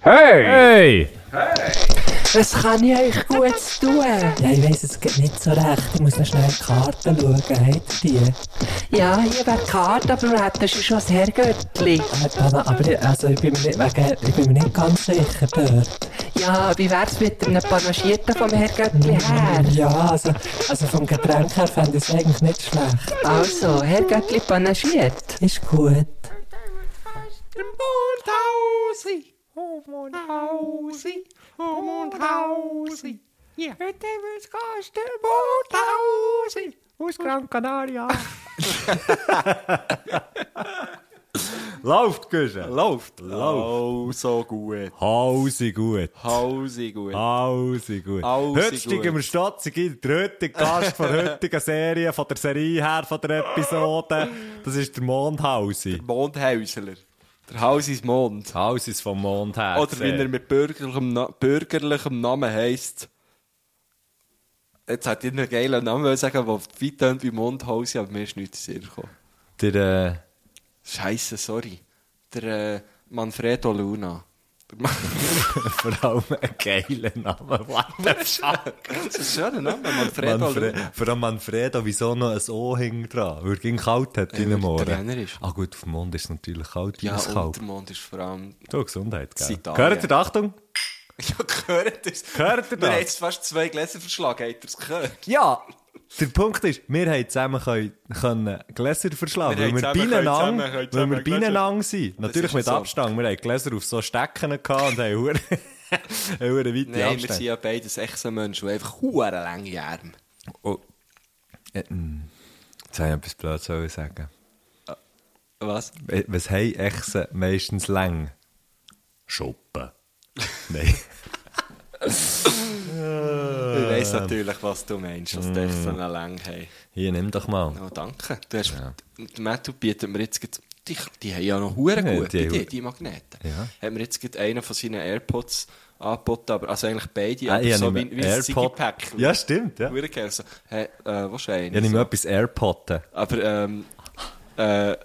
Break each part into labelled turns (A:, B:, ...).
A: Hey!
B: Hey!
C: Was kann ich euch gut tun?
D: Ja, ich weiss, es geht nicht so recht. Ich muss noch schnell die Karten schauen. Habt ihr die?
C: Ja, hier wäre die Karte, aber wir hätten schon das Herrgöttli.
D: Äh, Dana, aber ich, also, ich, bin mir nicht, wegen, ich bin mir nicht ganz sicher dort.
C: Ja, wie wär's mit einem Panagierten vom Herrgöttli her?
D: Ja, also, also vom Getränk her fände ich es eigentlich nicht schlecht.
C: Also, Herrgöttli panagiert.
D: Ist gut.
E: Im Mundhausi, oh Mundhausi, oh Mundhausi. Ja. Mit dem ist Gast im Mundhausi aus Gran Canaria.
F: Läuft, Güsche.
G: Läuft.
F: Läuft.
G: Oh, so gut.
F: Hausi gut.
G: Hausi gut.
F: Hausi gut.
G: Hausi
F: Heute steigen
G: gut.
F: wir statzig in den dritten Gast von der heutigen Serie, von der Serie her, von der Episode. Das ist der Mondhausi.
G: Mondhäusler. Der Haus ist Mond.
F: Haus ist vom Mond her.
G: Oder wie er mit bürgerlichem, Na bürgerlichem Namen heisst. Jetzt hat jeder einen geilen Namen wollen sagen, der weit tönt wie Mondhausi, aber mir ist nichts in den Sinn gekommen.
F: Der, äh,
G: Scheiße, sorry. Der äh, Manfredo Luna. Der Ma-
F: vor allem ein geiler Name.
G: das ist ein schöner Name, Manfredo
F: Manfre
G: Luna.
F: vor allem Manfredo, wieso noch ein O hängen dran? Weil er ging kalt hat in
G: weil
F: den
G: er
F: Ohren.
G: Trainer ist.
F: Ah gut, auf dem Mond ist es natürlich kalt, wie
G: Ja,
F: es kalt.
G: und der Mond ist vor allem...
F: Du, Gesundheit, gell?
G: Seit
F: Gehört ihr,
G: Jahren.
F: Achtung?
G: Ja, gehört es.
F: Gehört ihr
G: Wir
F: das?
G: haben jetzt fast zwei Gläser verschlagen, habt ihr es gehört?
F: Ja, der Punkt ist, wir haben zusammen können, können Gläser verschlagen,
G: Wir
F: weil
G: haben
F: wir
G: zusammen können,
F: beieinander
G: zusammen können,
F: weil wir
G: zusammen Gläser-
F: beieinander sind. Natürlich
G: ist
F: mit
G: so.
F: Abstand. Wir haben Gläser auf so Stecken gehabt und haben hure- haben hure weite
G: Nein, wir sind
F: Abstände.
G: ja beide echte Menschen und einfach hure lange Arme.
F: Oh. Äh, mm. Jetzt habe ich etwas Blödes sollen sagen.
G: Was?
F: Äh, Was haben Echsen meistens lang? Schuppen. Nein.
G: Ich weiss natürlich, was du meinst, dass die
F: Mm.
G: echt so eine Länge haben.
F: Hier, nimm doch mal.
G: Oh, danke. Du hast, Die Matthew bietet mir jetzt... grad- Die, die haben ja noch hure
F: Ja,
G: gut,
F: die
G: die,
F: haben-
G: die, die Magneten.
F: Ja.
G: Hat mir jetzt gerade einen von seinen Airpods Ah, angeboten, aber, also eigentlich beide,
F: Ah,
G: aber
F: ich
G: so
F: habe
G: wie,
F: ihm
G: wie ein
F: AirPod-
G: Ziggy-Päckchen.
F: Ja, stimmt. Ja. Ich
G: Hure geil. So, hey, äh, was ist einen?
F: habe ihm
G: So.
F: etwas AirPotten.
G: Aber ähm, äh,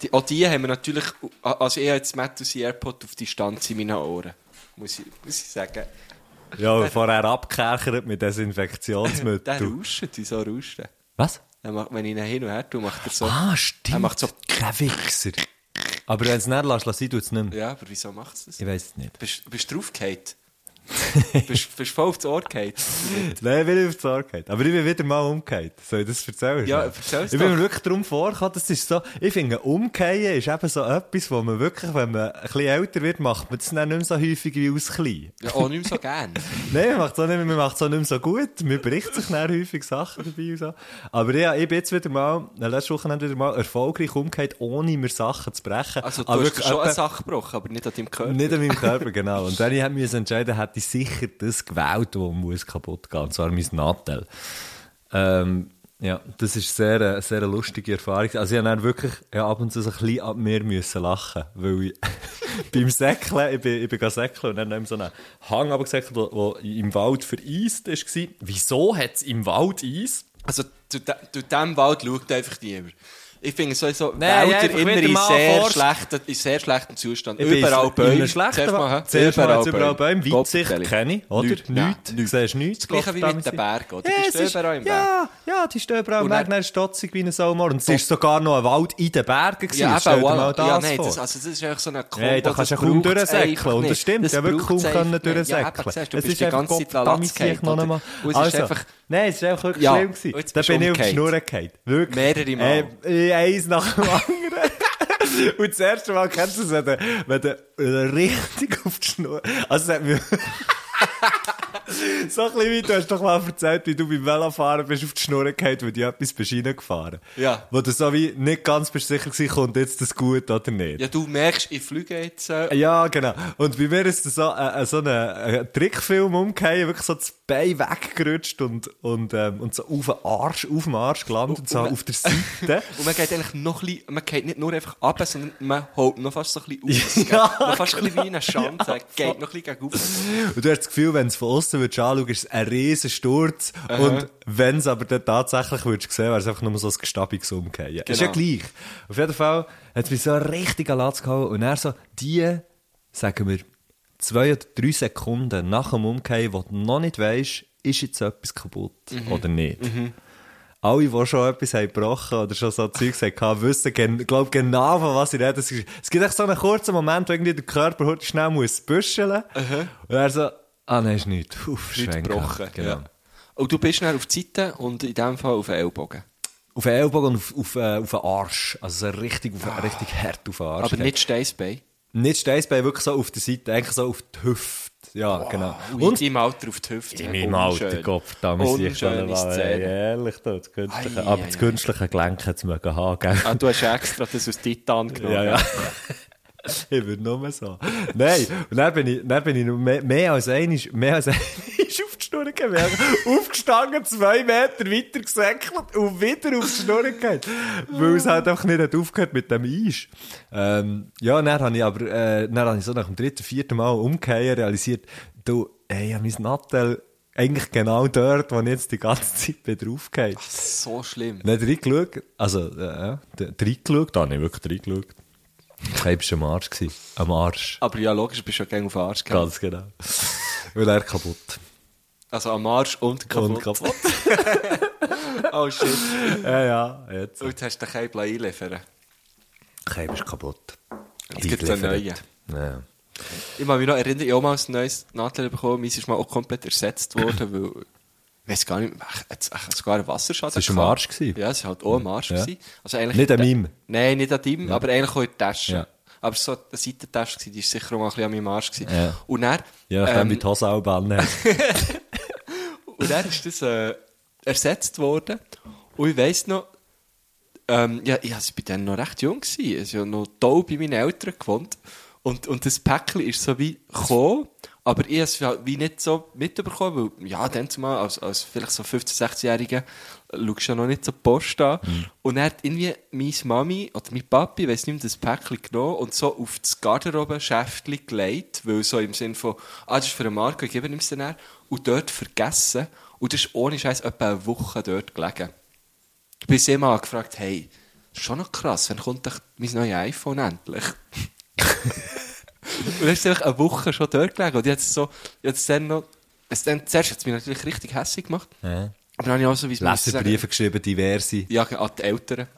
G: die, auch die haben wir natürlich. Also, ich habe jetzt Matthew seinen AirPod auf Distanz in meinen Ohren. Muss ich, muss ich sagen.
F: Ja, und vorher abgekerchert mit
G: Der
F: Desinfektionsmittel.
G: rauscht, wieso rauscht er?
F: Was?
G: Er macht- Wenn ich ihn hin und her tue, macht er so.
F: Ah, stimmt.
G: Er macht so.
F: Kein Wichser. Aber wenn es nicht lässt, lass sein, tut es nicht mehr.
G: Ja, aber wieso macht es das?
F: Ich weiß es nicht.
G: Bist bist du draufgefallen? bist, bist voll aufs Ohr gefallen?
F: Nein, ich bin auf die Sorge gefallen. Aber ich bin wieder mal umgekehrt. Soll ich das erzählen?
G: Ja, erzähl's
F: Ich bin
G: doch.
F: mir wirklich darum vorgekommen, das ist so, ich finde, umkehren ist eben so etwas, wo man wirklich, wenn man ein bisschen älter wird, macht man das dann nicht mehr so häufig wie aus klein.
G: Ja, auch nicht mehr so gern.
F: Nein, man macht es auch nicht mehr, man macht es auch nicht mehr so gut. Man bricht sich dann häufig Sachen dabei und so. Aber ja, ich bin jetzt wieder mal, äh, letztes Wochenende wieder mal erfolgreich umgekehrt, ohne mir Sachen zu brechen.
G: Also, du
F: Aber Ah,
G: hast dir
F: wirklich
G: schon eine
F: etwa-
G: Sache gebrochen, aber nicht an deinem Körper.
F: Nicht an meinem Körper, genau. Und dann habe ich mich entschieden, hätte ich sicher das gewählt, wo muss kaputt gehen. Und zwar mein Nadel. Ähm, ja, das ist sehr, äh, sehr eine lustige Erfahrung. Also ich habe dann wirklich ja, ab und zu so ein bisschen ab mir müssen lachen, weil ich beim Säckeln, ich bin, ich bin gegangen säckeln und dann haben wir so einen Hang abgesäckelt, der der im Wald vereist war. Wieso hat es im Wald Eis?
G: Also, zu, de, zu diesem Wald schaut einfach niemand. Ich finde sowieso
F: Nein,
G: Wälder
F: einfach
G: immer
F: wieder
G: in
F: mal
G: sehr,
F: forscht.
G: schlechten, in sehr schlechtem Zustand.
F: Ich bin
G: überall
F: in einem
G: Bäume.
F: schlechten
G: Zuerst mal,
F: Wald.
G: hä?
F: Zuerst mal hat's überall Bäume.
G: Gottverdeli.
F: Weitsicht kenne ich, oder?
G: Nichts.
F: Nichts.
G: Nein,
F: Nichts. Du siehst nichts.
G: Gleiche wie
F: Gottverdammt.
G: mit den Bergen, oder?
F: Ja,
G: Die
F: es
G: stehen
F: ist-
G: überall im
F: Ja, ja, die stehen überall im
G: Und
F: Weg.
G: dann-
F: Dann stotzig wie ein Saumoor. Und es ist sogar noch ein Wald in den Bergen gewesen.
G: Ja,
F: Stell
G: eben,
F: dir mal
G: voilà.
F: das
G: ja, nein,
F: vor.
G: das, also das ist einfach so eine Kombo,
F: Hey, da kannst du ja kaum durchsäckeln. Und das stimmt, ich habe wirklich kaum können
G: Ja,
F: durchsäckeln.
G: eben, siehst du,
F: es
G: du bist
F: ist
G: die
F: einfach
G: ganze Zeit an Latz
F: Gottverdammt, ich
G: gefallen,
F: noch
G: oder?
F: einmal.
G: Und es
F: Also,
G: ist einfach...
F: Nein, es ist einfach wirklich
G: Ja,
F: schlimm
G: und
F: gewesen.
G: jetzt
F: Da
G: bist
F: bin
G: du
F: ich auf die Schnur
G: umgekehrt.
F: gefallen. Wirklich.
G: Mehrere Mal.
F: Äh, eins nach dem anderen. Und das erste Mal kennst du es, wenn du, wenn du richtig auf die Schnur... Also, es hat mich... So ein bisschen wie, du hast doch mal erzählt, wie du beim Velofahren bist auf die Schnur gefallen, weil du etwas bist reingefahren.
G: Ja.
F: Wo du so wie nicht ganz bist sicher gewesen, kommt jetzt das gut oder nicht.
G: Ja, du merkst, ich fliege jetzt... Äh,
F: Ja, genau. Und bei mir ist das so, äh, äh, so ein äh, Trickfilm umgefallen, wirklich so das Bein weggerutscht und, und, ähm, und so auf den Arsch, auf dem Arsch gelandet, und so
G: und-
F: auf der Seite.
G: Und man geht eigentlich noch ein bisschen, man geht nicht nur einfach ab, sondern man holt noch fast so ein bisschen aus.
F: Ja.
G: gell? Noch fast ein bisschen wie eine Schanze. geht noch ein bisschen gegen oben.
F: und du hast das Gefühl, wenn du es von außen würdest anschauen, ist es ein riesen Sturz. Und wenn es aber dann tatsächlich würdest sehen, wäre es einfach nur so ein gestabiges Umkehren. Ist ja
G: Genau.
F: gleich. Auf jeden Fall hat es mich so richtig an Latz gehauen und er so, die, sagen wir, zwei oder drei Sekunden nach dem Umkehren, wo du noch nicht weißt, ist jetzt etwas kaputt oder nicht. Alle, die schon etwas haben gebrochen oder schon so Zeugs hatten, wissen, gen glaub, genau, von was ich rede. Es ist- es gibt echt so einen kurzen Moment, wo irgendwie der Körper heute schnell muss büscheln Und er so, ah nein, ist nichts. Uff,
G: Nicht
F: Schwenk gehabt.
G: gebrochen.
F: Genau.
G: Ja. Und du bist dann auf die Seite und in dem Fall auf den Ellbogen.
F: Auf den Ellbogen und auf, auf, äh, auf den Arsch. Also so richtig, auf, richtig hart auf den Arsch.
G: Ah. Aber nicht Steißbein.
F: Nicht Steißbein, wirklich so auf der Seite, eigentlich so auf die Hüfte. Ja, genau.
G: Und in deinem Alter auf die Hüfte.
F: In meinem alten Kopf, da muss ich schon
G: Unschöne
F: mal
G: Szene.
F: ehrlich da, das künstliche,
G: Ei,
F: aber
G: ei,
F: das
G: ei.
F: künstliche Gelenk hat's mögen haben, gell?
G: Ah, du hast extra das aus Titan genommen.
F: ja, ja. ich würde nur so. Nein, und dann bin ich, dann bin ich noch mehr, mehr als einmal, mehr als einmal auf die Schnur gegangen. Aufgestanden, zwei Meter weiter gesäckelt und wieder auf die Schnur gegangen. Weil es halt einfach nicht hat aufgehört mit dem Eis. Ähm, ja, dann habe ich aber, äh, dann habe ich so nach dem dritten, vierten Mal umgekehrt, realisiert, du, ey, ich habe mein Nattel eigentlich genau dort, wo ich jetzt die ganze Zeit bin, draufgeht.
G: So schlimm.
F: Nicht reingeschaut, also äh, ja, d- reingeschaut, da habe ich wirklich reingeschaut. Ich war schon am Arsch. Gewesen. Am Arsch,
G: Aber ja, logisch, du bist ja gegen auf den Arsch gegangen.
F: ganz genau. Weil er kaputt.
G: Also am Arsch und kaputt.
F: Und kaputt.
G: Oh shit.
F: ja, ja, jetzt.
G: Und jetzt hast du den Kabel einliefern.
F: Okay, bist kaputt.
G: Jetzt gibt's einen
F: Eingeliefert. Ja.
G: Ich kann mich noch erinnern, ich habe auch mal ein neues Nadel bekommen. Meins ist mal auch komplett ersetzt worden, weil... Ich weiß gar nicht, ach, jetzt- ach, sogar ein Wasserschaden.
F: Es war am
G: gehabt.
F: Arsch gewesen.
G: Ja, es war halt auch am Arsch.
F: Ja.
G: gewesen. Also eigentlich
F: Nicht an
G: in der-
F: meinem.
G: Nein, nicht an deinem, aber eigentlich auch in der Tasche.
F: Ja.
G: Aber es war so eine Seitentasche, gewesen, die war sicher auch mal ein bisschen an meinem Arsch. Gewesen.
F: Ja.
G: Und dann...
F: Je nachdem,
G: ähm,
F: wie die Hose auch annehmen.
G: Und dann ist das äh, ersetzt worden. Und ich weiss noch, ähm, ja, ich war bei denen noch recht jung. gewesen. Ich habe ja noch toll bei meinen Eltern gewohnt. Und, und das Päckchen ist so wie gekommen, aber ich habe es halt wie nicht so mitbekommen, weil, ja, dann zumal als, als vielleicht so 15-, 16-Jähriger äh, schaust du ja noch nicht so die Post an. Und er hat irgendwie meine Mami oder mein Papi, ich weiss nicht mehr, das Päckchen genommen und so auf das Garderobenschäftchen gelegt, weil so im Sinne von, ah, das ist für den Marco, ich gebe ihm es dann her. Und dort vergessen. Und das ist ohne Scheiß etwa eine Woche dort gelegen bis ich mal gefragt hey, ist schon noch krass, wann kommt doch mein neues iPhone endlich? und dann ist es einfach eine Woche schon dort gelegen. Und jetzt so, jetzt dann noch, es dann, zuerst hat es mich natürlich richtig hässlich gemacht.
F: Ja.
G: Aber dann habe ich auch so, wie es muss ich sagen-
F: Leserbriefe geschrieben, diverse.
G: Ja, an die Eltern.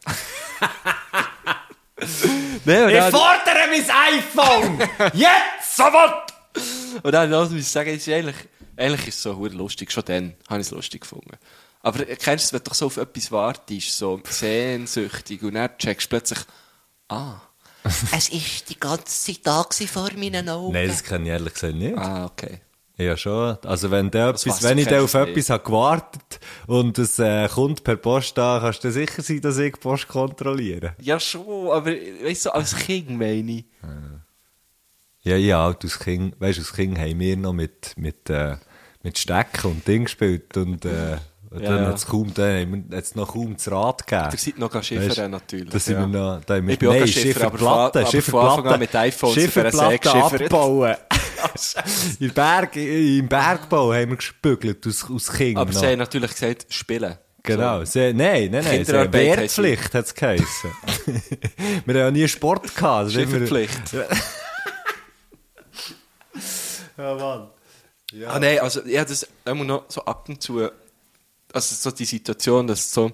G: Nein, und dann-
F: fordere mein iPhone! Jetzt! Sofort!
G: Und dann muss ich sagen, es ist eigentlich, eigentlich ist es so hure lustig. Schon dann habe ich es lustig gefunden. Aber äh, kennst du es, wenn du doch so auf etwas wartest, so sehnsüchtig, und dann checkst du plötzlich, ah,
A: Es ist die ganze Zeit da gewesen vor meinen Augen.
F: Nein, das kann ich ehrlich gesagt nicht.
G: ah, okay.
F: Ja, schon. Also, wenn, der etwas,
G: Wasser
F: wenn ich da auf
G: kennst du
F: etwas habe gewartet und es äh, kommt per Post an, kannst du sicher sein, dass ich die Post kontrolliere.
G: Ja, schon, aber weißt du, als Kind meine ich.
F: Ja, ja, halt als Kind, weißt du, als Kind haben wir noch mit, mit, äh, mit Stecken und Ding gespielt und äh, dann
G: ja.
F: hat es kaum, dann haben wir- hat's noch kaum zu Rat gegeben.
G: Ihr seid noch gar
F: Weißt,
G: Schiffern natürlich.
F: Da sind wir noch, da haben wir,
G: Ich bin auch
F: nein,
G: kein Schiffer, aber
F: Schifferplatte,
G: von- aber von
F: Schifferplatte,
G: Anfang an mit iPhones auf einer Säge
F: Schifferplatte
G: geschiffert.
F: abbauen. Im, Berg, Im Bergbau haben wir gespügelt aus, aus Kind.
G: aber
F: noch.
G: sie haben natürlich gesagt, spielen.
F: Genau, sehr, nein, nein, nein, sehr
G: Kinderarbeit heisst
F: Wehrpflicht hat es geheissen. Wir haben ja nie Sport gehabt. das ist immer-
G: Schifferpflicht.
F: Ja, Mann.
G: Ah, nein, also, ja, das immer noch so ab und zu. Also, so die Situation, dass so.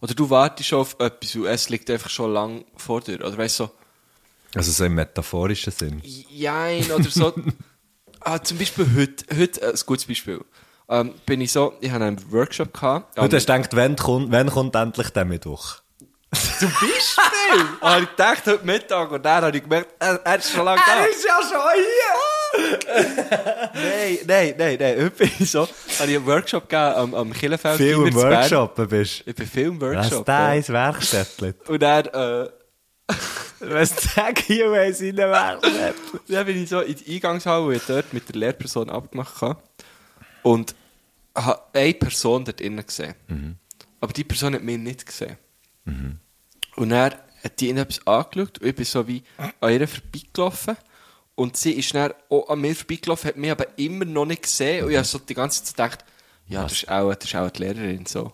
G: Oder du wartest schon auf etwas und es liegt einfach schon lang vor dir. Oder weißt du, so,
F: Also so im metaphorischen Sinn.
G: jein, oder so. ah, zum Beispiel heute, heute äh, ein gutes Beispiel. Ähm, bin ich so, ich hatte einen Workshop gehabt. Ähm,
F: Und du hast gedacht, wann kommt, wann kommt endlich der Mittwoch?
G: Zum Beispiel! habe ich gedacht, heute Mittag und dann habe ich gemerkt, er, er ist schon lange da. Er ist ja schon hier! nein, nein, nein, nein. Heute bin ich so, habe ich einen Workshop um, gegeben am, am Killenfeld.
F: Viel
G: Gimmer
F: im
G: zu Bern.
F: Workshop bist.
G: Ich bin viel im
F: Was
G: Workshop.
F: da
G: ja.
F: ins Werkstättchen?
G: Und dann, äh,
F: Was sag ich, wenn es in der Werkstatt?
G: dann bin ich so in die Eingangshalle, die ich dort mit der Lehrperson abgemacht habe. Und habe eine Person dort innen gesehen. Aber die Person hat mich nicht gesehen. Und er hat die etwas angeschaut und ich bin so wie an ihr vorbeigelaufen. Und sie ist dann auch an mir vorbeigelaufen, hat mich aber immer noch nicht gesehen. Und ich habe so die ganze Zeit gedacht, ja, das ist, auch, das ist auch die Lehrerin so.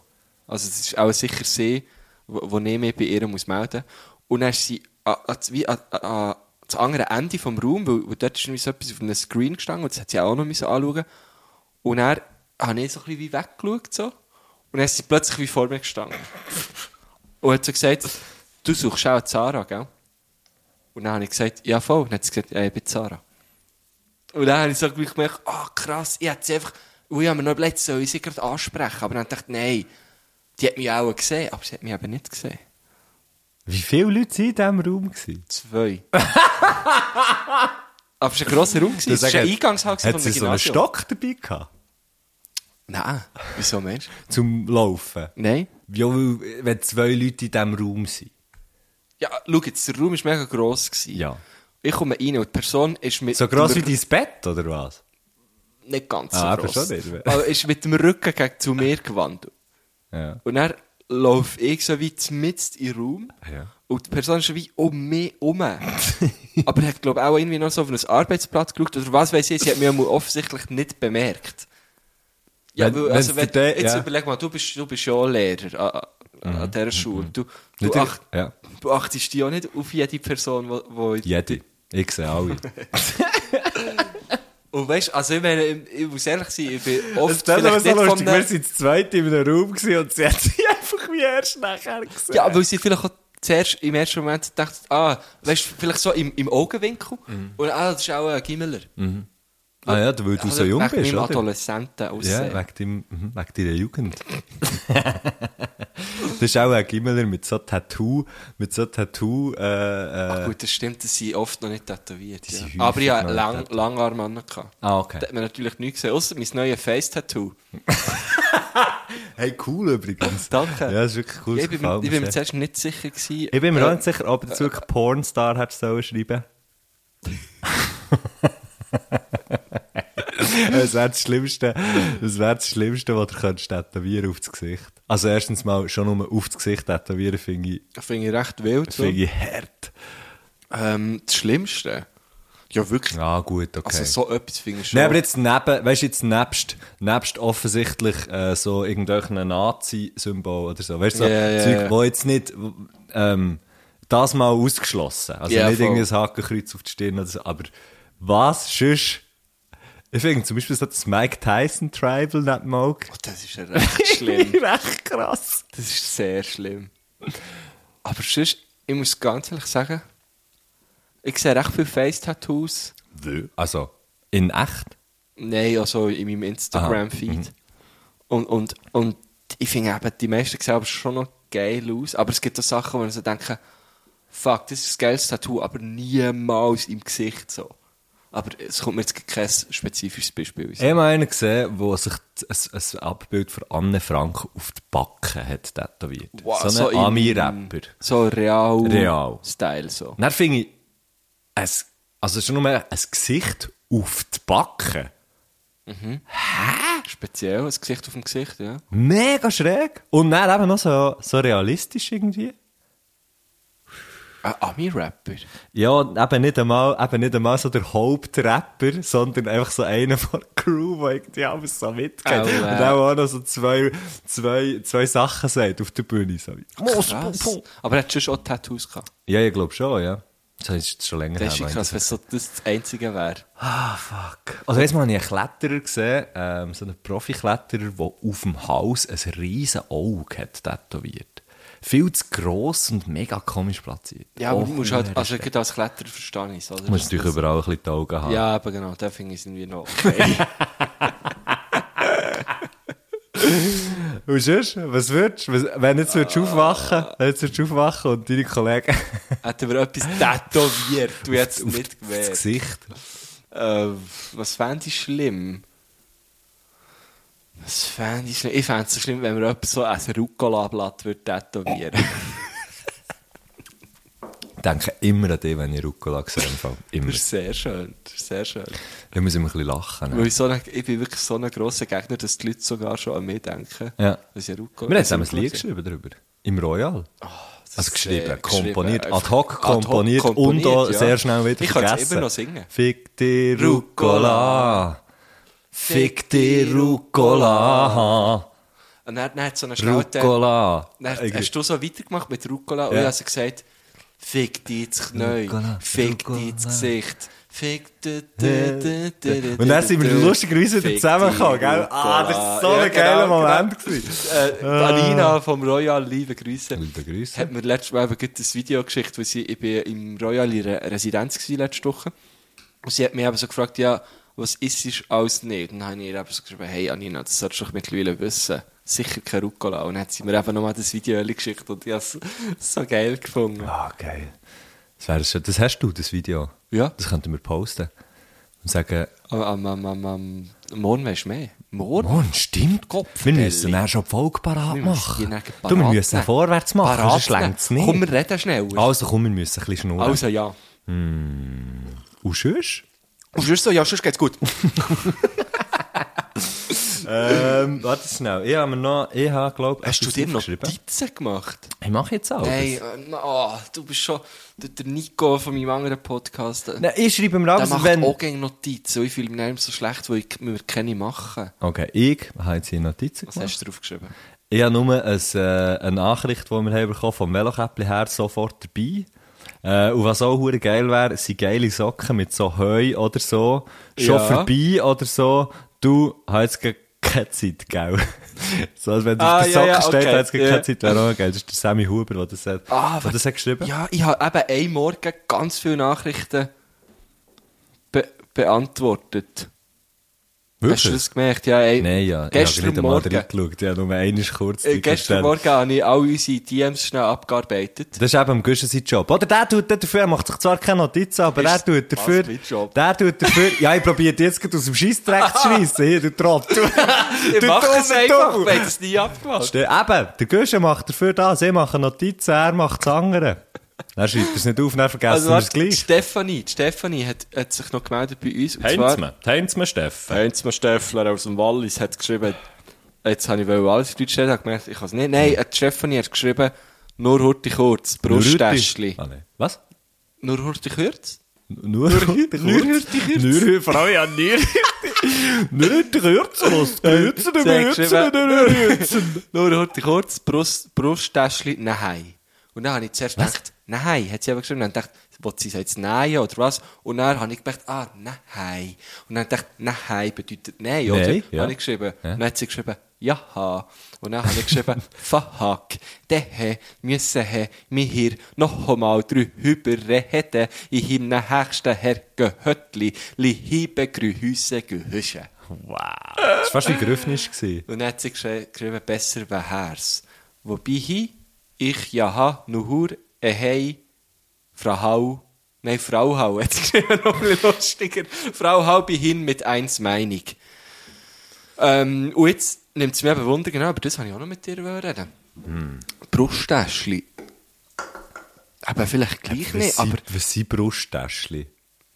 G: Also das ist auch sicher sie, wo, wo ich mich bei ihr muss melden muss. Und dann ist sie an, an, wie an, an, an das andere Ende vom Raum, weil, weil dort ist irgendwie so etwas auf einem Screen gestanden und das hat sie auch noch müssen anschauen. Und dann habe ich so ein bisschen wie weggeschaut so. Und dann ist sie plötzlich wie vor mir gestanden. Und hat so gesagt, du suchst auch Zara, gell? Und dann habe ich gesagt, ja voll. Und dann hat sie gesagt, ja, ich bin Zara. Und dann habe ich so gleich gemerkt, ah krass, ich hätte sie einfach, und ich habe mir noch überlegt, soll ich sie gerade ansprechen? Aber dann dachte ich, nein, die hat mich auch gesehen, aber sie hat mich eben nicht gesehen.
F: Wie viele Leute waren in diesem Raum? Gewesen?
G: Zwei. aber es war ein grosser Raum, gewesen. es war ein Eingangshall gewesen
F: Hat
G: von einem
F: sie so einen
G: Gymnasium.
F: Stock dabei gehabt?
G: Nein, wieso meinst du?
F: Zum Laufen?
G: Nein.
F: Ja, weil, wenn zwei Leute in diesem Raum sind.
G: Ja, schau jetzt, der Raum war mega gross. Gewesen.
F: Ja.
G: Ich komme rein und die Person ist mit...
F: So gross wie
G: dem-
F: dein Bett, oder was?
G: Nicht ganz so
F: Ah, aber schon
G: gross.
F: nicht.
G: Aber ist mit dem Rücken gegen zu mir gewandt.
F: Ja.
G: Und dann laufe ich so wie mitten in den Raum.
F: Ja.
G: Und die Person ist schon wie um mich herum. Aber hat, glaube ich, auch irgendwie noch so auf einen Arbeitsplatz geschaut. Oder was weiß ich, sie hat mich mal offensichtlich nicht bemerkt. Ja,
F: Wenn-
G: weil, also,
F: wenn's
G: wenn,
F: dir de-
G: jetzt
F: ja. Mhm,
G: überleg mal, du bist, du bist ja auch Lehrer an, an an dieser Schule. Du, du,
F: Nicht-
G: acht,
F: ja.
G: du achtest dich auch nicht auf jede Person, die...
F: Jede. Ich sehe alle.
G: Und weißt, also ich meine, ich, ich muss ehrlich sein, ich bin oft
F: Das ist aber
G: vielleicht
F: so
G: nicht von
F: lustig. Wir
G: der...
F: waren zu zweit in einem Raum gewesen und sie hat sie einfach wie erst nachher gesehen.
G: Ja, weil sie vielleicht auch zuerst im ersten Moment gedacht ah, weißt du, vielleicht so im, im Augenwinkel. Und ah, das ist auch ein Gimmeler.
F: ah ja, weil Mhm. du so jung bist,
G: oder?
F: oder?
G: Adoleszenten
F: Ja,
G: aussehen.
F: wegen, dem, mhm, wegen deiner Jugend. das ist auch ein Gimmeler mit so Tattoo, mit so Tattoo, äh, äh,
G: Gut, das stimmt, das sind oft noch nicht tätowiert.
F: Die
G: Ja.
F: sind
G: Aber ich
F: häufig
G: hatte
F: noch
G: lang,
F: nicht
G: Langarm gehabt.
F: Ah, okay.
G: Da hat man natürlich nichts gesehen, außer mein neues Face-Tattoo.
F: Hey, cool übrigens.
G: Danke.
F: Ja, das ist wirklich cool. das
G: Ja, ich bin,
F: gefällt
G: mir-
F: mir
G: ich bin mir
F: sehr.
G: zuerst nicht sicher gewesen.
F: Ich bin mir auch
G: äh,
F: nicht sicher, ob du wirklich Pornstar hättest sollen schreiben Das wäre das Schlimmste, das wäre das Schlimmste, was du könntest tätowieren aufs Gesicht. Also erstens mal, schon nur aufs Gesicht tätowieren finde ich,
G: Finde ich recht wild. So.
F: finde ich hart.
G: Ähm, das Schlimmste? Ja, wirklich.
F: Ja, gut, okay.
G: Also so etwas finde ich schon.
F: Nein, aber jetzt neben, weißt du, jetzt nebst, nebst offensichtlich äh, so irgendwelchen Nazi-Symbol oder so. Weißt du, so
G: Ja, ja,
F: Zeug,
G: ja.
F: wo jetzt nicht w- ähm, das mal ausgeschlossen. Also
G: Ja,
F: nicht
G: voll.
F: irgendein Hakenkreuz auf die Stirn oder so. Aber was sonst? Ich finde zum Beispiel so das Mike Tyson Tribal nicht mal
G: Oh, das ist ja recht schlimm.
F: recht krass.
G: Das ist sehr schlimm. Aber sonst, ich muss ganz ehrlich sagen, ich sehe recht viele Face-Tattoos.
F: Also, in echt?
G: Nein, also in meinem Instagram-Feed.
F: mhm.
G: Und, und, und ich finde eben, die meisten sehen aber schon noch geil aus. Aber es gibt auch Sachen, wo man so denken, fuck, das ist ein geiles Tattoo, aber niemals im Gesicht so. Aber es kommt mir jetzt kein spezifisches Beispiel.
F: Ich habe mal einen gesehen, der sich t- ein, ein Abbild von Anne Frank auf die Backe hat tätowiert. so ein
G: im-
F: Ami-Rapper.
G: So real.
F: Real.
G: Style so.
F: Dann finde ich, ein, also schon nur ein Gesicht auf die Backe.
G: Speziell, das Gesicht auf dem Gesicht, ja.
F: Mega schräg. Und dann eben noch so, so realistisch irgendwie.
G: Ein Ami-Rapper.
F: Ja, eben nicht einmal, eben nicht einmal so der Hauptrapper, sondern einfach so einer von der Crew, der irgendwie alles so mitgeht.
G: Oh,
F: Und
G: wow.
F: dann auch noch so zwei, zwei, zwei Sachen sagt auf der Bühne. So. wie,
G: Krass. Aber er hat schon auch Tattoos gehabt.
F: Ja, ich glaube schon, ja. Das ist jetzt schon länger
G: Das ist ja
F: meine
G: krass, wenn so das das Einzige wäre.
F: Ah, fuck. Also, jetzt mal habe ich einen Kletterer gesehen, ähm, so einen Profi-Kletterer, der auf dem Haus ein riesen Auge hat tätowiert. Viel zu gross und mega komisch platziert.
G: Ja, aber
F: Oh,
G: du musst halt, also
F: Scheiße.
G: gerade als Kletterer verstehe ich es, oder?
F: Du musst natürlich überall ein bisschen die Augen haben.
G: Ja, aber genau, da finde ich es irgendwie noch okay.
F: Und sonst, was würdest du, was- wenn jetzt
G: Ah.
F: würdest du aufwachen, wenn jetzt würdest du aufwachen und deine Kollegen
G: Hätten wir etwas tätowiert, du hättest es
F: auf-
G: nicht
F: auf das
G: gewählt.
F: Gesicht.
G: Äh, was fände ich schlimm? Was fände ich schlimm? Ich fände es so schlimm, wenn wir etwas so als Rucola-Blatt würde tätowieren
F: Ich denke immer an dich, wenn ich Rucola sehe. im Fall. Immer.
G: Das ist sehr schön, das ist sehr schön.
F: Ich muss immer ein bisschen lachen.
G: Weil ich, so ein- ich bin wirklich so ein grosser Gegner, dass die Leute sogar schon an mich denken.
F: Ja.
G: Das ist ja Rucola.
F: Wir haben
G: das
F: zusammen
G: ist
F: ein Lied
G: Rucola.
F: geschrieben darüber. Im Royal.
G: Ah, Das
F: Also
G: ist
F: geschrieben,
G: sehr-
F: komponiert,
G: geschrieben,
F: ad hoc
G: einfach ad hoc
F: komponiert, und auch
G: komponiert, ja.
F: sehr schnell wieder
G: Ich kann es
F: vergessen.
G: immer noch singen.
F: Fick die Rucola. Fick die Rucola.
G: Und dann, dann hat so eine Schnauze.
F: Rucola. Äh,
G: Dann hast-
F: Irgendwie.
G: hast du so weitergemacht mit Rucola und
F: Ja.
G: ich habe gesagt, Fick dich ins Knie.
F: Rucola,
G: Fick
F: Rucola.
G: dich ins Gesicht. Fick dich.
F: Und dann sind wir lustigerweise wieder zusammengekommen, gell? Ah, das war so ein geiler Moment. gewesen.
G: genau, Äh, Alina vom Royal, liebe Grüße.
F: Liebe Grüße.
G: Hat mir letztes Mal eben gerade ein Video geschickt, weil sie, ich bin im Royal in einer Residenz gewesen letzte Woche. Und sie hat mich eben so gefragt, ja, was ist es alles nicht? Und dann habe ich ihr eben so geschrieben, hey Alina, das solltest du doch mittlerweile wissen. Sicher kein Rucola. Und dann hat sie mir eben nochmal das Video geschickt und ich habe es so geil gefunden.
F: Ah, geil. Das, wäre schön. das hast du, das Video.
G: Ja.
F: Das könnten wir posten. Und sagen,
G: Am, Ah, am, am, am, am morgen weisst du mehr. Morgen?
F: Mann, stimmt,
G: Kopf,
F: Wir
G: Belli.
F: müssen dann schon die Folge parat
G: Wir müssen die
F: machen.
G: nachher
F: Du, wir
G: parat
F: müssen
G: nehmen.
F: vorwärts machen,
G: Parat
F: sonst längt es
G: nehmen.
F: nicht.
G: Komm, wir reden schneller.
F: also komm, wir müssen ein bisschen schnurren.
G: Also ja.
F: Und sonst?
G: Und sonst so, ja, sonst geht's gut.
F: Ähm, warte schnell. Ich habe mir noch, ich habe, glaube
G: Hast du dir noch Notizen gemacht?
F: Ich mache jetzt auch.
G: Nein, ähm, oh, du bist schon der, der Nico von meinem anderen Podcast. äh,
F: Nein, ich schreibe mir
G: der
F: alles,
G: macht
F: wenn...
G: auch gerne Notizen. und Ich fühle mich nicht so schlecht, weil ich mir keine machen
F: Okay, ich habe jetzt hier Notizen
G: Was
F: gemacht.
G: hast du draufgeschrieben?
F: Ich habe nur ein, äh, eine Nachricht, die wir haben bekommen, vom Velokäppli her sofort dabei. Äh, und was auch hure geil wäre, sind geile Socken mit so Heu oder so. Schon
G: Ja.
F: vorbei oder so. Du hast jetzt keine Zeit, gell? so, als wenn du
G: Ah,
F: auf der
G: ja,
F: Socke
G: ja,
F: steht,
G: okay.
F: hast du keine
G: Ja.
F: Zeit. Wäre auch geil. Das ist der Dus Sammy Huber, der das hat,
G: Ah,
F: der das hat geschrieben
G: Ja, ich habe eben einen Morgen ganz viele Nachrichten be beantwortet. Hast du das gemerkt? Ja, ey,
F: Nein, ja.
G: Gestern
F: ich habe nicht einmal
G: Morgen.
F: reingeschaut. Ich habe nur einmal kurz
G: Äh, gestern
F: gestellt.
G: Morgen habe ich all unsere DMs schnell abgearbeitet.
F: Das ist eben am Guschen sein Job. Oder der tut dafür, er macht sich zwar keine Notizen, aber
G: Ist
F: er tut
G: das
F: dafür.
G: mein Job?
F: Der tut dafür. Ja, ich probiere jetzt gerade aus dem Scheissdreck zu schreissen. Hier, du Trottel.
G: Ich
F: Du
G: mache es
F: dumme
G: einfach,
F: Dummel.
G: wir haben es nie abgemacht.
F: Ste- Eben, der Guschen macht dafür das. Ich mache Notizen, er macht das andere. Er schreibt es nicht auf, dann vergessen wir es
G: Also warte, die
F: gleich.
G: Stefanie, die Stefanie hat, hat sich noch gemeldet bei uns. und zwar- Äh,
F: Heinzme, Steffen.
G: Heinzmann Steffler aus dem Wallis hat geschrieben, jetzt habe ich wohl alles Deutsch stellen, habe gemerkt, ich kann es nicht. Nein, äh, die Stefanie hat geschrieben, nur Hurti kurz, Brusttäschli.
F: Ah, nein. Was?
G: Nur Hurti kurz?
F: Nur Nur Frau, ja, nur Nur Kürzen, los. Kürzen,
G: Sie hat
F: Kürzen,
G: geschrieben, Nur Hurti kurz, Brust, Brusttäschli, nein. Und dann habe ich zuerst gedacht, nein, hat sie eben geschrieben, dann dachte ich, will sie jetzt nein oder was? Und dann habe ich gedacht, ah, nein. Und dann dachte ich, nein bedeutet nein, oder?
F: Nein, ja.
G: Habe ich geschrieben.
F: Ja.
G: Und dann hat sie geschrieben, jaha. Und dann habe ich geschrieben, fuck, dehe, müssen he, mir hier noch einmal drüber reden, in ihm nächsten Herr Gehöttli, liebe Grüße, Gehüsche.
F: Wow. Das war fast wie Griffnisch. gewesen.
G: Und dann hat sie geschri- geschrieben, besser wie Hers. Wobei hi, ich jaha nuhur ehei Frau Nein, Frau Hau. Hat sie geschrieben, noch ein bisschen lustiger. Frau Hau bin hin mit eins Meinung. Ähm, und jetzt nimmt es mir eben Wunder, genau, aber das wollte ich auch noch mit dir reden.
F: Hm.
G: Brusttäschli. Aber vielleicht gleich
F: Was
G: nicht,
F: sind-
G: aber
F: Was sind Brusttäschli? Äh,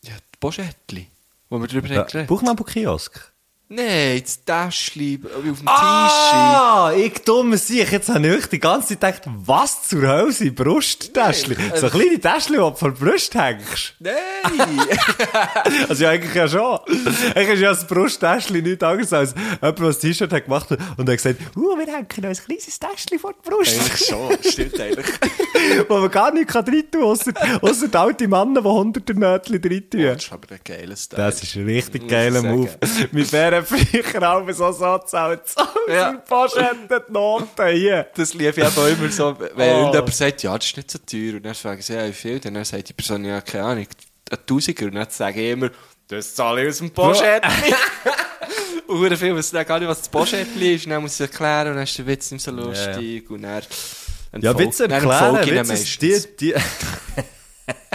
G: ja, die Boschettli, wo wir drüber haben
F: Ja,
G: geredet.
F: Buchnabelkiosk?
G: Nein, das Täschli auf dem Tisch.
F: Ah, ich dumme Sieg. Jetzt habe ich die ganze Zeit gedacht, was zur Hölle sind Brusttäschli?
G: Nein,
F: So
G: äh,
F: kleine Täschli, die du vor die Brust hängst.
G: Nein!
F: Also ja, eigentlich ja schon. Eigentlich ist ja das Brusttäschli nichts anderes als jemand, der das T-Shirt hat gemacht hat und hat gesagt, uh, wir hängen uns ein kleines Täschli vor die Brust.
G: Eigentlich schon, stimmt eigentlich.
F: wo man gar nicht kann rein tun kann, ausser die alten Männer, die hunderte Nötchen rein tun.
G: Das ist aber ein geiles Style.
F: Das ist ein richtig
G: Muss
F: geiler
G: ich sagen.
F: Move. Mit wären früher auch so Satzhals.
G: Ja.
F: Ja. Im Poschetten die Noten hier.
G: das lief ich auch immer so, wenn
F: Oh.
G: irgendjemand sagt, ja, das ist nicht so teuer, und dann fragen sie, ja, wie viel, und dann sagt die Person, ja, keine Ahnung, ein Tausiger, und dann sage ich immer, das zahle ich aus dem Poschettli. Und verdammt viel wissen dann gar nicht, was das Poschettli ist, und dann muss ich es erklären, und dann ist der Witz nicht so lustig, und dann...
F: Ja, Witze erklären, Witze, ist die, die,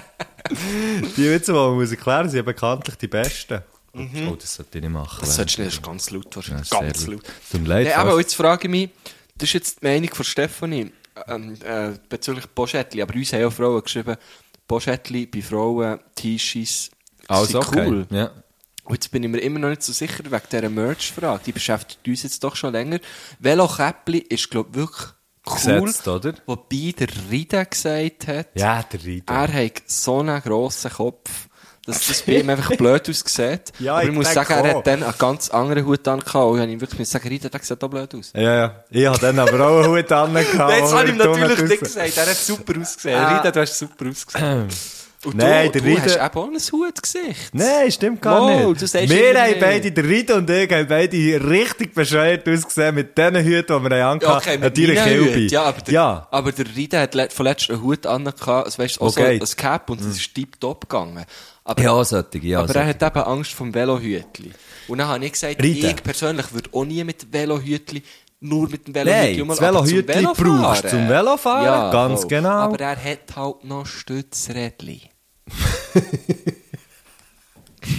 F: die Witze, die man muss erklären muss, sind ja bekanntlich die besten. Oh, das sollte ich nicht machen.
G: Mhm. Das
F: während-
G: solltest du nicht, das ist ganz laut
F: Ja,
G: wahrscheinlich,
F: sehr
G: ganz laut.
F: Tut mir leid.
G: Nein, aber
F: fast.
G: jetzt frage ich mich, das ist jetzt die Meinung von Stefanie ähm, äh, bezüglich Poschettli, aber uns haben auch Frauen geschrieben, Poschettli bei Frauen, T-Shirts,
F: Alles
G: sind
F: Also, okay.
G: cool.
F: Ja.
G: Und jetzt bin ich mir immer noch nicht so sicher wegen dieser Merch-Frage, die beschäftigt uns jetzt doch schon länger. Velokäppli ist, glaube ich, wirklich cool.
F: Gesetzt, oder?
G: Wobei der Rida gesagt hat,
F: ja, der Reiter.
G: er hat so einen grossen Kopf, dass das bei ihm einfach blöd aussieht.
F: Ja,
G: Aber ich,
F: ich
G: muss
F: denke
G: sagen, er
F: auch.
G: hat dann einen ganz anderen Hut an gehabt. Und ich habe ihm wirklich gesagt, Rita, der sieht auch blöd aus.
F: Ja, ja. Ich habe dann aber auch einen Hut an. gehabt,
G: Nein, jetzt
F: wo
G: habe ich ihm
F: der dumme
G: natürlich nicht
F: Dusse-
G: gesagt, er hat super ausgesehen.
F: Ah.
G: Rita, du hast super ausgesehen. Und
F: Nein,
G: du,
F: der
G: du
F: Rita-
G: hast eben auch ein Hutgesicht.
F: Nein, stimmt gar
G: Mal,
F: nicht.
G: du sagst
F: wir
G: immer
F: haben
G: nicht.
F: beide, der Rita und ich, haben beide richtig bescheuert ausgesehen mit diesen Hüten, die wir haben.
G: Okay, mit
F: Natürlich
G: meinen
F: Kilby.
G: Hüten. Ja, aber der,
F: ja.
G: aber der Rita hat le- von letztem einen Hut an, also, weißt, auch
F: Okay. Hm.
G: so ein Cap und es ist tiptop gegangen. Aber,
F: ja, solche, ja.
G: aber er hat eben Angst vom Velohütli. Und dann habe ich gesagt,
F: Rita.
G: ich persönlich würde auch nie mit Velohütli nur mit dem
F: Nein,
G: Velohütli
F: das Velohütli brauchst du zum Velofahren, ganz genau.
G: Aber er hat halt noch Stützrädli.
F: Ich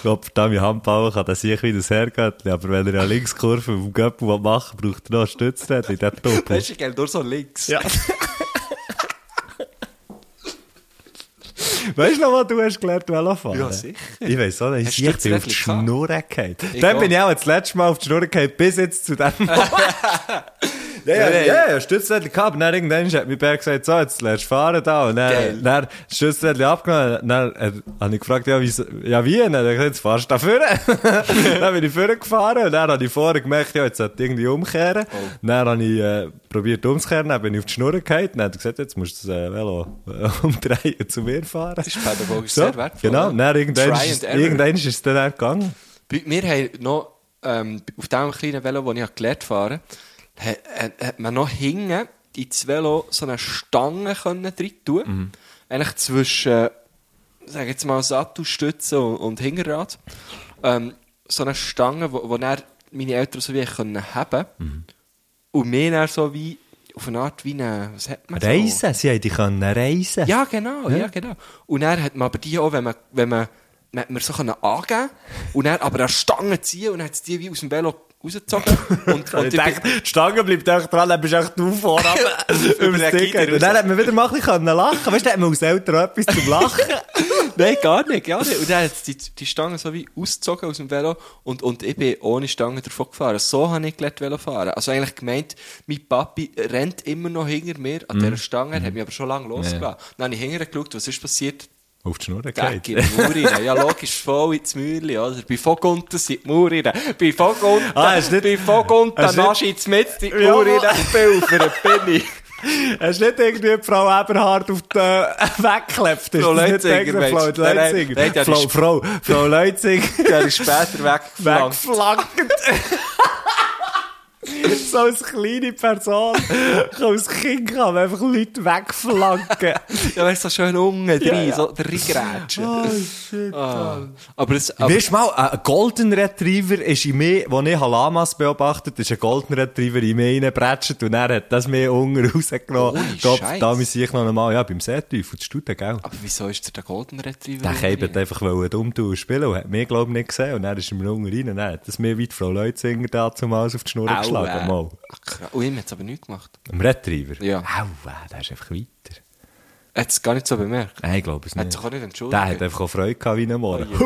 F: glaube, Tommy Handbauer kann das sicher wieder das Herrgöttli, aber wenn er eine Linkskurve auf dem Göppel machen will, braucht er noch ein Stützrädchen, der Doppel.
G: Weißt du, ich gehe nur so links.
F: Ja. Weißt du noch, was du hast gelernt, Velofahren?
G: Ja, sicher.
F: Ich weiss auch nicht,
G: Hast
F: ich
G: du
F: bin auf die
G: Stützrädchen gehabt?
F: Schnur gefallen.
G: Ich
F: Dann bin
G: auch.
F: ich auch das letzte Mal auf die Schnur gefallen, bis jetzt zu dem Moment. Ja, ja,
G: nein.
F: ja, ja, Stützrädchen gehabt. Und dann irgendwann hat mir Bär gesagt, so, jetzt lernst du fahren da. Und
G: Geil.
F: dann, dann Stützrädchen abgenommen. Und dann äh, habe ich gefragt, ja, wie, ja, wie? Und dann hat er gesagt, jetzt fahrst du da vorne. dann bin ich vorne gefahren. Und dann habe ich vorher gemerkt, ja, jetzt sollte ich irgendwie umkehren.
G: Oh.
F: Und Dann habe ich äh, probiert umzukehren. Dann bin ich auf die Schnur gefallen. Und dann hat er gesagt, jetzt musst du das äh, Velo äh, umdrehen und zu mir fahren. Das
G: ist pädagogisch sehr wertvoll,
F: Genau.
G: ja.
F: Und Dann irgendwann
G: Try
F: ist,
G: and error.
F: irgendwann ist es dann auch gegangen.
G: Bei- Wir haben noch, ähm, auf dem kleinen Velo, das ich habe gelernt habe, hat, hat, hat man noch hinten ins Velo so eine Stange können drin tun Eigentlich zwischen, äh, sag jetzt mal, Sattelstütze und, und Hinterrad. Ähm, so eine Stange, wo, wo dann meine Eltern so wie können haben Und mir dann so wie, auf eine Art wie eine, was hat man so?
F: Reisen. Sie haben die können reisen.
G: Ja, genau, ja. genau. Und dann hat man aber die auch, wenn man, wenn man, man, hat man so können angeben und dann aber an Stangen ziehen und dann hat es die wie aus dem Velo rausgezogen. Und,
F: Und
G: und
F: ich
G: ich
F: dachte, die Stange bleibt echt dran, dann bist du echt du vorne über das Ding. Und dann hat man wieder mal ein bisschen lachen können. Weißt du, dann hat man aus Eltern auch etwas zum Lachen.
G: bin- Nein, gar nicht, gar nicht. Und dann hat die, die Stange so wie ausgezogen aus dem Velo und, und ich bin ohne Stange davon gefahren. So habe ich gelernt Velo fahren. Also eigentlich gemeint, mein Papi rennt immer noch hinter mir
F: Mhm.
G: an dieser Stange, er hat mich aber schon lange losgelassen. Dann habe ich hinterher geschaut, was ist passiert.
F: Auf die Schnur
G: Weg in die Mauer rein. Ja, logisch, voll ins Mäuerchen, oder? Bei Vogunten sind die Mauer rein. Bei Vogunten,
F: Ah, hast nicht-
G: bei Vogunten,
F: hast nicht-
G: nasch ins Metz in die
F: Ja,
G: Mauer rein. Bilfer, bin ich.
F: Hast du nicht irgendwie die äh, Frau Eberhard auf den weggeklebt?
G: Frau Leutzinger, meinst
F: Frau
G: du? Nein, nein,
F: Leutzinger.
G: nein, die hat
F: Frau,
G: die-
F: Frau, Frau Leutzinger.
G: Der ist später weggeflankt.
F: Wegflankt. so als kleine Person kann als Kind kann man einfach Leute wegflanken.
G: Ja, weißt du, so schön unten drin,
F: Ja, ja.
G: so reingrätschen.
F: oh shit.
G: Ah. Aber es, aber,
F: Aber weißt du mal, ein Golden ah, Retriever ist in mir, wo ich Lamas beobachtet ist ein Golden Retriever in mir reingebratscht und er hat das mir unten rausgenommen.
G: Ohne
F: Gott,
G: Scheiß.
F: da muss ich noch einmal, ja, beim Seeteufel, zu Studen, gell?
G: aber wieso ist der der Golden Retriever?
F: Der
G: unten
F: Käbert
G: drin?
F: einfach wollte dumm tun und spielen und hat mich, glaube ich, nicht gesehen. Und dann ist er mir unten rein und dann hat das mir wie die Frau Leutzinger damals auf die Schnur
G: Aua.
F: geschlagen. Mal.
G: Ach, krass. Und Oh, ihm hat es aber nichts gemacht.
F: Am Retriever.
G: Ja.
F: Aua, der ist einfach weiter.
G: Er hat es gar nicht so bemerkt.
F: Nein, ich glaube es
G: Hat
F: nicht.
G: sich auch nicht entschuldigt.
F: Der hat einfach auch Freude gehabt wie ein Morgen.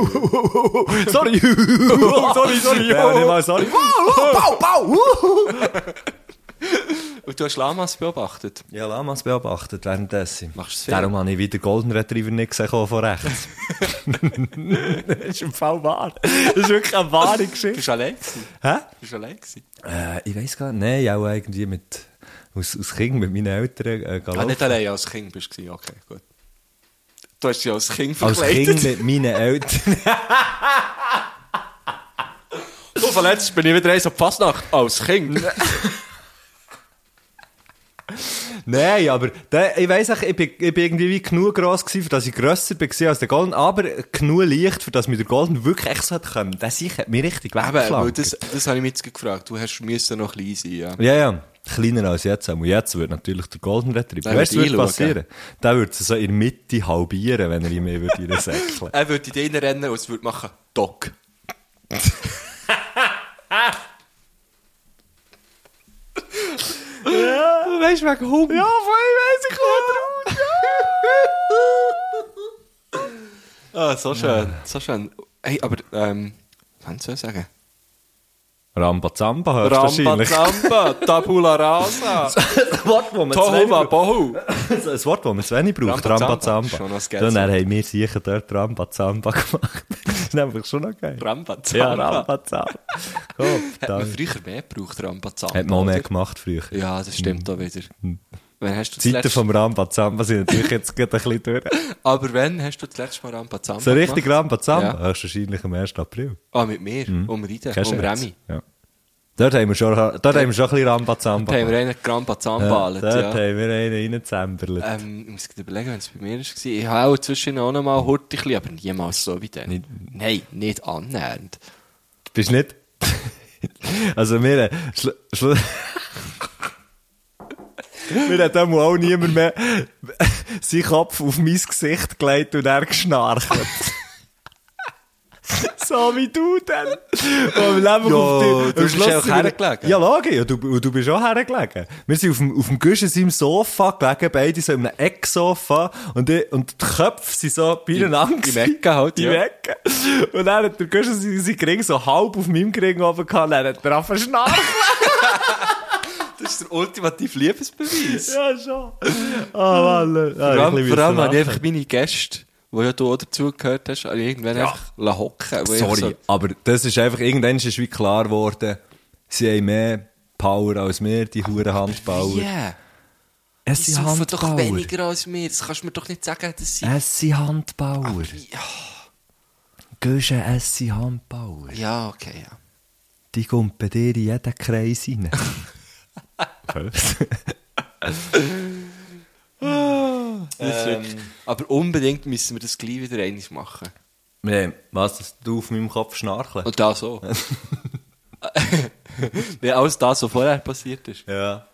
F: sorry, sorry, sorry. Ja, nicht mal sorry. Bau, bau.
G: Und du hast Lamas beobachtet.
F: Ja, Lamas beobachtet währenddessen.
G: Machst du's viel?
F: Darum habe ich wieder Golden Retriever nicht gesehen kommen von rechts. das ist im Fall wahr. Das ist wirklich eine wahre Ah, Geschichte.
G: Bist du allein gewesen?
F: Hä?
G: Bist du allein gewesen?
F: Äh, ich weiß gar nicht. Nein, auch irgendwie mit, als, als Kind mit meinen Eltern äh,
G: Ah, nicht
F: gelaufen.
G: allein als Kind bist du, gewesen. okay, gut. Du hast dich als Kind
F: Als
G: verkleidet.
F: Kind mit meinen Eltern.
G: Und verletzt bin ich wieder eins auf die Fasnacht. Als Kind.
F: Nein, aber der, ich weiss auch, ich bin, ich bin irgendwie wie genug gross gewesen, für dass ich grösser war als der Golden, Ah, aber genug leicht, für dass mir der Golden wirklich echt so hat können. Der sich hat mich richtig
G: Eben, weil
F: weggeflankt.
G: das, das habe ich mich jetzt gefragt. Du hast müssen noch klein sein, ja.
F: Ja, ja. Kleiner als jetzt. Und jetzt wird natürlich der Golden Retriever.
G: Der
F: Weißt du, was
G: würde
F: würde
G: einschauen.
F: passieren? Der würde so in der Mitte halbieren, wenn er ihm mehr würde reinsäckeln.
G: Er würde in den rennen und es würde machen, Doc.
F: Weißt du, wegen Hunger? Ja, voll, ich weiss, ich kann
G: ehm, Ah, so schön, so schön. Hey, aber, ähm, was soll ich sagen?
F: Rambazamba hörst du wahrscheinlich.
G: Rambazamba, Tabula Rasa,
F: Ein Wort, wo man zu wenig
G: Tohuwa
F: braucht.
G: Bohu.
F: Ein Wort, das man zu wenig braucht.
G: Rambazamba.
F: Rambazamba.
G: Schon noch das Geld.
F: Dann haben wir sicher dort Rambazamba gemacht. das ist nämlich schon noch geil. Ja,
G: Rambazamba.
F: Rambazamba. Gut,
G: Hat man
F: danke.
G: früher mehr gebraucht, Rambazamba?
F: Hat man auch mehr
G: oder?
F: gemacht früher.
G: Ja, das stimmt auch wieder.
F: Hm.
G: Wann hast du das
F: Zeiten
G: letzte-
F: vom Rambazamba sind natürlich jetzt gerade ein bisschen durch.
G: Aber wann hast du das letzte Mal Rambazamba
F: So richtig
G: gemacht?
F: Rambazamba
G: Ja.
F: hörst du wahrscheinlich am 1. April.
G: Ah, mit mir,
F: Hm.
G: um Riden,
F: Kennst
G: um
F: du jetzt?
G: Remi.
F: Ja. Dort haben wir schon, dort haben wir schon ein bisschen Rambazamba.
G: Da haben wir
F: gemacht.
G: einen Rambazamba
F: ja, Dort
G: ja.
F: haben wir einen reingezämberlet.
G: Ähm, ich muss gerade überlegen, wenn es bei mir war. Ich habe auch zwischen auch noch mal Hurti, ein bisschen, aber niemals so wie den. Nein, nicht annähernd.
F: Bist nicht? also wir... äh, Schl Schl wir haben dem auch niemand mehr seinen Kopf auf mein Gesicht gelegt und er geschnarchelt. so wie du dann. Und wir leben
G: Ja,
F: auf die-
G: du
F: am
G: bist
F: Schluss
G: auch
F: sind wir-
G: hergelegen.
F: Ja, logisch. Ja, du, und du bist auch hergelegen. Wir sind auf dem, auf dem Guschen im Sofa gelegen, beide so in einem Ecksofa und, die- und die Köpfe sind so beieinander.
G: Im- im
F: gewesen.
G: Ecken halt,
F: Im
G: ja.
F: Ecken. Und dann hat der Guschen seinen seinen Gring so halb auf meinem Gring oben gehabt, dann hat er angefangen zu schnarchen.
G: Das ist der ultimative Liebesbeweis.
F: ja, schon. Oh, Mann.
G: Vor
F: Ah,
G: allem, vor allem habe ich
F: einfach
G: einfach meine Gäste, die ja du auch dazugehört hast, habe ich irgendwann einfach la hocken. wo ich
F: Sorry,
G: so-
F: aber das ist einfach, irgendwann ist wie klar geworden, sie haben mehr Power als wir, die Huren Handbauer.
G: Yeah.
F: Es
G: Die saufen doch weniger als wir. Das kannst du mir doch nicht sagen, dass sie...
F: Es sind
G: Ah,
F: Handbauer. Gehst es sind Handbauer.
G: Ja, okay, ja.
F: Die gumpen dir in jeden Kreis rein.
G: Das ist wirklich- Aber unbedingt müssen wir das gleich wieder eines machen.
F: nee, was, dass du auf meinem Kopf schnarchelst?
G: Und das auch. Wie alles das, was vorher passiert ist.
F: Ja.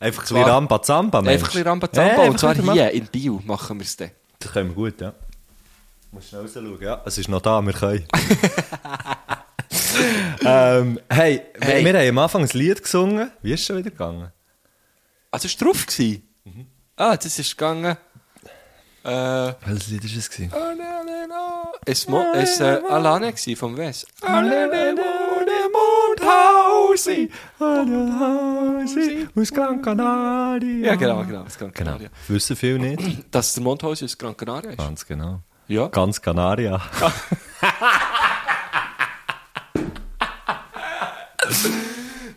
F: Einfach ein bisschen
G: Klar.
F: Rambazamba, meinst
G: Einfach ein bisschen
F: du?
G: Rambazamba.
F: Ja,
G: und zwar
F: einfach wieder
G: hier, in Bio, machen wir es dann.
F: Das können wir gut, ja. Muss schnell rausschauen, ja. Es ist noch da, wir können. ähm, hey,
G: Hey.
F: Wir, wir haben am Anfang ein Lied gesungen. Wie ist es schon wieder gegangen?
G: Also, es war drauf. Gewesen. Ah, das ist gegangen. Äh,
F: Welches Lied war es? Gewesen?
G: es war äh, Alane gewesen vom Wes. Ah,
F: Aus Gran Canaria.
G: Ja, genau, genau. Das Gran
F: Genau.
G: Canaria.
F: Wissen viele nicht.
G: Dass der Mondhaus aus Gran Canaria ist.
F: Ganz genau.
G: Ja.
F: Ganz Canaria.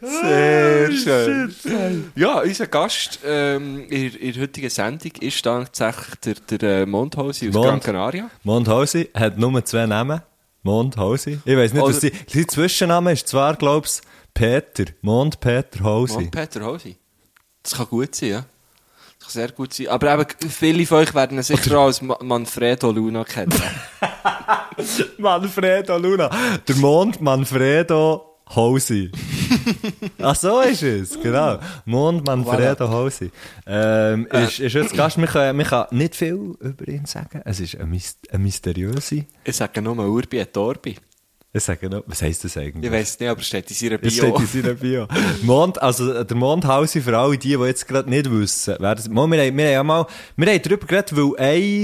G: Sehr schön. Ja, unser Gast ähm, in, in der heutigen Sendung ist tatsächlich der, der äh, Mondhausi aus
F: Mond-
G: Gran Canaria.
F: Mondhausi hat nur zwei Namen. Mondhausi. Ich weiß nicht,
G: Oder-
F: was die, sein Zwischenname ist. Zwar, glaube ich, Peter. Mond Peter Hausi.
G: Mond Peter Hausi. Das kann gut sein, ja. Das kann sehr gut sein. Aber eben, viele von euch werden ihn sicher auch als Ma Manfredo Luna kennen.
F: Manfredo Luna. Der Mond Manfredo Hausi. Ach so ist es, genau. Mond Manfredo Hausi. Ähm, ist, ist jetzt Gast, man kann, man kann nicht viel über ihn sagen. Es ist eine, Mys eine mysteriöse.
G: ich sage nur Urbi et Orbi.
F: Ich sage noch, was heisst das eigentlich?
G: Ich weiss nicht, aber es steht in seiner
F: Es steht
G: Bio.
F: in seiner Bio. Mond, also der Mondhausi für alle die, die jetzt gerade nicht wissen. Wer das, Mo, wir, haben, wir haben ja mal, wir haben darüber geredet, weil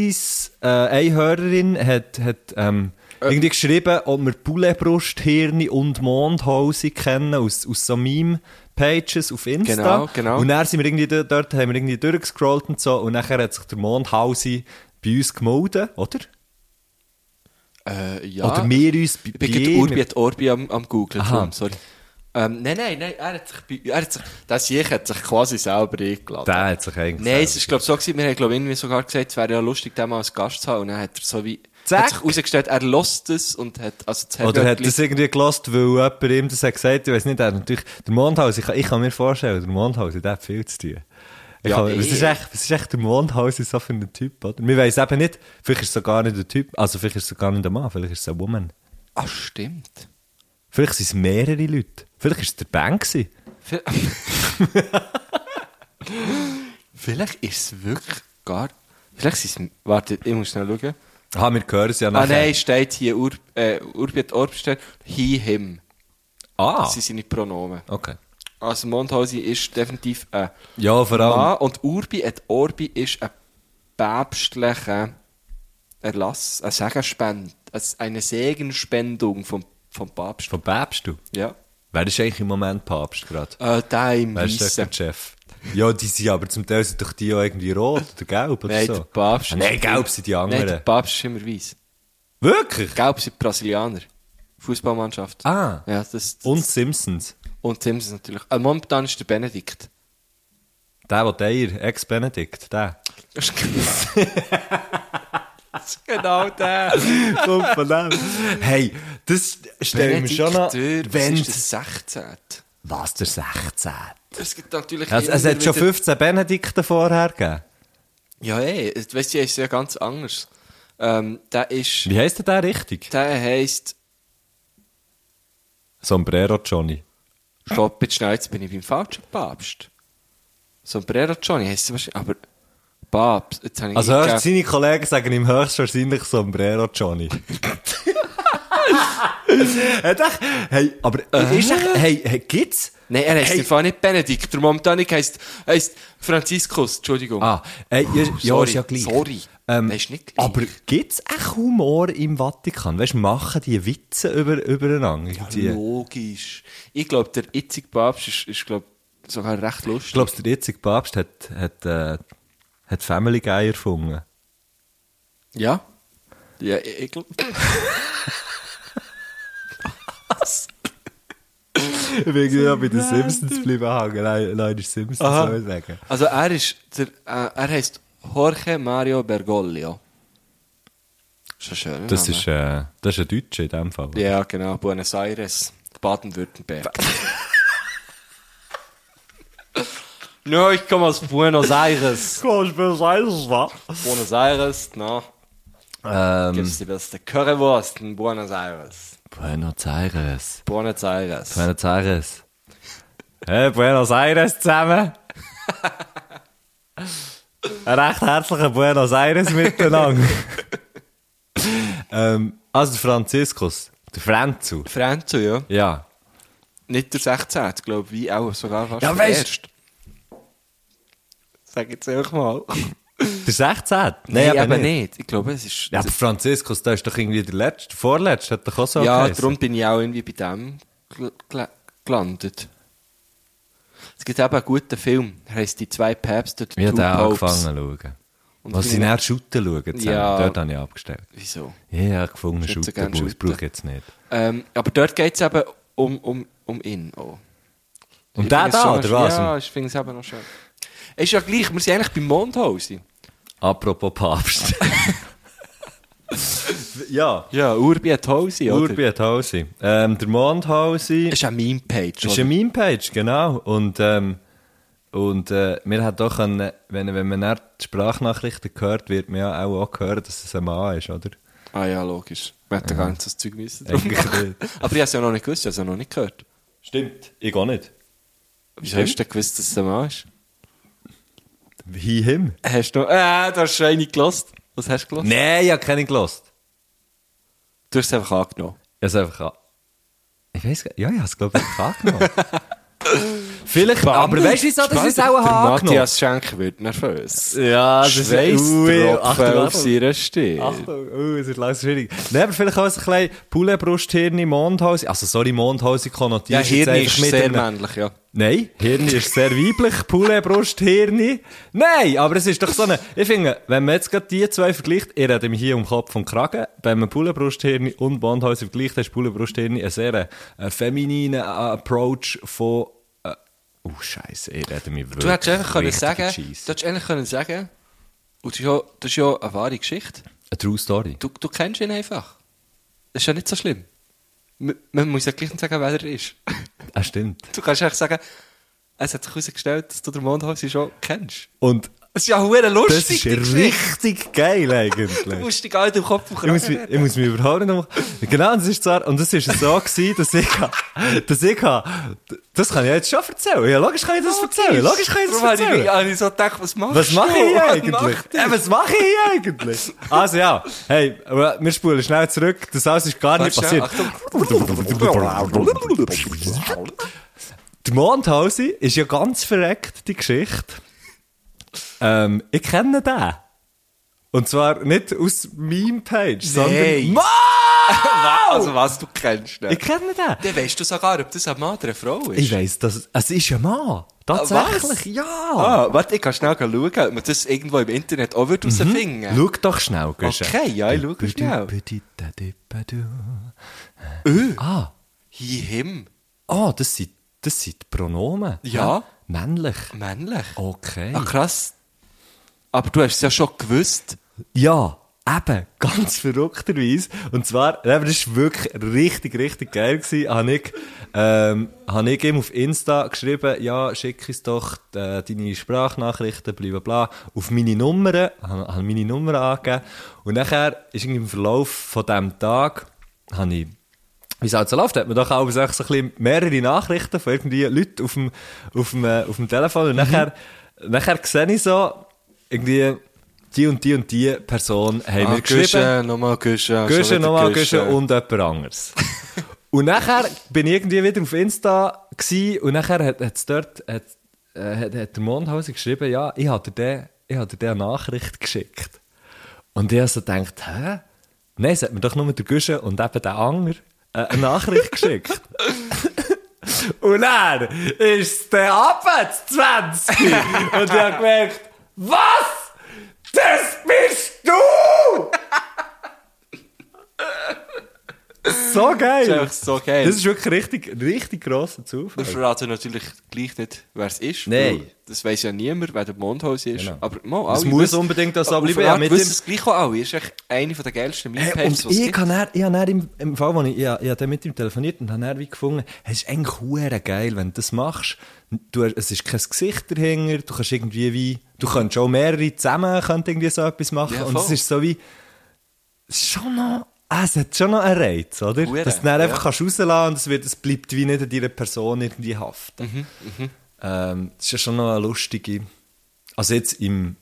F: eins, äh, eine Hörerin hat, hat ähm,
G: Äh.
F: irgendwie geschrieben, ob wir Pouletbrust, Hirni und Mondhausi kennen aus, aus so Meme-Pages auf Insta.
G: Genau, genau.
F: Und dann sind wir irgendwie dort, dort haben wir irgendwie durchgescrollt und so und nachher hat sich der Mondhausi bei uns gemeldet, oder?
G: Äh, ja.
F: Oder wir uns bei
G: Ich bin
F: bei
G: gerade
F: ihm.
G: Urbi et Orbi am, am Googlen.
F: Aha.
G: Drum, sorry. Ähm, nein, nein, nein, er hat sich, bei- er hat sich, das ich hat sich quasi selber eingeladen.
F: Der hat sich eigentlich
G: Nein, es ist glaube so gewesen, wir haben glaube irgendwie sogar gesagt, es wäre ja lustig, den mal als Gast zu haben und dann hat er so wie,
F: Zack.
G: hat sich herausgestellt, er lost es und hat, also das
F: Oder hat
G: Herrgöttli-
F: das irgendwie gelost, weil jemand ihm das hat gesagt, ich weiß nicht, er hat natürlich, der Mondhaus, ich, kann- ich kann mir vorstellen, der Mondhaus, der hat viel zu tun. Ich
G: Ja,
F: kann, was,
G: eh.
F: ist echt, was ist echt der Mondhaus so für ein Typ, oder? Wir wissen eben nicht, vielleicht ist es so gar nicht ein Typ, also vielleicht ist es so gar nicht ein Mann, vielleicht ist es eine Woman.
G: Ah, stimmt.
F: Vielleicht sind es mehrere Leute. Vielleicht ist es der Bank gewesen.
G: Vi- Vielleicht ist es wirklich gar, vielleicht ist es, warte, ich muss schnell schauen.
F: Ah, wir hören es ja
G: Ah
F: nachher.
G: nein, steht hier, Ur, äh, Urbi et Orbi steht, he, him.
F: Ah,
G: Das sind seine Pronomen.
F: okay.
G: Also Mondhausi ist definitiv ein
F: Ja, vor allem,
G: Mann und Urbi et Orbi ist ein päpstlicher Erlass, ein Segenspend, ein- eine Segenspendung vom, vom Papst.
F: vom Päpst, du.
G: Ja.
F: Wer ist eigentlich im Moment Papst gerade?
G: Äh, der im
F: Wer ist
G: Weissen.
F: der Chef? Ja, die sind aber zum Teil sind doch die auch irgendwie rot oder gelb oder
G: Nein,
F: so.
G: der Papst.
F: Ah, Nein, gelb sind die
G: Nein,
F: anderen.
G: der Papst ist immer weiss.
F: Wirklich?
G: Gelb sind die Brasilianer. Fußballmannschaft.
F: Ah.
G: Ja, das,
F: Und Simpsons.
G: und Sims natürlich. Äh, momentan ist der Benedikt.
F: Der, der Deier, Ex-Benedikt, der.
G: Das ist genau der.
F: Kommt von dem. Hey, das stellen wir
G: Benedikt,
F: schon an.
G: der,
F: Wenn
G: das ist der 16.
F: Was, der 16.
G: Es gibt natürlich
F: Es, Also, es
G: immer
F: hat schon
G: wieder-
F: 15 Benedikte vorher gegeben.
G: Ja, ey, weißt du, der ist ja ganz anders. Ähm, der ist.
F: Wie heisst denn der richtig?
G: Der heisst.
F: Sombrero Johnny.
G: Stopp, jetzt schnell, jetzt bin ich beim falschen Papst. Sombrero Johnny heisst er wahrscheinlich. Aber. Papst, jetzt habe ich.
F: Also
G: eingegeben.
F: hörst seine Kollegen sagen ihm höchstwahrscheinlich Sombrero Johnny. Hey, doch, hey, aber
G: Äh,
F: ist echt, hey, hey, gibt's?
G: Nein, er heisst
F: Hey.
G: einfach nicht Benedikt. Der momentan heisst, heisst Franziskus, Entschuldigung.
F: Ah, hey, ja, ja,
G: sorry,
F: ist ja gleich.
G: sorry.
F: Ähm,
G: Der ist nicht gleich.
F: Aber gibt's echt Humor im Vatikan? Weißt, machen die Witze über, übereinander? Irgendwie?
G: Logisch. Ich glaube, der jetzige Papst ist, ist glaub, sogar recht lustig.
F: Ich glaube, der jetzige Papst hat, hat, äh, hat Family Guy erfunden.
G: Ja? Ja, ich, ich glaube.
F: Ich bin ja bei den Simpsons bleiben hängen. Nein, nein, ist Simpsons, soll ich sagen.
G: Also er ist, der, äh, er heisst Jorge Mario Bergoglio. Schon schön.
F: Das ist, äh, das ist ein Deutscher in dem Fall.
G: Ja, genau. Buenos Aires, Baden-Württemberg. no, ich komme aus Buenos Aires.
F: Komm, ich bin Salz, was?
G: Buenos Aires, na,
F: Ähm,
G: gibt's die beste Currywurst in Buenos Aires.
F: Buenos Aires.
G: Buenos Aires.
F: Buenos Aires. Hey, Buenos Aires zusammen. Ein recht herzlichen Buenos Aires miteinander. ähm, also der Franziskus, der Franzu.
G: Franzo, ja.
F: Ja.
G: Nicht der 16. glaube ich, wie auch sogar fast
F: Ja,
G: der
F: weisst-
G: erste. Sag jetzt einfach mal.
F: Der 16. Nein,
G: eben nicht. Ich glaube, es ist...
F: Ja, aber Franziskus, der ist doch irgendwie der letzte, der vorletzte, hat doch auch so
G: Ja,
F: geheißen.
G: darum bin ich auch irgendwie bei dem gel- gel- gelandet. Es gibt eben einen guten Film, der heisst Die zwei Päpste, The
F: Ich
G: Two
F: habe den
G: Popes.
F: angefangen zu schauen.
G: Und
F: Was
G: bin
F: sie
G: ich-
F: nachher shooten schauen zusammen.
G: Ja.
F: Dort habe ich abgestellt.
G: Wieso?
F: Ja, ja, gefunden,
G: Ich hätte so
F: shooten,
G: gerne
F: Boys,
G: shooten.
F: brauche ich jetzt nicht.
G: Ähm, aber dort geht es eben um, um, um ihn auch.
F: Und
G: Ich
F: der
G: finde es
F: Um da,
G: schon
F: oder
G: noch-
F: was?
G: Ja, ich finde es eben noch schön. Ist ja gleich, wir sind eigentlich beim Mondhausen.
F: Apropos Papst. ja,
G: Ja, Urbi hat Hausi, oder?
F: Urbi hat Hausi. Ähm, der Mondhausi
G: Das ist eine Meme-Page,
F: ist
G: oder?
F: eine Meme-Page, genau. Und, ähm, und äh, wir hat doch können, wenn, wenn man dann die Sprachnachrichten hört, wird man ja auch, auch hören, dass es ein Mann ist, oder?
G: Ah ja, logisch. Man hätte ja. gar nicht so das Zeug müssen drum
F: Eigentlich
G: machen.
F: nicht.
G: Aber ich habe es ja noch nicht gewusst, ich habe es ja noch nicht gehört.
F: Stimmt, ich auch nicht.
G: Wieso hast du denn gewusst, dass es ein Mann ist?
F: He, him?
G: Hast du noch... Äh, du hast eine gelost. Was hast du gelost?
F: Nein, ich habe keine gelost.
G: Du hast es einfach angenommen.
F: Ich habe es einfach an. Ich weiß gar nicht. Ja, ich habe es, glaube ich, angenommen. Vielleicht, aber weißt du, wieso das ist auch ein
G: Der
F: Haar angenommen?
G: Matthias Schenk wird nervös.
F: Ja,
G: Also, Schweißtropfen auf
F: Achtung,
G: seiner Stirn.
F: Achtung, uh, es ist langsam schwierig. Nein, aber vielleicht auch ein bisschen Poulet-Brusthirne, Mondhäuser. Also, sorry, Mondhäuser
G: Ja,
F: konnotiert
G: Hirn ist
F: einfach mit
G: sehr
F: einem-
G: männlich, ja.
F: Nein, Hirn ist sehr weiblich, Poulet-Brusthirne. Nein, aber es ist doch so eine... Ich finde, wenn man jetzt gerade die zwei vergleicht, ihr redet mich hier um Kopf und Kragen, wenn man Poulet-Brusthirne und Mondhäuser vergleicht, ist Poulet-Brusthirne ein sehr äh, femininer Approach von... Äh, oh, Scheiße, ihr redet mich wirklich
G: Du hättest einfach können
F: richtig
G: sagen, du
F: Scheisse.
G: hättest eigentlich können sagen, und das ist ja, das ist ja eine wahre Geschichte.
F: Eine True Story.
G: Du, du kennst ihn einfach. Das ist ja nicht so schlimm. M- Man muss ja gleich nicht sagen, wer er ist.
F: Ah, stimmt.
G: Du kannst einfach sagen, es hat sich herausgestellt, dass du den Mondhäuser schon kennst.
F: Und
G: Das ist ja hure lustig.
F: das ist
G: die Geschichte.
F: richtig geil
G: Du
F: eigentlich.
G: musst dich gar nicht im Kopf
F: Ich muss, mich, ich muss mich überhaupt nicht machen. Genau, das ist zwar, und das ist so gewesen, dass ich, dass ich, das kann ich jetzt schon erzählen. Ja, logisch kann ich das erzählen. Logisch kann ich das
G: Darum habe ich mich
F: erzählen.
G: habe ich so gedacht, was machst
F: Was
G: du?
F: mache ich
G: Was
F: hier eigentlich?
G: macht-
F: Äh, was mache ich hier eigentlich? Also ja, hey, wir spulen schnell zurück. Das alles ist gar nicht
G: Warte schnell,
F: passiert. Der Mondhausi ist ja ganz verreckt, die Geschichte. Ähm, ich kenne den. Und zwar nicht aus meinem Page, sondern...
G: Nein.
F: Wow!
G: Also was du kennst, ne?
F: Ich kenne den.
G: Dann weißt du sogar, ob das ein Mann oder eine Frau ist.
F: Ich weiss, das, es ist ein Mann. Tatsächlich, ja.
G: Ah, warte, ich kann schnell schauen, ob man das irgendwo im Internet auch wird herausfinden würde.
F: Schau doch schnell, Gösche.
G: Okay, ja, ich schau schnell.
F: Ah,
G: He, him.
F: ah das, sind, das sind die Pronomen.
G: Ja.
F: Männlich.
G: Männlich.
F: Okay.
G: Ah, krass. Aber du hast es ja schon gewusst.
F: Ja, eben, ganz verrückterweise. Und zwar, eben, das war wirklich richtig, richtig geil. Gewesen. Habe ich, ähm, habe ich ihm auf Insta geschrieben, ja, schick uns doch äh, deine Sprachnachrichten, bla bla bla, auf meine Nummern, habe, habe meine Nummer angegeben. Und nachher ist irgendwie im Verlauf von diesem Tag, habe ich wie es halt so läuft, hat man doch auch so ein bisschen mehrere Nachrichten von irgendwie Leuten auf dem, auf dem, äh, auf dem Telefon. Und nachher, nachher sehe ich so, irgendwie, die und die und die Person haben mir
G: äh,
F: geschrieben.
G: nochmal Güsche.
F: Gösche, nochmal Gösche und jemand anderes. und nachher bin ich irgendwie wieder auf Insta gsi und nachher hat es dort, hat, äh, hat, hat der Mondhausen geschrieben, ja, ich hatte dir den- ich hatte dir eine Nachricht geschickt. Und ich habe so gedacht, hä? Nein, es hat mir doch nur der Güsche und eben der Anger äh, eine Nachricht geschickt. Und dann ist es der Abend 20. und ich habe gemerkt, was? Das bist du! so geil.
G: Das ist echt so geil.
F: Das ist wirklich richtig, richtig grosser Zufall.
G: Wir verraten natürlich gleich nicht, wer es ist.
F: Nein.
G: weil Das weiß ja niemand, wer der Mondhaus ist.
F: Genau.
G: Aber mal,
F: Es
G: alle
F: muss
G: wissen-
F: unbedingt das
G: Und
F: ablieben,
G: vor allem
F: ja, mit
G: wissen
F: dem-
G: es gleich auch alle. Ist echt einer der geilsten meme
F: Hey,
G: pages
F: und ich kann er, ich hab dann im, im Fall, wo ich, ich, hab- ich hab dann mit ihm telefoniert und habe er wie gefunden, es ist eigentlich hure geil, wenn du das machst. Du, hast- es ist kein Gesicht dahinter, du kannst irgendwie wie, du könntest auch mehrere zusammen könnten irgendwie so etwas machen
G: Ja,
F: und es
G: voll.
F: ist so wie, es ist schon noch, ah, es hat schon noch einen Reiz, oder?
G: Hure,
F: Dass du dann
G: ja.
F: einfach kannst rauslassen und es, wird, es bleibt wie nicht an deiner Person irgendwie haften.
G: Mhm,
F: Ähm, das ist ja schon noch eine lustige, also jetzt im,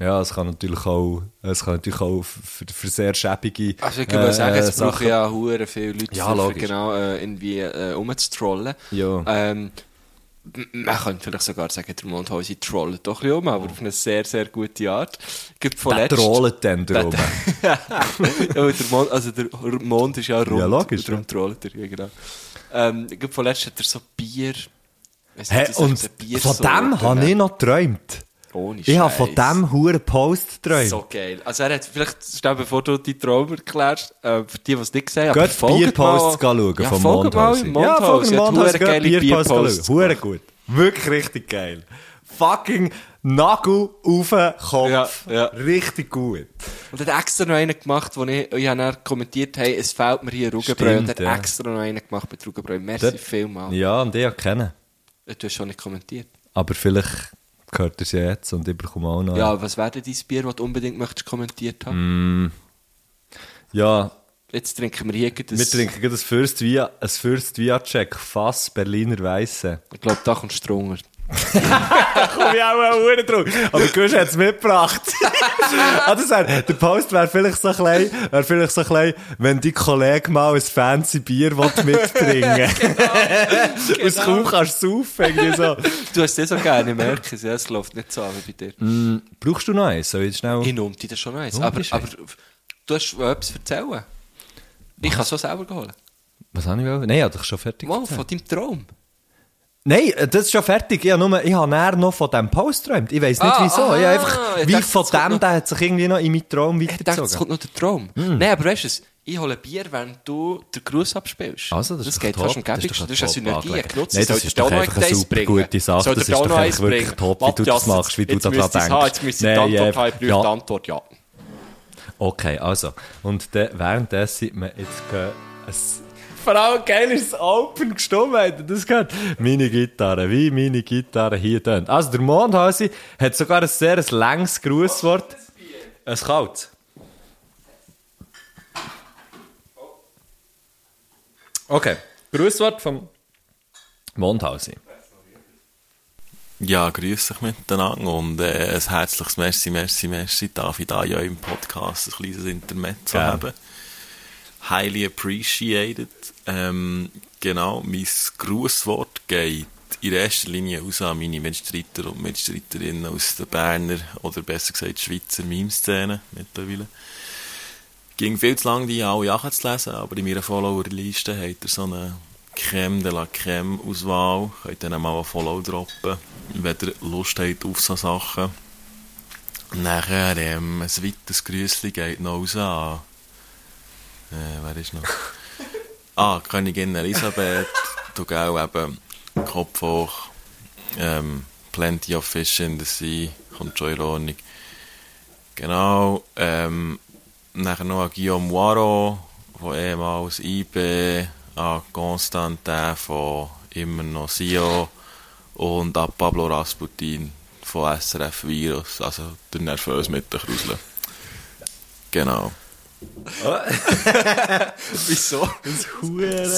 F: ja, es kann natürlich auch, es kann natürlich auch für, für sehr schäbige äh,
G: Also ich würde sagen, es
F: Sachen-
G: brauchen ja hure viele Leute,
F: Ja,
G: für- für
F: logisch.
G: genau äh, irgendwie äh, rumzutrollen.
F: Ja.
G: Ähm, m- man könnte vielleicht sogar sagen, der Mondhäuser trollt doch ein bisschen um, aber auf eine sehr, sehr gute Art. Gibt
F: Der
G: vorletzt...
F: trollt dann drum.
G: ja, weil der Mond, also der Mond ist ja rund.
F: Ja, logisch,
G: Darum
F: ja.
G: trollt er, ja, genau. Ähm, gibt vorletzt hat er so Bier... Weiss
F: Hä,
G: nicht, das
F: und
G: ist eine
F: von
G: Biersorte,
F: dem habe
G: ne?
F: ich noch geträumt.
G: Ohne
F: Ich habe von
G: Scheiss.
F: dem huren Post geträumt.
G: So geil. Also er hat vielleicht, schnell bevor du die Traum erklärst, äh, für die, die es nicht gesehen haben,
F: Geht Bierposts
G: mal-
F: schauen
G: ja,
F: vom
G: folgt mal im
F: Mondhausen. Ja, folgt
G: Mondhaus.
F: dem
G: Ja,
F: Mondhaus.
G: Mondhaus.
F: Geht Bierposts schauen. Hure gut. Wirklich richtig geil. Fucking Nagel auf den Kopf.
G: Ja, ja.
F: Richtig gut.
G: Und er hat extra noch einen gemacht, wo ich, ich habe dann kommentiert, hey, es fehlt mir hier Rugenbräu. Und er hat
F: Stimmt, ja.
G: extra noch einen gemacht mit Rugenbräu. Merci
F: Dort-
G: vielmals.
F: Ja, und ich kennen.
G: Du hast schon nicht kommentiert.
F: Aber vielleicht gehört er sie jetzt und ich bekomme auch noch.
G: Ja, was wäre denn dein Bier, das du unbedingt möchtest kommentiert
F: Mm.
G: haben?
F: ja
G: Jetzt trinken wir hier gleich das...
F: wir trinken gerade ein Fürst Via, ein Fürst Via Check. Fass Berliner Weisse.
G: Ich glaube, da kommt Strunger.
F: komme ich auch mal Uhr drauf. Aber Gusch hat es mitgebracht. ah, das wär, der Post wäre vielleicht so klein, wär vielleicht so klein, wenn die Kollege mal ein fancy Bier will mitbringen will. Aus Kuh kannst du saufen. irgendwie So.
G: Du hast das so gerne, ich merke es. Ja, es läuft nicht so an wie bei dir.
F: Mm. Brauchst du noch eins? Soll ich jetzt schnell...
G: Ich nehme dir das schon eins.
F: Nur
G: Aber,
F: bist du
G: aber du hast etwas erzählen. Ich kann es auch selber holen.
F: Was habe ich wollen? Nein, ich habe doch schon fertig
G: Mal
F: erzählt.
G: von deinem Traum.
F: Nein, äh, das ist schon fertig. Ich habe, nur, ich habe näher noch von diesem Post geträumt. Ich weiß nicht
G: Ah,
F: wieso. ich
G: ah,
F: habe einfach,
G: ich
F: wie
G: dachte,
F: von
G: es kommt
F: dem,
G: noch-
F: der hat sich irgendwie noch in meinen Traum
G: Ich dachte, es
F: weitergezogen.
G: kommt noch der Traum.
F: Mm.
G: Nein, aber weißt du es? Ich hole Bier, während du den Gruß abspielst.
F: Also, das ist doch
G: geht
F: top.
G: fast am
F: Das ist
G: gäbigsten.
F: doch
G: Das ist eine
F: top
G: Synergie.
F: angelegt.
G: Genutzt
F: Nein, das ist doch einfach eine supergute Sache. Das ist doch eigentlich wirklich top, wie du das machst, wie du da dran denkst.
G: Jetzt müsste ich
F: Nein,
G: die Antwort
F: ja,
G: haben. Ich
F: ja.
G: brauche die Antwort, ja.
F: Okay, also. Und dann, währenddessen sieht man jetzt gehen, es vor allem geil ist das Open gestummt, das gehört. Meine Gitarre, wie meine Gitarre hier tönt. Also der Mondhasi hat sogar ein sehr ein langes Grußwort. Ein kaltes. Okay, Grußwort vom Mondhasi.
B: Ja, grüß dich miteinander und äh, ein herzliches Merci, Merci, Merci, darf ich da ja im Podcast ein kleines Intermezzo
F: Gerne.
B: haben. Highly appreciated. Ähm, genau, mein Grußwort geht in erster Linie raus an meine Mitstreiter und Mitstreiterinnen aus der Berner oder besser gesagt Schweizer Meme-Szene mittlerweile. Ging viel zu lange, die alle nachzulesen, aber in meiner Followerliste habt ihr so eine Creme de la Creme Auswahl. Könnt ihr dann mal einen Follow droppen, wenn ihr Lust habt auf so Sachen. Nachher ähm, ein weiteres Grüßli geht noch raus an. Äh, wer ist noch? ah, Königin Elisabeth. Du auch eben Kopf hoch. Ähm, plenty of fish in the sea. Kommt schon in Ordnung. Genau. Ähm, nachher noch an Guillaume Waro von ehemals IB. An Constantin von immer noch SIO. Und an Pablo Rasputin von SRF Virus. Altså, Also der nervös mit der Krusel. Genau.
G: Wieso?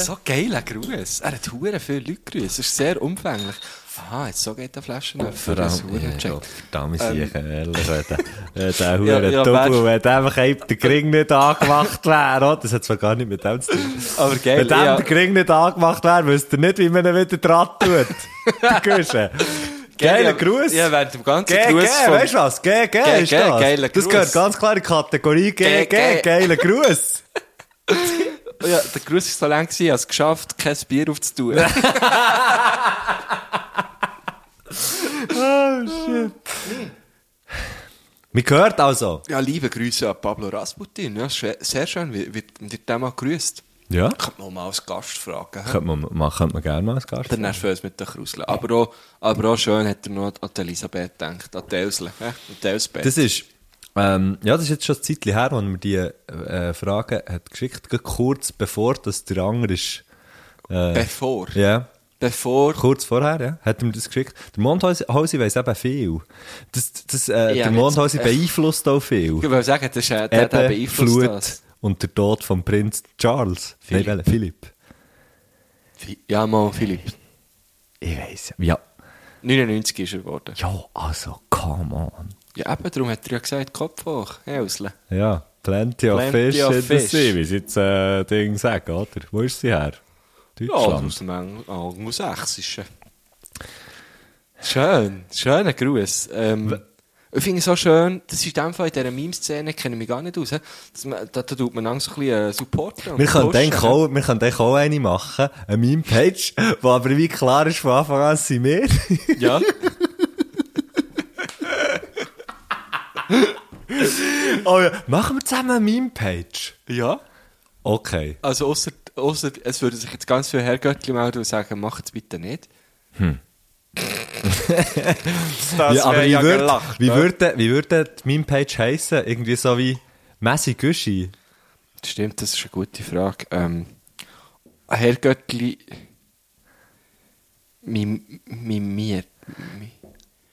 G: So geiler Gruß. Er hat hure viele Leute grüßt. Es ist sehr umfänglich. Aha, jetzt so geht der Flaschen öffnen. Für das hure
F: Ja,
G: check.
F: Verdammt, ich ehrlich. Wenn der
G: Ja, ja,
F: Huren Double,
G: Mensch.
F: wenn der einfach eben der Kring nicht angemacht wäre, oder? Das hat zwar gar nicht mit dem zu tun.
G: Aber geil,
F: Wenn dem
G: ja.
F: der Kring nicht angemacht wäre, wüsst ihr nicht, wie man ihn wieder dran tut. Der Guschen. Geiler
G: ja,
F: Gruß.
G: Ja, während dem ganzen
F: GG,
G: Gruß vom-
F: weißt du was? GG
G: Ge-
F: ist
G: ge-
F: das.
G: geiler
F: das
G: Gruß.
F: gehört ganz klar in die Kategorie
G: Ge-
F: GG,
G: ge-
F: geiler Gruß.
G: Ja, der Gruß ist so lang gewesen, ich habe es geschafft, kein Bier aufzutun. Oh,
F: Man hört Hm. also.
G: ja, liebe Grüße an Pablo Rasputin. Ja, sch- sehr schön, wird, wird, wird dem mal grüßt.
F: Ja.
G: Könnte man auch mal als Gast fragen. hä?
F: Könnte man, man, könnte man gerne mal als Gast.
G: Der nervös mit der Krusel. Aber auch, aber auch schön hat er noch an die Elisabeth gedacht, an die Elsle. hä? An die Elsbeth.
F: Das ist, ähm, ja, das ist jetzt schon ein Zeitchen her, als er mir die äh, Frage hat geschickt hat, kurz bevor das der andere ist.
G: Bevor.
F: Ja,
G: Bevor.
F: kurz vorher, ja, hat er mir das geschickt. Der Mondhausi weiss eben viel. Das, das, äh,
G: Ja,
F: der
G: jetzt-
F: Mondhausi
G: äh,
F: beeinflusst auch
G: Ich
F: viel.
G: würde sagen, das ist, äh, der, der
F: Eben,
G: beeinflusst
F: Flut
G: das.
F: und der Tod von Prinz Charles.
G: Philipp.
F: Nein, welcher? Philipp.
G: Fi- Ja, mal Philipp.
F: Ich weiss, ja.
G: 99 ist er geworden.
F: Ja, also, come on.
G: Ja, eben, darum hat er ja gesagt, Kopf hoch, Elsle.
F: Ja, plenty of
G: Plenty
F: fish
G: of
F: in the
G: fish.
F: sea, wie sie jetzt äh, Ding sagen, oder? Wo ist sie her?
G: Ja,
F: Deutschland.
G: aus dem Eng- Angelsächsischen. Schön, schöner Gruß. Ähm, ich finde es auch schön, das ist in dem Fall in dieser Meme-Szene, kenne ich mich gar nicht aus, hä? dass man, da, da tut man langsam ein bisschen äh, supporten. und
F: Wir können
G: pushen,
F: denken oh. auch, wir können denken auch eine machen, eine Meme-Page, wo aber wie klar ist von Anfang an, es sind wir.
G: hä? Ja,
F: oh ja, machen wir zusammen eine Meme-Page.
G: ja.
F: Okay.
G: Also ausser, ausser, es würden sich jetzt ganz viele Herrgöttli melden und sagen, macht es bitte nicht.
F: ja, aber wie würde,
G: ne?
F: wie würde, wie würde die Meme-Page heissen? Irgendwie so wie Messi Güschi.
G: Stimmt, das ist eine gute Frage. Ähm, Herrgöttli mim- mimiert. Mi-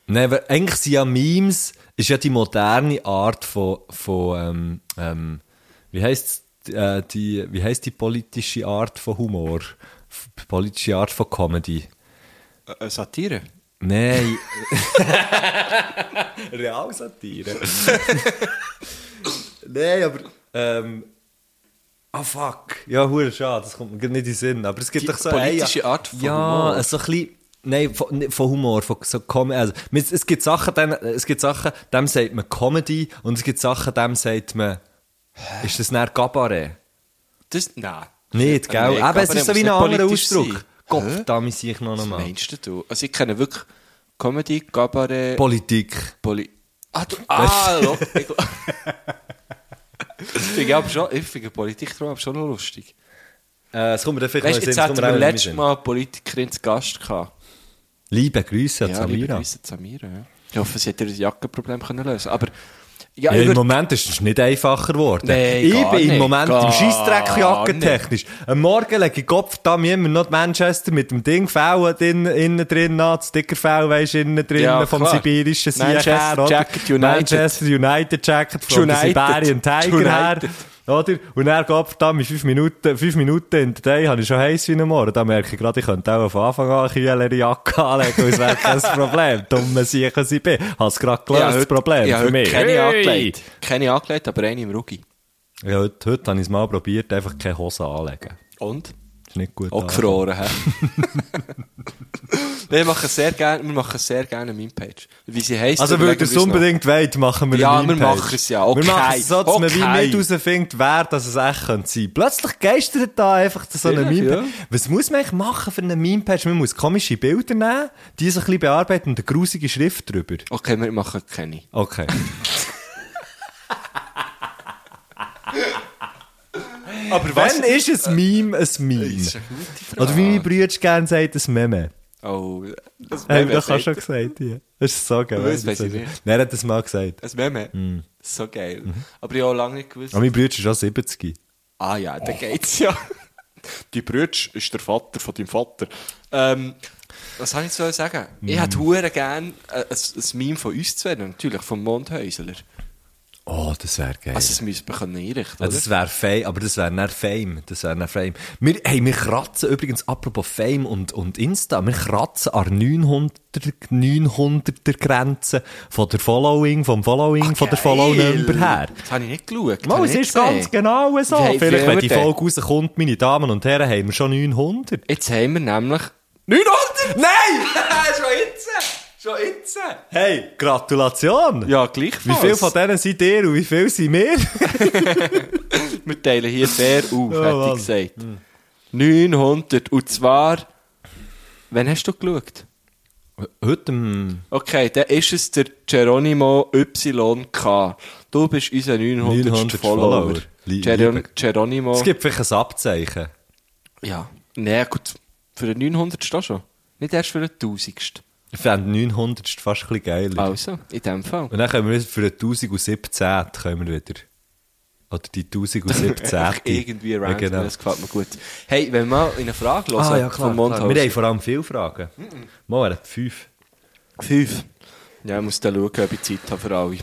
F: Nein, aber eigentlich sind ja Memes, ist ja die moderne Art von, von ähm, ähm, wie heisst äh, die, wie heisst die politische Art von Humor? F- Politische Art von Comedy?
G: Äh, Satire?
F: Nein. Realsatire. Nein, aber. Ähm, Ah, fuck. Ja, hure schade, das kommt mir grad nicht in den Sinn. Aber es gibt
G: Die
F: doch so
G: politische Art von
F: ja,
G: Humor.
F: so ein bisschen. Nein, von, nicht von Humor, von so Com also, mit- es gibt Sachen, denen, es gibt Sachen, dem sagt man Comedy und es gibt Sachen, dem sagt man, ist das nicht Gabaret?
G: Das, nein.
F: Nicht,
G: Äh,
F: gell?
G: nee,
F: Aber es
G: Gabaret
F: ist so wie
G: muss
F: ein
G: nicht
F: anderer
G: politisch
F: Ausdruck.
G: sein.
F: Gott, da muss ich noch
G: Was
F: einmal.
G: meinst du? Also ich kenne wirklich Comedy, Gabaret,
F: Politik.
G: Poli... Ah, du... Ah, lo- ich glaub- Ich finde aber schon, ich finde Politik darum aber schon noch lustig.
F: Äh, es kommt mir dann vielleicht
G: Weißt
F: noch in den
G: du, jetzt
F: Sinn, es kommt
G: hatten
F: mir auch in
G: wir
F: den
G: letztes
F: Sinn.
G: Mal eine Politikerin zu Gast gehabt.
F: Liebe Grüße an
G: liebe
F: Samira.
G: Grüße, Samira. Ja. Ich hoffe, sie hat ihr Jackenproblem können lösen. Aber
F: Ja,
G: ja, ich
F: Im
G: würde
F: Moment ist es nicht einfacher geworden.
G: Nein,
F: ich
G: gar
F: bin im
G: nicht,
F: Moment
G: gar
F: im Scheissdreck jackentechnisch. Am Morgen lege ich Kopf da mir immer noch die Manchester mit dem Ding Fell innen, innen drin an, das dicker Fell weisst innen drin
G: Ja,
F: vom
G: klar.
F: sibirischen Sieg
G: Manchester
F: her, oder?
G: Jacket United.
F: Manchester United Jacket von den
G: United.
F: Siberian Tiger her.
G: United.
F: Oder? Und dann Kopf da mit fünf Minuten, fünf Minuten in der Day habe ich schon heiß wie am Morgen. Da merke ich gerade, ich könnte auch von Anfang an eine kühlere Jacke anlegen, und es wäre kein Problem. Dumme Siechen sie bin. Habe es gerade gelöst, das Problem
G: ja,
F: für mich.
G: Keine
F: Hey!
G: angelegt. Keine angelegt, aber eine im Rugi.
F: Ja, heute, heute habe ich es mal probiert, einfach keine Hose anlegen.
G: Und?
F: Ist ist nicht gut.
G: Auch
F: angekommen.
G: gefroren, hä? Nein, wir machen sehr gerne, wir machen sehr gerne eine Meme-Page. Wie sie heisst.
F: Also, wenn ihr
G: überlegen
F: es
G: wir uns noch.
F: unbedingt wollt, machen wir
G: Ja,
F: eine
G: wir
F: Meme-Page.
G: machen es ja, okay,
F: Wir machen es so, dass man
G: okay.
F: wie nicht herausfindet, wer das es echt könnte sein. Plötzlich geistert da einfach so eine
G: Vielleicht,
F: Meme-Page.
G: ja.
F: Was muss man eigentlich machen für eine Meme-Page? Man muss komische Bilder nehmen, die so ein bisschen bearbeiten und eine grusige Schrift drüber.
G: Okay, wir machen keine.
F: Okay. Aber
G: was-
F: Wann ist ein Meme ein Meme?
G: eine gute Frage.
F: Oder wie meine Brüder gerne sagen, ein Meme.
G: Oh, das
F: Haben wir
G: Meme
F: doch auch
G: sagt-
F: schon gesagt, ja. Das ist so geil.
G: Das weiss ich nicht.
F: Nein, er hat das mal gesagt.
G: Ein Meme?
F: Hmm.
G: So geil.
F: Mhm.
G: Aber ich habe auch lange nicht gewusst.
F: Aber mein Bruder ist schon 70.
G: Ah ja, da geht's ja. Die Brütsch ist der Vater von deinem Vater. Ähm, was habe ich zu sagen? Ich hätte hure gern äh, ein, ein Meme von uns zwei, natürlich, vom Mondhäusler.
F: Oh, das wäre geil.
G: Also, das müssen wir können einrichten,
F: Ja,
G: oder?
F: das wäre Fame, aber das wäre nicht Fame. Das wäre nicht Fame. Wir, hey, wir kratzen übrigens, apropos Fame und, und Insta, wir kratzen an 900, 900er Grenze von der Following, vom Following, von der Follow-Number her.
G: Das habe ich nicht geschaut.
F: Mal,
G: habe
F: es
G: ich
F: ist
G: nicht gesehen.
F: ganz genau so.
G: Wir haben
F: Vielleicht, wenn die
G: viel
F: Folge rauskommt, meine Damen und Herren, haben wir schon 900.
G: Jetzt haben wir nämlich... 900! Nein! schon jetzt! Schon jetzt!
F: Hey, Gratulation!
G: Ja, gleichfalls.
F: Wie viel von denen seid ihr und wie viel sind wir?
G: Wir teilen hier fair auf, hätte
F: Mann.
G: ich gesagt. 900. Und zwar... Wann hast du geschaut?
F: Heute am
G: Okay, dann ist es der Geronimo YK. Du bist unser 900.
F: 900
G: Follower.
F: Follower. Lie-
G: Geron
F: liebe-
G: Geronimo.
F: Es gibt vielleicht ein Abzeichen.
G: Ja. Nein, gut. Für den 900. da schon. Nicht erst für den 1000.
F: Ich fände 900 ist fast ein bisschen geiler.
G: Also, in dem Fall.
F: Und dann können wir für eine 1017 können wir wieder. Oder die 1017.
G: Irgendwie
F: Ja,
G: random,
F: genau.
G: das gefällt mir gut. Hey, wenn wir mal in eine Frage hören
F: Ah, ja, klar.
G: vom
F: klar. Wir haben
G: Mondhaus.
F: vor allem viele Fragen. Mal, er hat fünf.
G: Fünf. Ja, ich muss dann schauen, ob ich Zeit habe für alle.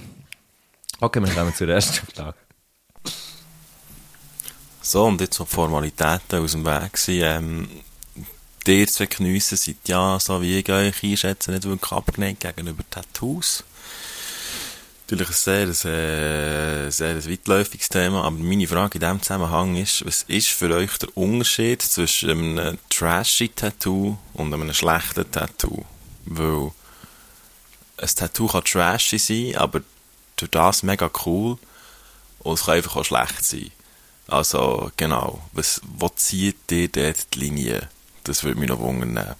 F: Okay, wir kommen zur ersten Frage.
B: So, und jetzt so die Formalitäten aus dem Weg sind. Ähm, ihr zwei Geniesser seid ja, so wie ich euch einschätze, nicht wirklich abgeneigt gegenüber Tattoos. Natürlich ein sehr, äh, sehr ein weitläufiges Thema, aber meine Frage in diesem Zusammenhang ist, was ist für euch der Unterschied zwischen einem eh, trashy Tattoo und einem schlechten Tattoo? Weil ein Tattoo kann trashy sein, aber durch das mega cool und es kann einfach auch schlecht sein. Also, genau. Was, wo zieht ihr dort die Linie? Das würde mich noch wundern.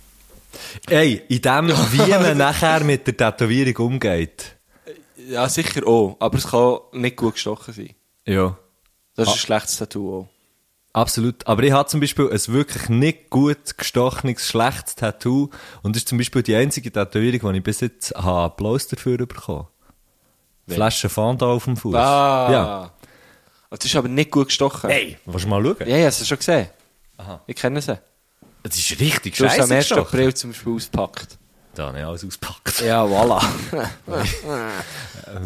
F: Ey, in dem, wie man nachher mit der Tätowierung umgeht.
G: Ja, sicher auch. Aber es kann nicht gut gestochen sein.
F: Ja.
G: Das ist ein schlechtes Tattoo auch.
F: Absolut. Aber ich habe zum Beispiel ein wirklich nicht gut gestochenes, schlechtes Tattoo. Und das ist zum Beispiel die einzige Tätowierung, die ich bis jetzt habe Applaus dafür bekommen Flasche Fanta auf dem Fuß.
G: Ah.
F: Ja.
G: Es ist aber nicht gut gestochen.
F: Hey, willst du mal schauen?
G: Ja, ja, hast du schon gesehen. Ich kenne sie.
F: Das ist richtig
G: Du hast am
F: scheiße
G: 1.
F: gestochen.
G: April zum Beispiel ausgepackt.
F: Da habe ich alles ausgepackt.
G: Ja, voilà.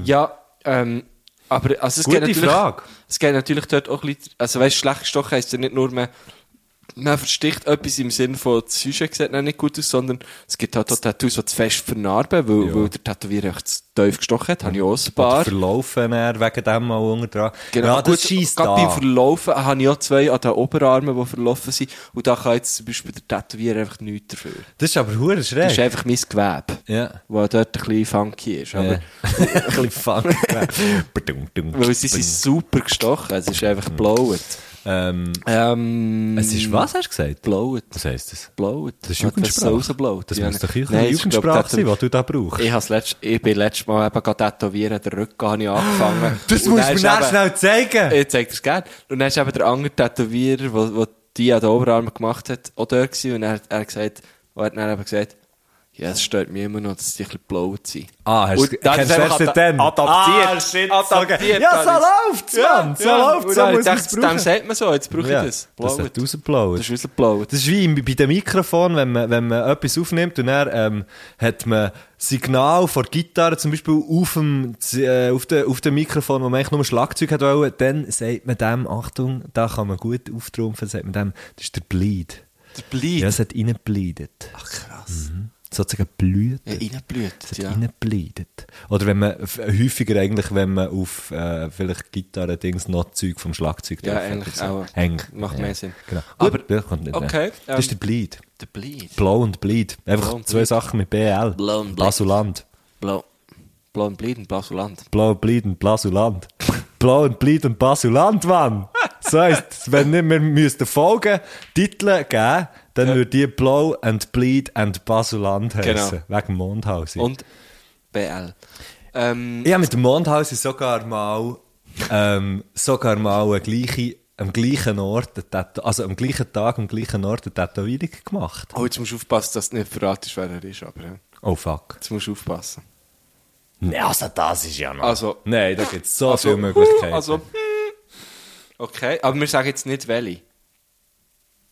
G: ja, ähm, aber also es
F: Mhm. Gute
G: geht natürlich,
F: Frage.
G: Es geht natürlich dort auch ein bisschen, also weißt, schlecht gestochen heisst ja nicht nur, man, man versticht etwas im Sinn von, das Sujet sieht noch nicht gut aus, sondern es gibt halt auch Tattoos, die zu fest vernarben, weil,
F: Ja.
G: weil der Tätowierer echt zu tief gestochen hat, habe ich auch ein
F: Oder
G: paar.
F: verlaufen er wegen dem mal unterdran.
G: Genau,
F: ja,
G: gut,
F: das schießt
G: gerade beim
F: da.
G: Verlaufen habe ich auch zwei an den Oberarmen, die verlaufen sind. Und da kann jetzt zum Beispiel der Tätowierer einfach nichts dafür.
F: Das ist aber hure
G: Das ist
F: schräg.
G: einfach mein Gewebe,
F: Ja.
G: das dort ein bisschen funky ist. Aber,
F: Ja. Ein bisschen funky. Badum, dum,
G: Weil sie sind super gestochen, es ist einfach blowet.
F: Ähm,
G: Ähm,
F: es ist was, hast du gesagt?
G: Blowet.
F: Was heisst das?
G: Blowet.
F: Das ist
G: Hat was so
F: Jugendsprache.
G: rausgeblowt?
F: Das
G: Ja,
F: muss doch
G: nein,
F: eine
G: ich glaub, Äh,
F: Jugendsprache sein,
G: Tätow-
F: die du da brauchst.
G: Ich, has letzt, ich bin letztes Mal eben gerade tätowieren, den Rücken habe ich angefangen. Und dann ist eben- Äh,
F: zeigen.
G: Ich zeig dir's gerne. Und dann ist eben der andere Tätowierer, wo, wo die an den Oberarm gemacht hat, auch dort gewesen. Und er, hat- er hat gesagt, er hat dann eben gesagt, ja, es stört mich immer noch, dass die ein bisschen blowet sind.
F: Ah, hast
G: Und
F: du
G: dann
F: kennst
G: ist
F: du
G: einfach
F: erst dann?
G: Adaptiert.
F: Ah, shit,
G: Adaptiert
F: so geil. Ja, so
G: alles.
F: läuft's, Mann. So läuft's,
G: Und
F: so
G: dann
F: muss
G: dachte
F: man's
G: ich, Dem
F: brauchen.
G: sagt man so, jetzt brauche
F: Ja,
G: ich das.
F: Das
G: Blowet.
F: hat rausgeblowt.
G: Das ist rausgeblowt.
F: Das ist wie im- bei dem Mikrofon, wenn man, wenn man etwas aufnimmt und dann ähm, hat man Signal von der Gitarre zum Beispiel auf dem, Z- äh, auf dem, auf dem Mikrofon, wo man eigentlich nur Schlagzeug hat wollen, dann sagt man dem, Achtung, da kann man gut auftrumpfen, sagt man dem, das ist der Bleed.
G: Der Bleed.
F: Ja, es hat reingebleedet.
G: Ach, krass.
F: Mhm. sozusagen blüht.
G: Ja, reinblüht,
F: Es
G: ja.
F: hat reingebleidet. Oder wenn man, f- häufiger eigentlich, wenn man auf äh, vielleicht Gitarre, Dings, noch Zeug vom Schlagzeug
G: Ja,
F: drauf hat
G: eigentlich
F: oder
G: auch.
F: Eigentlich,
G: Macht mehr Sinn.
F: Genau.
G: Aber-
F: Aber, das kommt nicht
G: okay,
F: rein. Das ist
G: ähm,
F: der Bleed.
G: Der Bleed.
F: Blow und Bleed. Einfach
G: Blow und
F: zwei
G: Bleed.
F: Sachen mit BL.
G: Blow und Bleed.
F: Blasuland.
G: Blau. Blau und Bleed und Blasuland.
F: Blow und Bleed und Blasuland. Blow und Bleed und Blasuland, Mann! So heisst, wenn nicht wir müssten Folgen, Titel geben, dann würde die Blow and Bleed and Basuland heißen. Wegen Mondhaus.
G: Und BL. Ähm,
F: Ich habe mit dem Mondhausen sogar mal, ähm, sogar mal eine gleiche, am gleichen Ort, eine Tat- also am gleichen Tag, am gleichen Ort eine Tätowierung gemacht.
G: Oh, jetzt musst du aufpassen, dass du nicht verratest, wer er ist, aber ja.
F: Oh fuck.
G: jetzt musst du aufpassen.
F: Nein, also das ist ja noch...
G: Also-
F: Nein, da gibt es so
G: Also,
F: viele Möglichkeiten.
G: Also, okay, aber wir sagen jetzt nicht welche.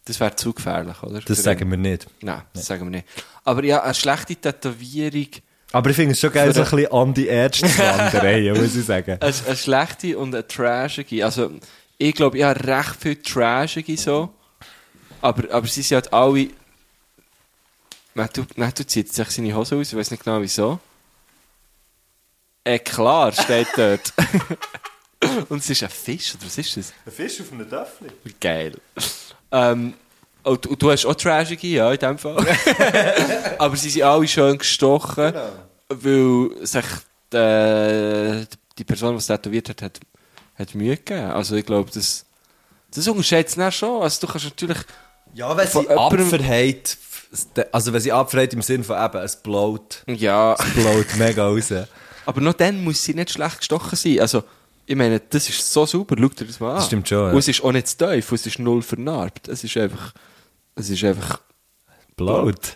G: Das wäre zu gefährlich, oder?
F: das sagen wir nicht.
G: Nein, das sagen wir nicht. Aber ja, eine schlechte Tätowierung,
F: Aber ich finde es schon geil, so ein bisschen an die Ärzte zu wandern, muss ich sagen.
G: eine, eine schlechte und eine trashige, also ich glaube, ich habe recht viel trashige so, aber, aber sie sind halt alle... Nein, du, nein, du ziehst sich seine Hose aus, ich weiß nicht genau wieso. Äh, klar, steht dort. und es ist ein Fisch, oder was ist das?
F: Ein Fisch auf einem Töffel.
G: Geil. Ähm, und, und du hast auch Tragedy, ja, in dem Fall. Aber sie sind alle schön gestochen, weil sich die, die Person, die es tätowiert hat, hat, hat Mühe gegeben. Also ich glaube, das, das unterscheidet es dann schon. Also du kannst natürlich...
F: Ja, wenn
G: Von
F: sie
G: jemandem-
F: abverheit, also wenn sie abverheit im Sinne von eben, es blowt,
G: Ja,
F: es blowt mega raus.
G: aber noch dann muss sie nicht schlecht gestochen sein. Also ich meine, das ist so super, schau dir das mal an.
F: Das stimmt schon, ja.
G: Und es ist auch nicht zu tief, und es ist null vernarbt. Es ist einfach... Es ist einfach...
F: Blowt.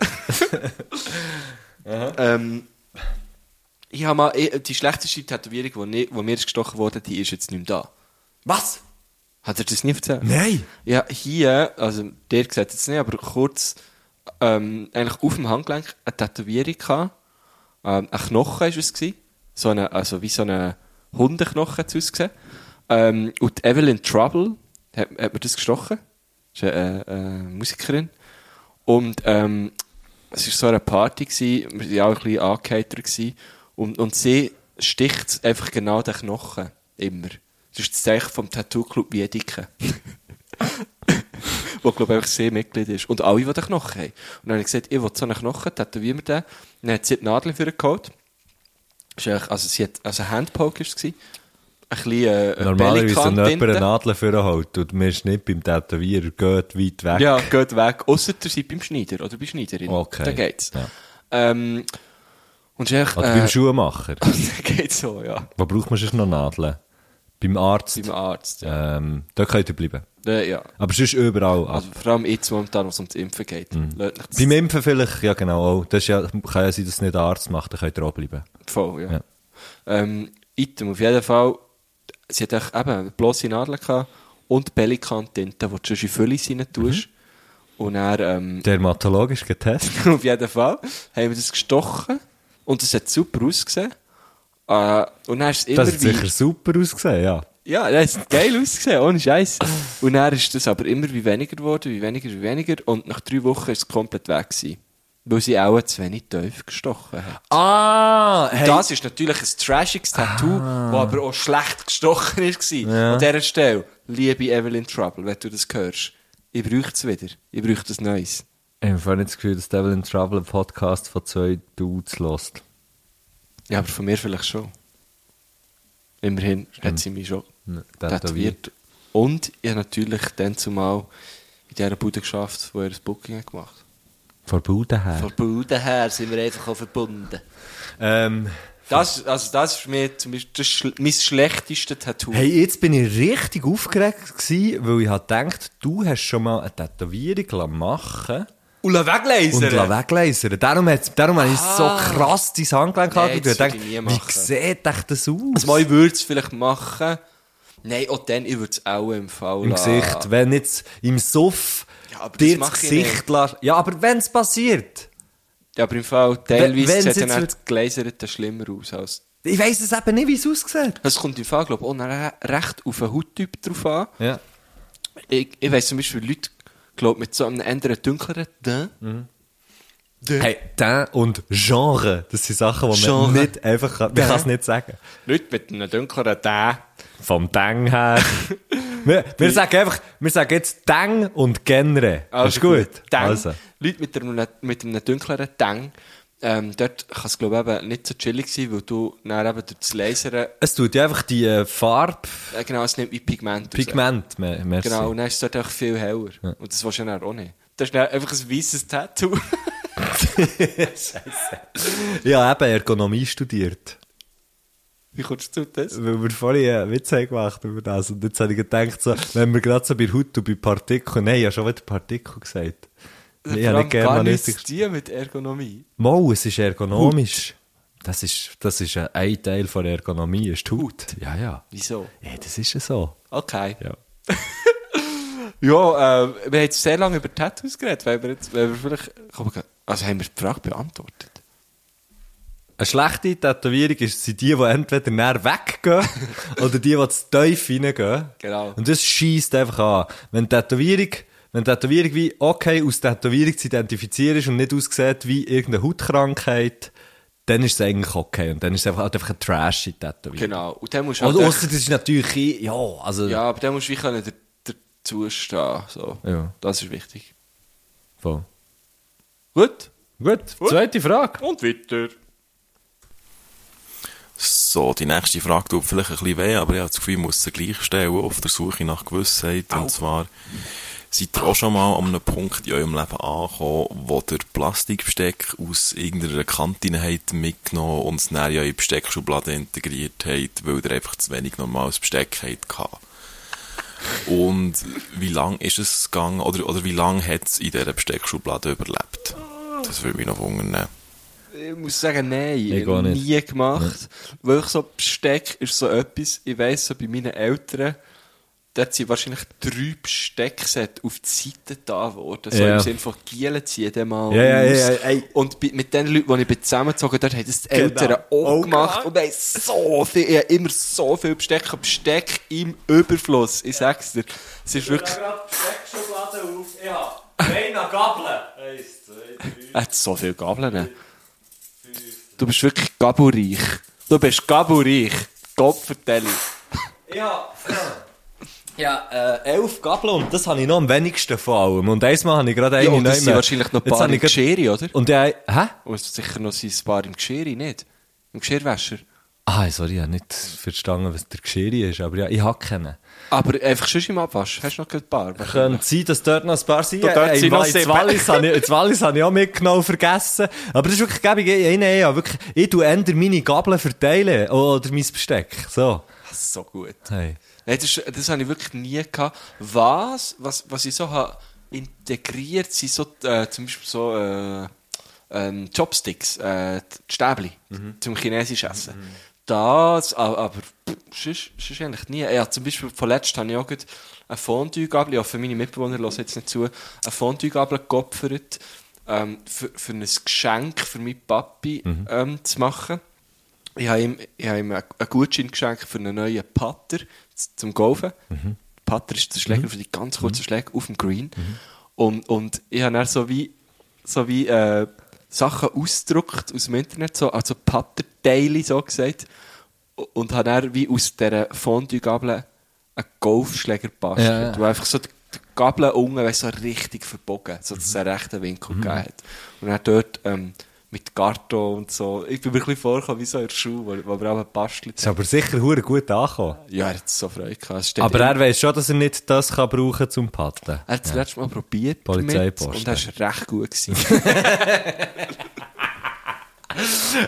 G: Ähm, ich habe mal, ich, die schlechteste Tätowierung, die wo mir ist gestochen wurde, die ist jetzt nicht mehr da.
F: Was?
G: Hat er das nie erzählt?
F: Nein!
G: Ja, hier, also der gesagt jetzt nicht, aber kurz ähm, eigentlich auf dem Handgelenk eine Tätowierung gehabt. Ähm, ein Knochen war es. Gewesen. So eine, also wie so ein Hundeknochen hat es ausgesehen. Ähm, und die Evelyn Trouble hat, hat mir das gestochen. Das ist eine, äh, äh, Musikerin. Und ähm, es war so eine Party, gewesen. wir waren auch ein bisschen angeheitert. gewesen. Und, und sie sticht einfach genau den Knochen. Immer. Das ist das Zeichen vom Tattoo-Club Wiedeke wo glaube ich einfach sehr Mitglied ist. Und alle, die den Knochen haben. Und dann habe ich gesagt, ich will so einen Knochen, tätowieren wir den. Dann hat sie die Nadel für ihn geholt. Ist eigentlich- Also sie hat, also ein Handpoke war es. Ein bisschen äh,
F: Normalerweise, wenn jemand
G: Pelikan-Tinte.
F: eine Nadel vorhält und man ist nicht beim Tätowierer, geht weit weg.
G: Ja, geht weg. Ausser ihr seid beim Schneider oder bei Schneiderin.
F: Okay.
G: Da geht's.
F: Ja.
G: Ähm, und ist echt,
F: Oder Also beim
G: äh,
F: Schuhmacher.
G: da geht's so, ja.
F: Wo braucht man sonst noch Nadeln? Beim Arzt.
G: Beim Arzt. Ja.
F: Ähm, da könnt ihr bleiben.
G: Äh, ja.
F: Aber sonst überall. Ah,
G: Also vor allem jetzt momentan, was ums Impfen geht. Leute, nicht
F: Mhm. beim Impfen vielleicht, ja genau. Auch. Das ist ja, kann ja sein, dass es nicht der Arzt macht, dann könnt ihr auch bleiben.
G: Voll, ja.
F: E- Ja.
G: Ähm, Item, auf jeden Fall, sie hat echt eben bloße Nadeln gehabt und Pelikan-Tinte, die du schon in Fülle rein tust.
F: Mhm.
G: Und er, ähm,
F: Dermatologisch getestet.
G: auf jeden Fall, haben wir das gestochen und es hat super ausgesehen. Äh, und dann ist es immer
F: Das hat
G: wie-
F: sicher super ausgesehen, ja.
G: Ja, das hat geil ausgesehen, ohne Scheiß. Und dann ist das aber immer wie weniger geworden, wie weniger, wie weniger. Und nach drei Wochen ist es komplett weg gewesen. Weil sie auch zu wenig tief gestochen hat.
F: Ah!
G: Und Das ist natürlich ein trashiges Tattoo, das aber auch schlecht gestochen ist.
F: Ja.
G: An dieser Stelle, liebe Evelyn Trouble, wenn du das hörst, ich bräuchte es wieder. Ich bräuchte ein neues.
F: Ich habe vorhin das Gefühl, dass Devil in Trouble einen Podcast von zwei Dudes lost.
G: Ja, aber von mir vielleicht schon. Immerhin hat sie mich schon
F: Ne, tätowiert.
G: tätowiert. Und ich habe natürlich dann zumal in dieser Bude geschafft, wo er das Booking hat gemacht
F: Von Bude her.
G: Von Bude her sind wir einfach auch verbunden.
F: Ähm,
G: Das, also das ist mir zum Beispiel das schl mein schlechteste Tattoo.
F: hey, jetzt bin ich richtig aufgeregt gewesen, weil ich halt gedacht, du hast schon mal eine Tätowierung lassen machen
G: Und lass
F: und
G: weglasern!
F: lassen weglasern. Darum, hat's- darum habe ich so krass dein Handgelenk
G: Nein,
F: angeschaut, weil
G: das
F: ich
G: würde ich nie
F: gedacht,
G: machen.
F: wie sieht echt das aus?
G: Also, ich würde es vielleicht machen. Nein, auch dann, ich würde es auch im Fall
F: Im
G: lassen.
F: Gesicht, wenn jetzt im Suff
G: Ja, aber das
F: dir das
G: mache ich nicht.
F: Gesicht lässt. Ja, aber wenn es passiert.
G: Ja, aber im Fall,
F: Wenn-
G: teilweise
F: wenn's
G: sieht
F: jetzt
G: dann auch
F: wird-
G: das Gläserte schlimmer aus. Als
F: Ich weiss es eben nicht, wie es aussieht.
G: das kommt im Fall, glaube ich, auch noch recht auf den Hauttyp drauf an.
F: Ja.
G: Ich, ich weiss zum Beispiel Leute, glaube mit so einem anderen, dunkleren Teint,
F: Hey, der und Genre, das sind Sachen, die man
G: Genre.
F: nicht einfach kann. Man kann es nicht sagen.
G: Leute mit einem dunkleren D.
F: Vom Deng her. wir, wir sagen einfach, wir sagen jetzt Deng und Genre.
G: Ah,
F: Das ist gut.
G: Deng.
F: Also.
G: Leute mit einem, mit einem dunkleren Deng. Ähm, dort kann es, glaube ich, eben nicht so chillig sein, weil du dann eben durch das Lasern,
F: Es tut ja einfach die äh, Farbe,
G: äh, genau, es nimmt wie Pigment raus.
F: Pigment, me- merci.
G: Genau, und dann ist es dort auch viel heller. Und das willst du ja dann auch nicht. Das ist dann einfach ein weißes Tattoo.
F: Ja, eben Ergonomie studiert.
G: Wie kommst du zu das?
F: Weil wir vorhin einen Witz haben gemacht über das. Und jetzt habe ich gedacht, so, wenn wir gerade so bei Haut und bei Partikel, nein, ich habe schon wieder Partikel gesagt.
G: Vor
F: Ich habe
G: allem
F: nicht
G: gar nichts
F: germanistisch.
G: zu tun mit Ergonomie.
F: Mal, es ist ergonomisch. Das ist, das ist ein- ein Teil von der Ergonomie, ist die Haut. Ja, ja.
G: Wieso?
F: Ja, das ist ja so.
G: Okay.
F: Ja.
G: Ja, äh, wir haben jetzt sehr lange über Tattoos geredet, weil wir jetzt, weil wir vielleicht, komm, wir gehen- also haben wir die Frage beantwortet.
F: Eine schlechte Tätowierung ist, sind die, die entweder näher weggehen oder die, die zu tief reingehen.
G: Genau.
F: Und das schießt einfach an. Wenn die Tätowierung, wenn die Tätowierung wie okay aus Tätowierung zu identifizieren ist und nicht aussieht wie irgendeine Hautkrankheit, dann ist es eigentlich okay. Und dann ist es einfach, halt einfach eine trashy Tätowierung.
G: Genau. Und dann musst du
F: Oder
G: halt
F: ausser, das ist natürlich, ja, also,
G: echt- ja, aber dann musst du wie können d- dazu stehen. So.
F: Ja.
G: Das ist wichtig.
F: Voll.
G: Gut.
F: Gut, zweite Frage.
G: Und weiter.
B: So, die nächste Frage tut vielleicht ein bisschen weh, aber ich habe das Gefühl, ich muss sie gleich stellen, auf der Suche nach Gewissheit. Und zwar, seid ihr auch schon mal an einem Punkt in eurem Leben angekommen, wo ihr Plastikbesteck aus irgendeiner Kantine habt mitgenommen und es dann in eure Besteckschublade integriert habt, weil ihr einfach zu wenig normales Besteck habt gehabt? Und wie lang ist es gegangen, oder, oder wie lange hat es in dieser Besteckschublade überlebt? Das würde mich noch wundern.
G: Ich muss sagen, nein, ich
F: auch
G: habe
F: nicht.
G: nie gemacht. Weil ich so Besteck ist so etwas, ich weiss so bei meinen Eltern, dort sind wahrscheinlich drei Bestecksätze auf die Seite da worden. So
F: Ja.
G: im Sinne von Gielen ziehen dann mal
F: Ja, ja,
G: aus.
F: ja, ja, ey.
G: Und bei, mit den Leuten, die ich bin zusammengezogen dort haben das die
F: Genau.
G: Eltern auch
F: Auch
G: gemacht. Und wir haben so viel, ich habe immer so viel Besteck, gehabt. Besteck im Überfluss. Ich sag's dir. Es ist wirklich... Er hat so viele Gabeln. Du bist wirklich gabelreich. Du bist gabelreich. Gott vertelle.
F: Ja, äh, elf Gabeln und das habe ich noch am wenigsten von allem. Und einmal habe ich gerade eine
G: Ja, und das
F: neu-
G: sind wahrscheinlich noch ein
F: Jetzt
G: paar
F: habe
G: im
F: ich gerade-
G: Geschirr, oder?
F: Und ja, hä?
G: Und es sicher noch sein paar im Geschirr, nicht? Im Geschirrwäscher.
F: Ah, sorry, ich habe nicht verstanden, was der Geschirr ist, aber ja, ich habe keinen.
G: Aber einfach schon im Abwasch. Hast du noch ein paar?
F: Könnte sein, dass dort noch ein paar sind.
G: Da dort
F: Ey,
G: sind
F: Wa-
G: noch
F: in
G: sieben.
F: Wallis habe ich, in Wallis habe ich auch mitgenommen vergessen. Aber das ist wirklich gäbig. Ich, ich, ich, wirklich, ich tue eher meine Gabeln verteilen oder mein Besteck. So.
G: So gut.
F: Hey.
G: Nein, das, ist- das habe ich wirklich nie gehabt. Was, was, was ich so habe integriert, sind so, äh, zum Beispiel so äh, ähm, Chopsticks, äh, die Stäbli zum Chinesisch essen. Das, a- aber pff, sonst, sonst eigentlich nie. Ja, zum Beispiel vorletzt habe ich auch gerade eine Fondue-Gabel, ja, für meine Mitbewohner hören jetzt nicht zu, eine Fondue-Gabel geopfert, ähm, für, für ein Geschenk für meinen Papi ähm, zu machen. Ich habe ihm, ich habe ihm einen Gutschein geschenkt für einen neuen Putter z- zum Golfen. Putter ist der Schläger für die ganz kurzen Schläge auf dem Green. Und, und ich habe dann so wie, so wie äh, Sachen ausgedruckt aus dem Internet, so, also Putter-Daily so gesagt. U- Und habe dann wie aus dieser Fondue-Gabel einen Golfschläger bastelt.
F: Ja, ja.
G: Wo einfach so die, die Gabel unten weißt, so richtig verbogen, so dass es einen rechten Winkel
F: Mhm.
G: gegeben hat. Und dann dort ähm, mit Karton und so. Ich bin mir ein bisschen vorgekommen wie so in der Schule, wo, wo wir auch bastelt.
F: Ist aber sicher hure gut angekommen.
G: Ja, er hat so Freude gehabt. Es steht
F: Aber
G: immer-
F: er weiß schon, dass er nicht das kann brauchen zum Patten.
G: Er hat das letzte Mal probiert damit
F: Polizeiposten.
G: und das ist recht gut gewesen.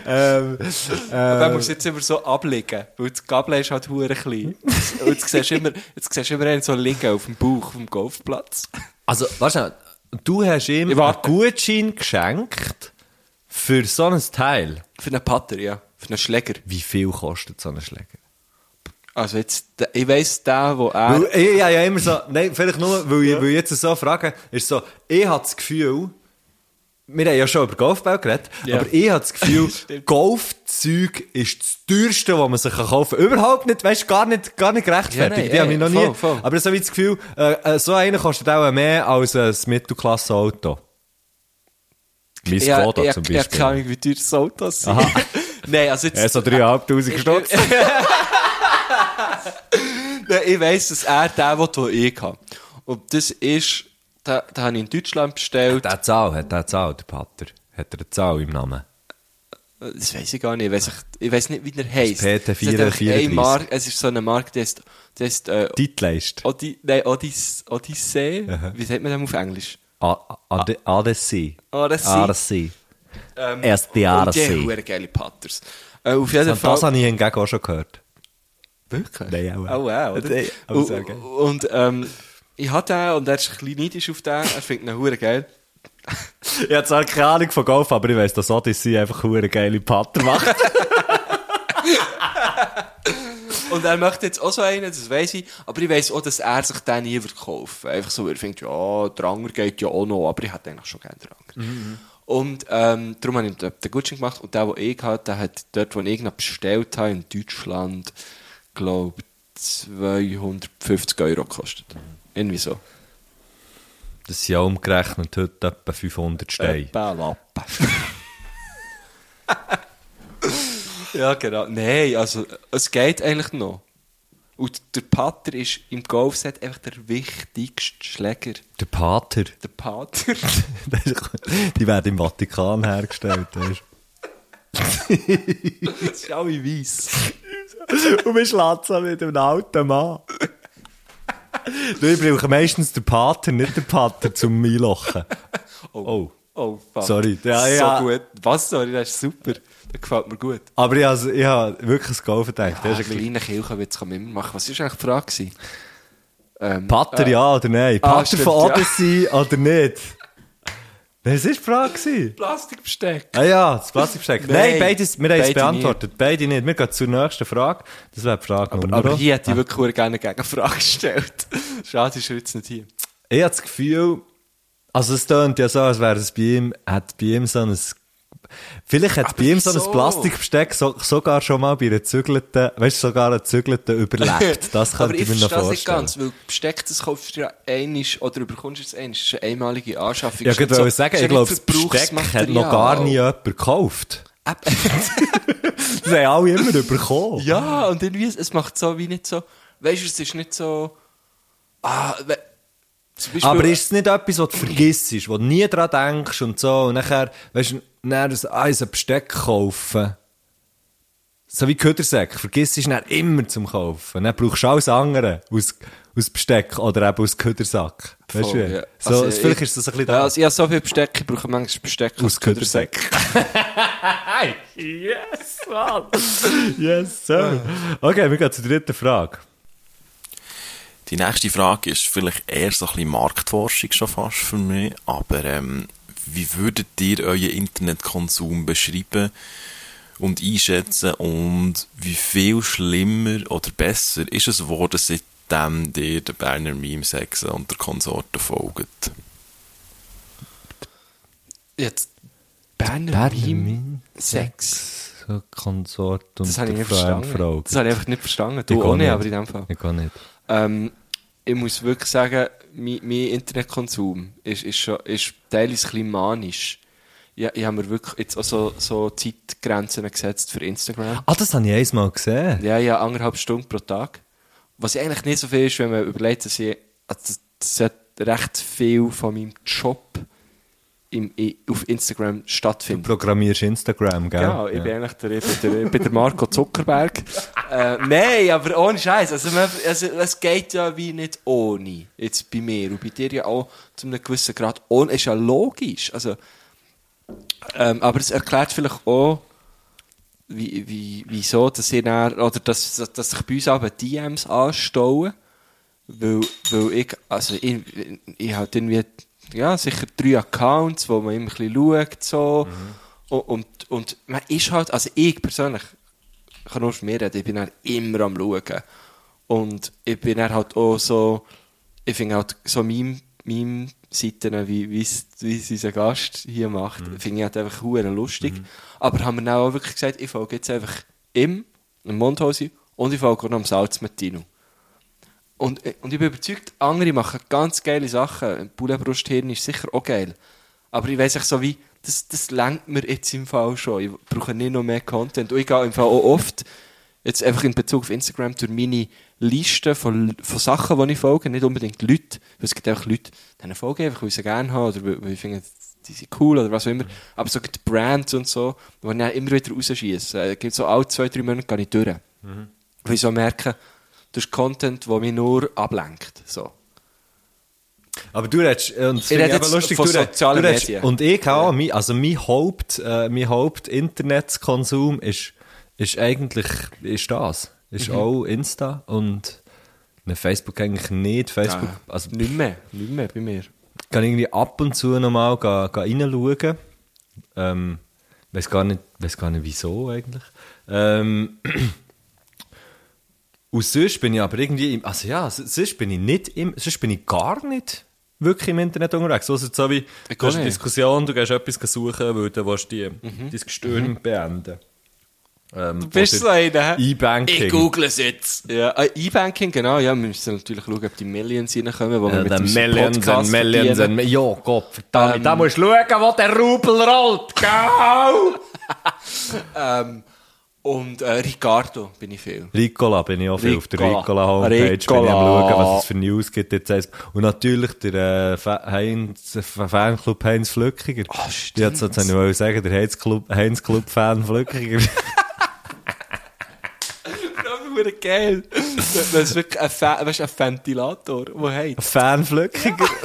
F: Ähm,
G: Und dann musst du jetzt immer so ablegen, weil das Gabel ist halt hure klein. Und jetzt siehst du immer, jetzt siehst du immer einen so liegen auf dem Bauch, auf dem Golfplatz.
F: Also, weißt du, du hast ihm
G: Ich
F: einen
G: warte.
F: Gutschein geschenkt für so ein Teil.
G: Für einen Putter, ja. Für einen Schläger.
F: Wie viel kostet so ein Schläger?
G: Also jetzt, der- ich weiss den, wo
F: Weil,
G: er...
F: ich, ich habe ja immer so, nein, vielleicht nur, weil, ich, weil ich jetzt so frage, ist so, ich habe das Gefühl, wir haben ja schon über Golfball geredet,
G: Ja.
F: aber ich habe das Gefühl,
G: Stimmt.
F: Golfzeug ist das teuerste, was man sich kann kaufen kann. Überhaupt nicht, weißt du, gar nicht, gar nicht
G: Ja,
F: gerechtfertigt.
G: nein,
F: die habe
G: ey,
F: ich noch nie.
G: voll, voll.
F: Aber so wie das Gefühl, äh, äh, so einer kostet auch mehr als ein Mittelklasse-Auto. Gleis
G: Ja,
F: Skoda
G: ja,
F: zum
G: ja, keine
F: Beispiel.
G: Ahnung, wie teuer das Auto ist. Nein, also jetzt...
F: Er hat so 3'500 Stutz.
G: Nein, ich weiss, dass er den will, den ich habe. Und das ist... Den, den habe ich in Deutschland bestellt.
F: Der Zahl, hat der Zahl, der Pater. Hat er eine Zahl im Namen?
G: Das weiß ich gar nicht. Ich weiss, echt- ich weiss nicht, wie der heisst.
F: PT434.
G: Es hat einfach eine Marke- Es ist so eine Marke, die heißt... Die heisst, äh,
F: Titleist.
G: Odi, nein, Odys, Odyssee. Wie sagt man das auf Englisch?
F: ADC.
G: ADC.
F: ADC.
G: Ähm, Und die haben
F: SDRC.
G: verdammt geile Putters. Äh, auf jeden
F: Und
G: Fall...
F: das habe ich hingegen auch schon gehört.
G: Wirklich?
F: Nein, auch.
G: Oh, wow. Oder?
F: Nein, aber
G: und,
F: sehr geil.
G: und ähm, ich hatte den und er ist ein bisschen neidisch auf den. Er findet ihn hure geil.
F: Ich habe zwar keine Ahnung von Golf, aber ich weiss, dass ADC einfach eine geile Pater macht.
G: Und er möchte jetzt auch so einen, das weiß ich. Aber ich weiß auch, dass er sich den nie wird kaufen. Einfach so, weil er findet, ja, der andere geht ja auch noch. Aber ich hätte eigentlich schon gerne den anderen. Und ähm, darum habe ich den, den Gutschein gemacht. Und der, den ich hatte, der hat dort, wo ich ihn bestellt habe, in Deutschland, glaube 250 Euro gekostet. Irgendwie so.
F: Das sind ja umgerechnet heute etwa 500 Steine.
G: Etwa Lappen. ja, genau. Nein, also es geht eigentlich noch. Und der Pater ist im Golfset einfach der wichtigste Schläger.
F: Der Pater.
G: Der Pater.
F: Das ist- Die werden im Vatikan hergestellt. weisst
G: das ist alle weiss.
F: du. Und wir schlatzen mit einem alten Mann. Du, ich brauche meistens den Pater, nicht den Pater zum Einlochen. Oh.
G: Oh, fuck.
F: Sorry. Ja,
G: so
F: ja.
G: gut. Was, sorry, das ist super. Das gefällt mir gut.
F: Aber ich habe, ich habe wirklich das Golf gedacht.
G: Das
F: das
G: ist
F: ist
G: ein
F: ein
G: kleiner Kirchenwitz kann man immer machen. Was war eigentlich die Frage? gewesen? Ähm,
F: Pater
G: äh,
F: ja oder nein?
G: Ah,
F: Pater
G: stimmt,
F: von
G: ja.
F: Odyssey oder nicht? Das war die Frage. gewesen.
G: Plastikbesteck.
F: Ah ja, das Plastikbesteck.
G: Nein,
F: Nein, beides, wir haben es
G: beide
F: beantwortet. Beide nicht. Wir gehen zur nächsten Frage. Das wäre die Frage Nummer.
G: Aber hier hätte ich wirklich sehr gerne eine Gegenfrage gestellt. Schade, ist er jetzt nicht hier.
F: Ich habe das Gefühl, also es tönt ja so, als wäre es bei ihm, hat bei ihm so ein, vielleicht hat bei ihm so
G: wieso?
F: ein Plastikbesteck so, sogar schon mal bei einer zügelten, weißt du, sogar einer zügelten überlebt. Das
G: Aber
F: könnte ich
G: ich
F: mir noch
G: verstehe das nicht
F: vorstellen.
G: ganz, weil Besteck, das kaufst du ja einisch oder überkommst du es einisch. Das ist eine einmalige Anschaffung.
F: ja,
G: Ist
F: ich
G: nicht
F: wollte
G: so-
F: sagen,
G: ist
F: ich
G: nicht
F: glaube, das Besteck hat
G: Verbrauchsmaterial.
F: noch gar nie jemand gekauft. Das haben alle immer bekommen.
G: ja, und irgendwie, es macht so wie nicht so, weißt du, es ist nicht so, ah, we, zum Beispiel,
F: Aber ist es nicht etwas, was du vergisst, wo du nie dran denkst und so, und nachher, weißt du, nachher ein, ah, ein Besteck kaufen. So wie Ködersäck, vergisst es dann immer zum Kaufen. Dann brauchst du alles andere aus, aus Besteck oder eben aus Ködersack. Weißt du,
G: Voll,
F: wie?
G: ja.
F: so,
G: Also,
F: vielleicht
G: ich-
F: ist das ein bisschen
G: Ja,
F: da.
G: also ich habe so viel Besteck, ich brauche manchmal Besteck
F: aus Ködersäck. yes, sir. Okay, wir gehen zur dritten Frage.
B: Die nächste Frage ist vielleicht eher so ein bisschen Marktforschung schon fast für mich, aber ähm, wie würdet ihr euren Internetkonsum beschreiben und einschätzen und wie viel schlimmer oder besser ist es geworden, seitdem ihr den Berner Meme-Sexen und der Konsorten folgt?
G: Jetzt, Berner, Meme, Sex.
F: So Konsort und
G: Das habe ich nicht
F: Frau und
G: verstanden.
F: Frau.
G: Das habe ich einfach nicht verstanden.
F: Ich
G: Du
F: auch
G: auch nicht,
F: nicht.
G: aber in dem Fall.
F: Ich kann nicht.
G: Ähm, ich muss wirklich sagen, mein, mein Internetkonsum ist, ist, schon, ist teilweise ein bisschen manisch. Ich, ich habe mir wirklich jetzt auch so, so Zeitgrenzen gesetzt für Instagram.
F: Ah, das habe ich einmal gesehen.
G: Ja, ja, anderthalb Stunden pro Tag. Was ja eigentlich nicht so viel ist, wenn man überlegt, dass ich also, das hat recht viel von meinem Job im, i- auf
F: Du
G: Instagram stattfindet.
F: programmierst Instagram, gell?
G: Genau, ich bin eigentlich der, ich bin der, ich bin der Marco Zuckerberg. äh, nein, aber ohne Scheiß. Also, man- also, es geht ja wie nicht ohne. Jetzt bei mir und bei dir ja auch zu einem gewissen Grad. Ohne ist ja logisch. Also, ähm, aber es erklärt vielleicht auch, wie, wie, wieso, dass ihr dann, oder dass, dass, dass sich bei uns aber DMs anstauen. Weil, weil ich, also ich, ich halt irgendwie, ja, sicher drei Accounts, wo man immer ein bisschen schaut, so. Und, und, und man ist halt, also ich persönlich, kann nur von mir reden, ich bin halt immer am Schauen. Und ich bin dann halt auch so, ich finde halt so mein, mein Seiten, wie, wie, es- wie es unser Gast hier macht, finde ich halt einfach hure lustig. Aber haben wir dann auch wirklich gesagt, ich folge jetzt einfach im, im Mundhose und ich folge auch noch am Salzmartino. Und, äh, und ich bin überzeugt, andere machen ganz geile Sachen. Ein Bullenbrusthirn ist sicher auch geil. Aber ich weiß auch so wie, das, das lenkt mir jetzt im Fall schon. Ich brauche nicht noch mehr Content. Und ich gehe im Fall auch oft, jetzt einfach in Bezug auf Instagram, durch meine Liste von, von Sachen, die ich folge, nicht unbedingt Leute, weil es gibt einfach Leute, denen folge ich einfach, weil ich sie gerne habe oder weil weil ich finde, die sind cool oder was auch immer. Aber so die Brands und so, die ich dann immer wieder rausschieße. Äh, Es gibt so alle zwei, drei Monate gehe ich durch. Weil ich so merke, das ist Content, der mich nur ablenkt. So.
F: Aber du redest, äh, und das
G: Ich
F: finde
G: rede
F: eben
G: jetzt von
F: du redest-
G: sozialen
F: du redest-
G: Medien.
F: Und ich auch, mein, also mein Haupt, äh, mein Haupt-Internetskonsum ist, ist eigentlich, ist das. Ist
G: Mhm.
F: auch Insta und ne, Facebook eigentlich nicht. Facebook,
G: Ah,
F: also
G: nicht mehr, nicht mehr bei mir.
F: kann irgendwie ab und zu nochmal reinschauen. Ähm, weiß gar nicht, weiß gar nicht wieso eigentlich. Ähm, und sonst bin ich aber irgendwie, im, also ja, s- sonst bin ich nicht im, sonst bin ich gar nicht wirklich im Internet unterwegs. Also so wie,
G: Ich
F: du hast
G: auch
F: eine
G: nicht. Mhm.
F: Diskussion, du gehst etwas suchen, weil du willst die, dein Gestöhn beenden. Ähm,
G: bist
F: oder
G: so einer, hä?
F: E-Banking.
G: es jetzt. Ja, äh, E-Banking, genau. Ja, wir müssen natürlich schauen, ob die Millions reinkommen, die wir
F: Ja,
G: mit
F: dann
G: unserem
F: Äh, Millions
G: Podcast
F: and Millions
G: verdienen. Ähm.
F: and Mi- Ja, Gott, verdammt. da musst du schauen, wo der Rubel rollt. Go!
G: Und äh, Ricardo bin ich viel.
F: Ricola bin ich auch viel auf der
G: Ricola.
F: Ricola-Homepage. Bin ich am
G: Ricola.
F: schauen, was es für News gibt. Jetzt heisst- Und natürlich der äh, Fa- Heinz, F- Fanclub Heinz Flückiger. Oh, jetzt wollte ich mal sagen, der Heinz Club, Heinz Club Fan Flückiger.
G: Das ist geil. Das ist wirklich ein, Fa weißt, du, ein Ventilator, der heizt.
F: Fan Flückiger.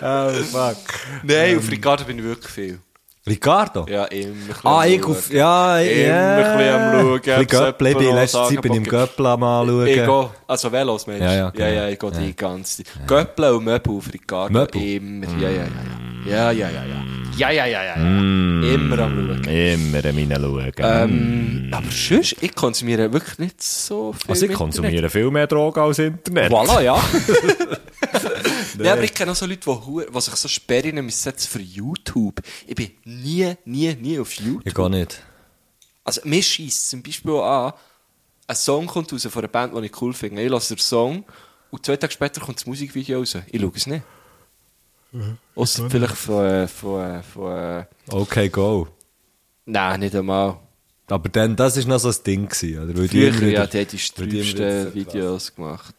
F: oh, fuck.
G: Nein,
F: Ähm.
G: auf Ricardo bin ich wirklich viel.
F: Ricardo?
G: Ja, immer.
F: Ah, ich auf, ja,
G: Immer
F: ja.
G: ein bisschen am Schauen,
F: Ein bisschen
G: ob's
F: Göppel, ich bin in
G: jemand
F: letzter
G: noch
F: Zeit bin ich im
G: sagen
F: Göppel am anschauen.
G: Ich gehe, also Velos, Mensch.
F: Ja,
G: Ja,
F: ja,
G: ja,
F: genau.
G: ja, ich gehe die ganze Zeit. Göppel und Möbel auf Ricardo.
F: Möbel?
G: Immer, ja, ja, ja. Ja, ja, ja, ja. Ja, ja, ja, ja. ja.
F: Mm.
G: Immer am Schauen.
F: Immer am Reinschauen.
G: Ähm, aber sonst, ich konsumiere wirklich nicht so viel.
F: also ich
G: Internet.
F: konsumiere viel mehr Drogen als Internet.
G: Voilà, ja. Nein, aber ich kenne auch so Leute, die, hu- die sich so sperren müssen setzen für YouTube. Ich bin nie, nie, nie auf YouTube.
F: Ich gehe nicht.
G: Also mir schießt zum Beispiel an, ein Song kommt raus von einer Band, die ich cool finde. Ich lasse den Song und zwei Tage später kommt das Musikvideo raus. Ich schaue es nicht. Außer vielleicht von, äh, von, äh, von, äh,
F: Okay, go.
G: Nein, nicht einmal.
F: Aber dann, das war noch so ein Ding. Gewesen, oder? Weil die
G: Früher
F: immer wieder-
G: ja, der hat die
F: weil die immer wieder so
G: strübsten Videos gemacht.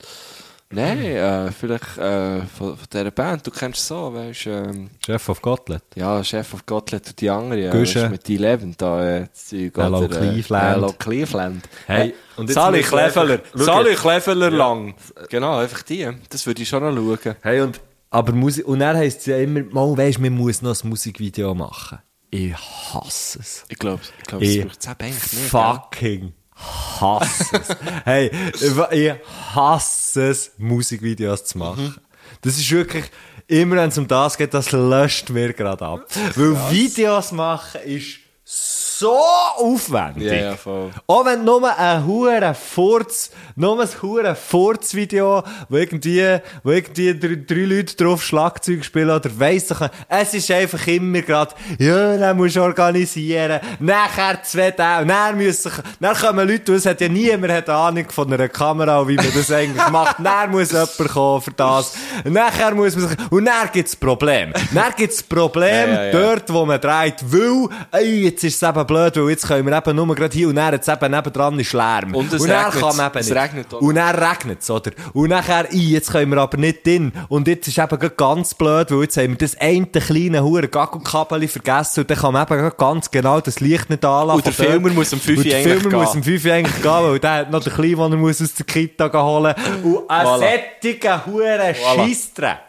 G: Nein, äh, vielleicht äh, von, von dieser Band, du kennst so, weißt du, ähm,
F: Chef of Gottlet.
G: ja, Chef of Gottlet und die anderen, äh,
F: Guschen.
G: weißt du, mit die Leben da, äh, das Zeug,
F: Hello
G: oder, äh,
F: Cleveland.
G: Hello Cleveland.
F: Hey,
G: Äh,
F: und jetzt
G: Sally
F: müssen wir
G: Kleveler,
F: einfach- Schau
G: Sally
F: jetzt.
G: Kleveler lang. Genau, einfach die, das würde ich schon noch schauen.
F: Hey, und, aber Musik, und dann heisst es ja immer, mal weisst, man muss noch ein Musikvideo machen. Ich hasse es.
G: Ich glaube, ich glaube, es
F: Ich
G: braucht es eben eigentlich nicht.
F: fucking hasse es. hey, ich- ich hasse es, Musikvideos zu machen.
G: Mhm.
F: Das ist wirklich, immer wenn es um das geht, das löscht mir gerade ab. Weil Videos machen ist so aufwendig.
G: Ja, ja, voll.
F: Auch wenn nur ein hure Furz, nur ein hure Furz-Video, wo irgendwie, wo irgendwie drei, drei Leute drauf Schlagzeug spielen oder weiss doch, es ist einfach immer grad, ja, dann musst du organisieren, nachher zwei Tage, dann müssen, sich- dann kommen Leute, und es hat ja niemand hat Ahnung von einer Kamera, und wie man das eigentlich macht, dann muss jemand kommen für das, nachher muss man sich, und dann gibt's Problem. Dann gibt's Problem,
G: Ja, ja, ja.
F: dort, dort, wo man dreht, weil, ey, jetzt ist es eben blöd, weil jetzt können wir eben nur gerade hier und dann jetzt eben nebendran ist Lärm.
G: Und es
F: dann
G: regnet.
F: kann man eben
G: Es
F: nicht.
G: regnet auch.
F: Und dann regnet es, oder? Und nachher, ey, jetzt können wir aber nicht drin. Und jetzt ist eben gerade ganz blöd, weil jetzt haben wir das eine kleine hure Gaggelkabel vergessen und dann kann man eben gerade ganz genau das Licht nicht anlassen.
G: Und der
F: von dort.
G: Filmer muss um fünf
F: Und der
G: eigentlich
F: Filmer
G: gehen.
F: muss um 5 Uhr eigentlich gehen, weil der hat noch den Kleinen, den er muss aus der Kita gehen holen Und ein
G: Voilà.
F: sättiger hure
G: Voilà.
F: Scheissdreck.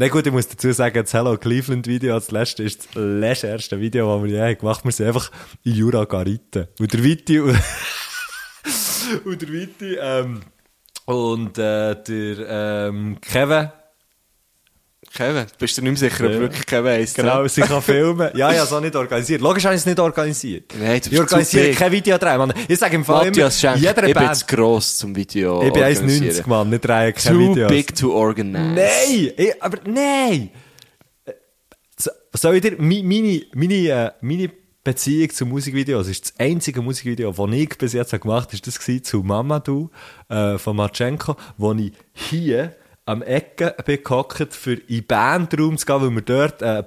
F: Na gut, ich muss dazu sagen, das Hello Cleveland Video, das letzte, ist das letzte Video, das wir je haben gemacht haben. Wir sind einfach in Jura geritten. Und der Viti, und der Viti, ähm, und, äh, der, ähm, Kevin,
G: Kevin, bist du dir nicht mehr sicher, ob
F: Ja.
G: wirklich ne? Kevin heisst?
F: genau,
G: hä?
F: sie kann filmen. Ja, ja, so nicht organisiert. Logisch habe ich es nicht organisiert.
G: Nein, du bist
F: ich
G: zu
F: organisiere
G: big.
F: kein Video dran, Mann. Ich sage im Fall
G: Matthias
F: immer,
G: Schenk, ich
F: jeder
G: bin
F: Band,
G: zu gross zum Video
F: ich bin
G: organisieren.
F: 1,90, Mann, nicht drei, kein
G: Too
F: Videos.
G: big to organize.
F: Nein! Ich, aber nein! Äh, so- Soll ich dir, mi- meine, meine, äh, meine Beziehung zu Musikvideos ist das einzige Musikvideo, das ich bis jetzt habe gemacht habe, ist das gewesen, zu Mamadou äh, von Marchenko, wo ich hier am Ecke bin gehockt, für in den Bandraum zu gehen, weil wir dort äh,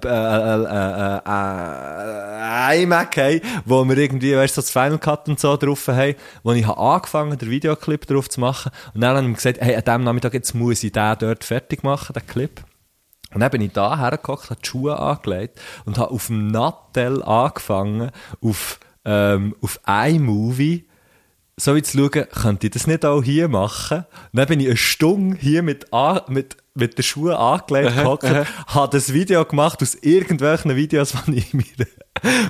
F: äh, äh, äh, äh, iMac haben, wo wir irgendwie, weißt du, so das Final Cut und so drauf haben, wo ich habe angefangen den Videoclip drauf zu machen. Und dann haben wir gesagt, hey, an diesem Nachmittag jetzt muss ich den dort fertig machen, den Clip. Und dann bin ich da hergekocht, habe die Schuhe angelegt und habe auf dem Nattel angefangen, auf, ähm, auf iMovie, so wie zu schauen, könnte ich das nicht auch hier machen? Und dann bin ich eine Stunde hier mit, an, mit, mit den Schuhen angelegt, gehockt, habe das Video gemacht aus irgendwelchen Videos, die ich mir, die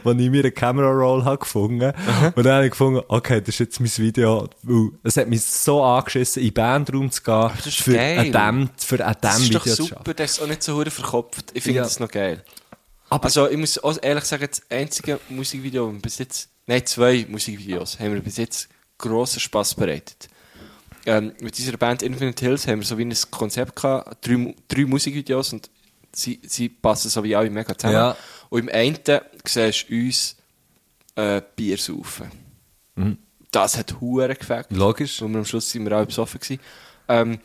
F: ich mir einen Camera Roll habe gefunden Und dann habe ich gefunden, okay, das ist jetzt mein Video. Weil Es hat mich so angeschissen, in den Bandraum zu gehen,
G: das ist
F: für
G: geil.
F: an dem, für an
G: Das
F: dem
G: ist doch
F: Video zu arbeiten.
G: super, das ist auch nicht so hure verkopft. Ich finde
F: Ja.
G: das noch geil.
F: Aber-
G: also ich muss auch ehrlich sagen, das einzige Musikvideo, das wir bis jetzt, nein, zwei Musikvideos, haben wir bis jetzt grossen Spass bereitet. Ähm, mit dieser Band Infinite Hills haben wir so wie ein Konzept gehabt, drei, drei Musikvideos und sie, sie passen so wie alle mega zusammen.
F: Ja.
G: Und im einen siehst du uns äh, Bier saufen. Das hat Huren gefällt.
F: Mhm. Logisch.
G: Und am Schluss sind wir auch besoffen gewesen. Ähm,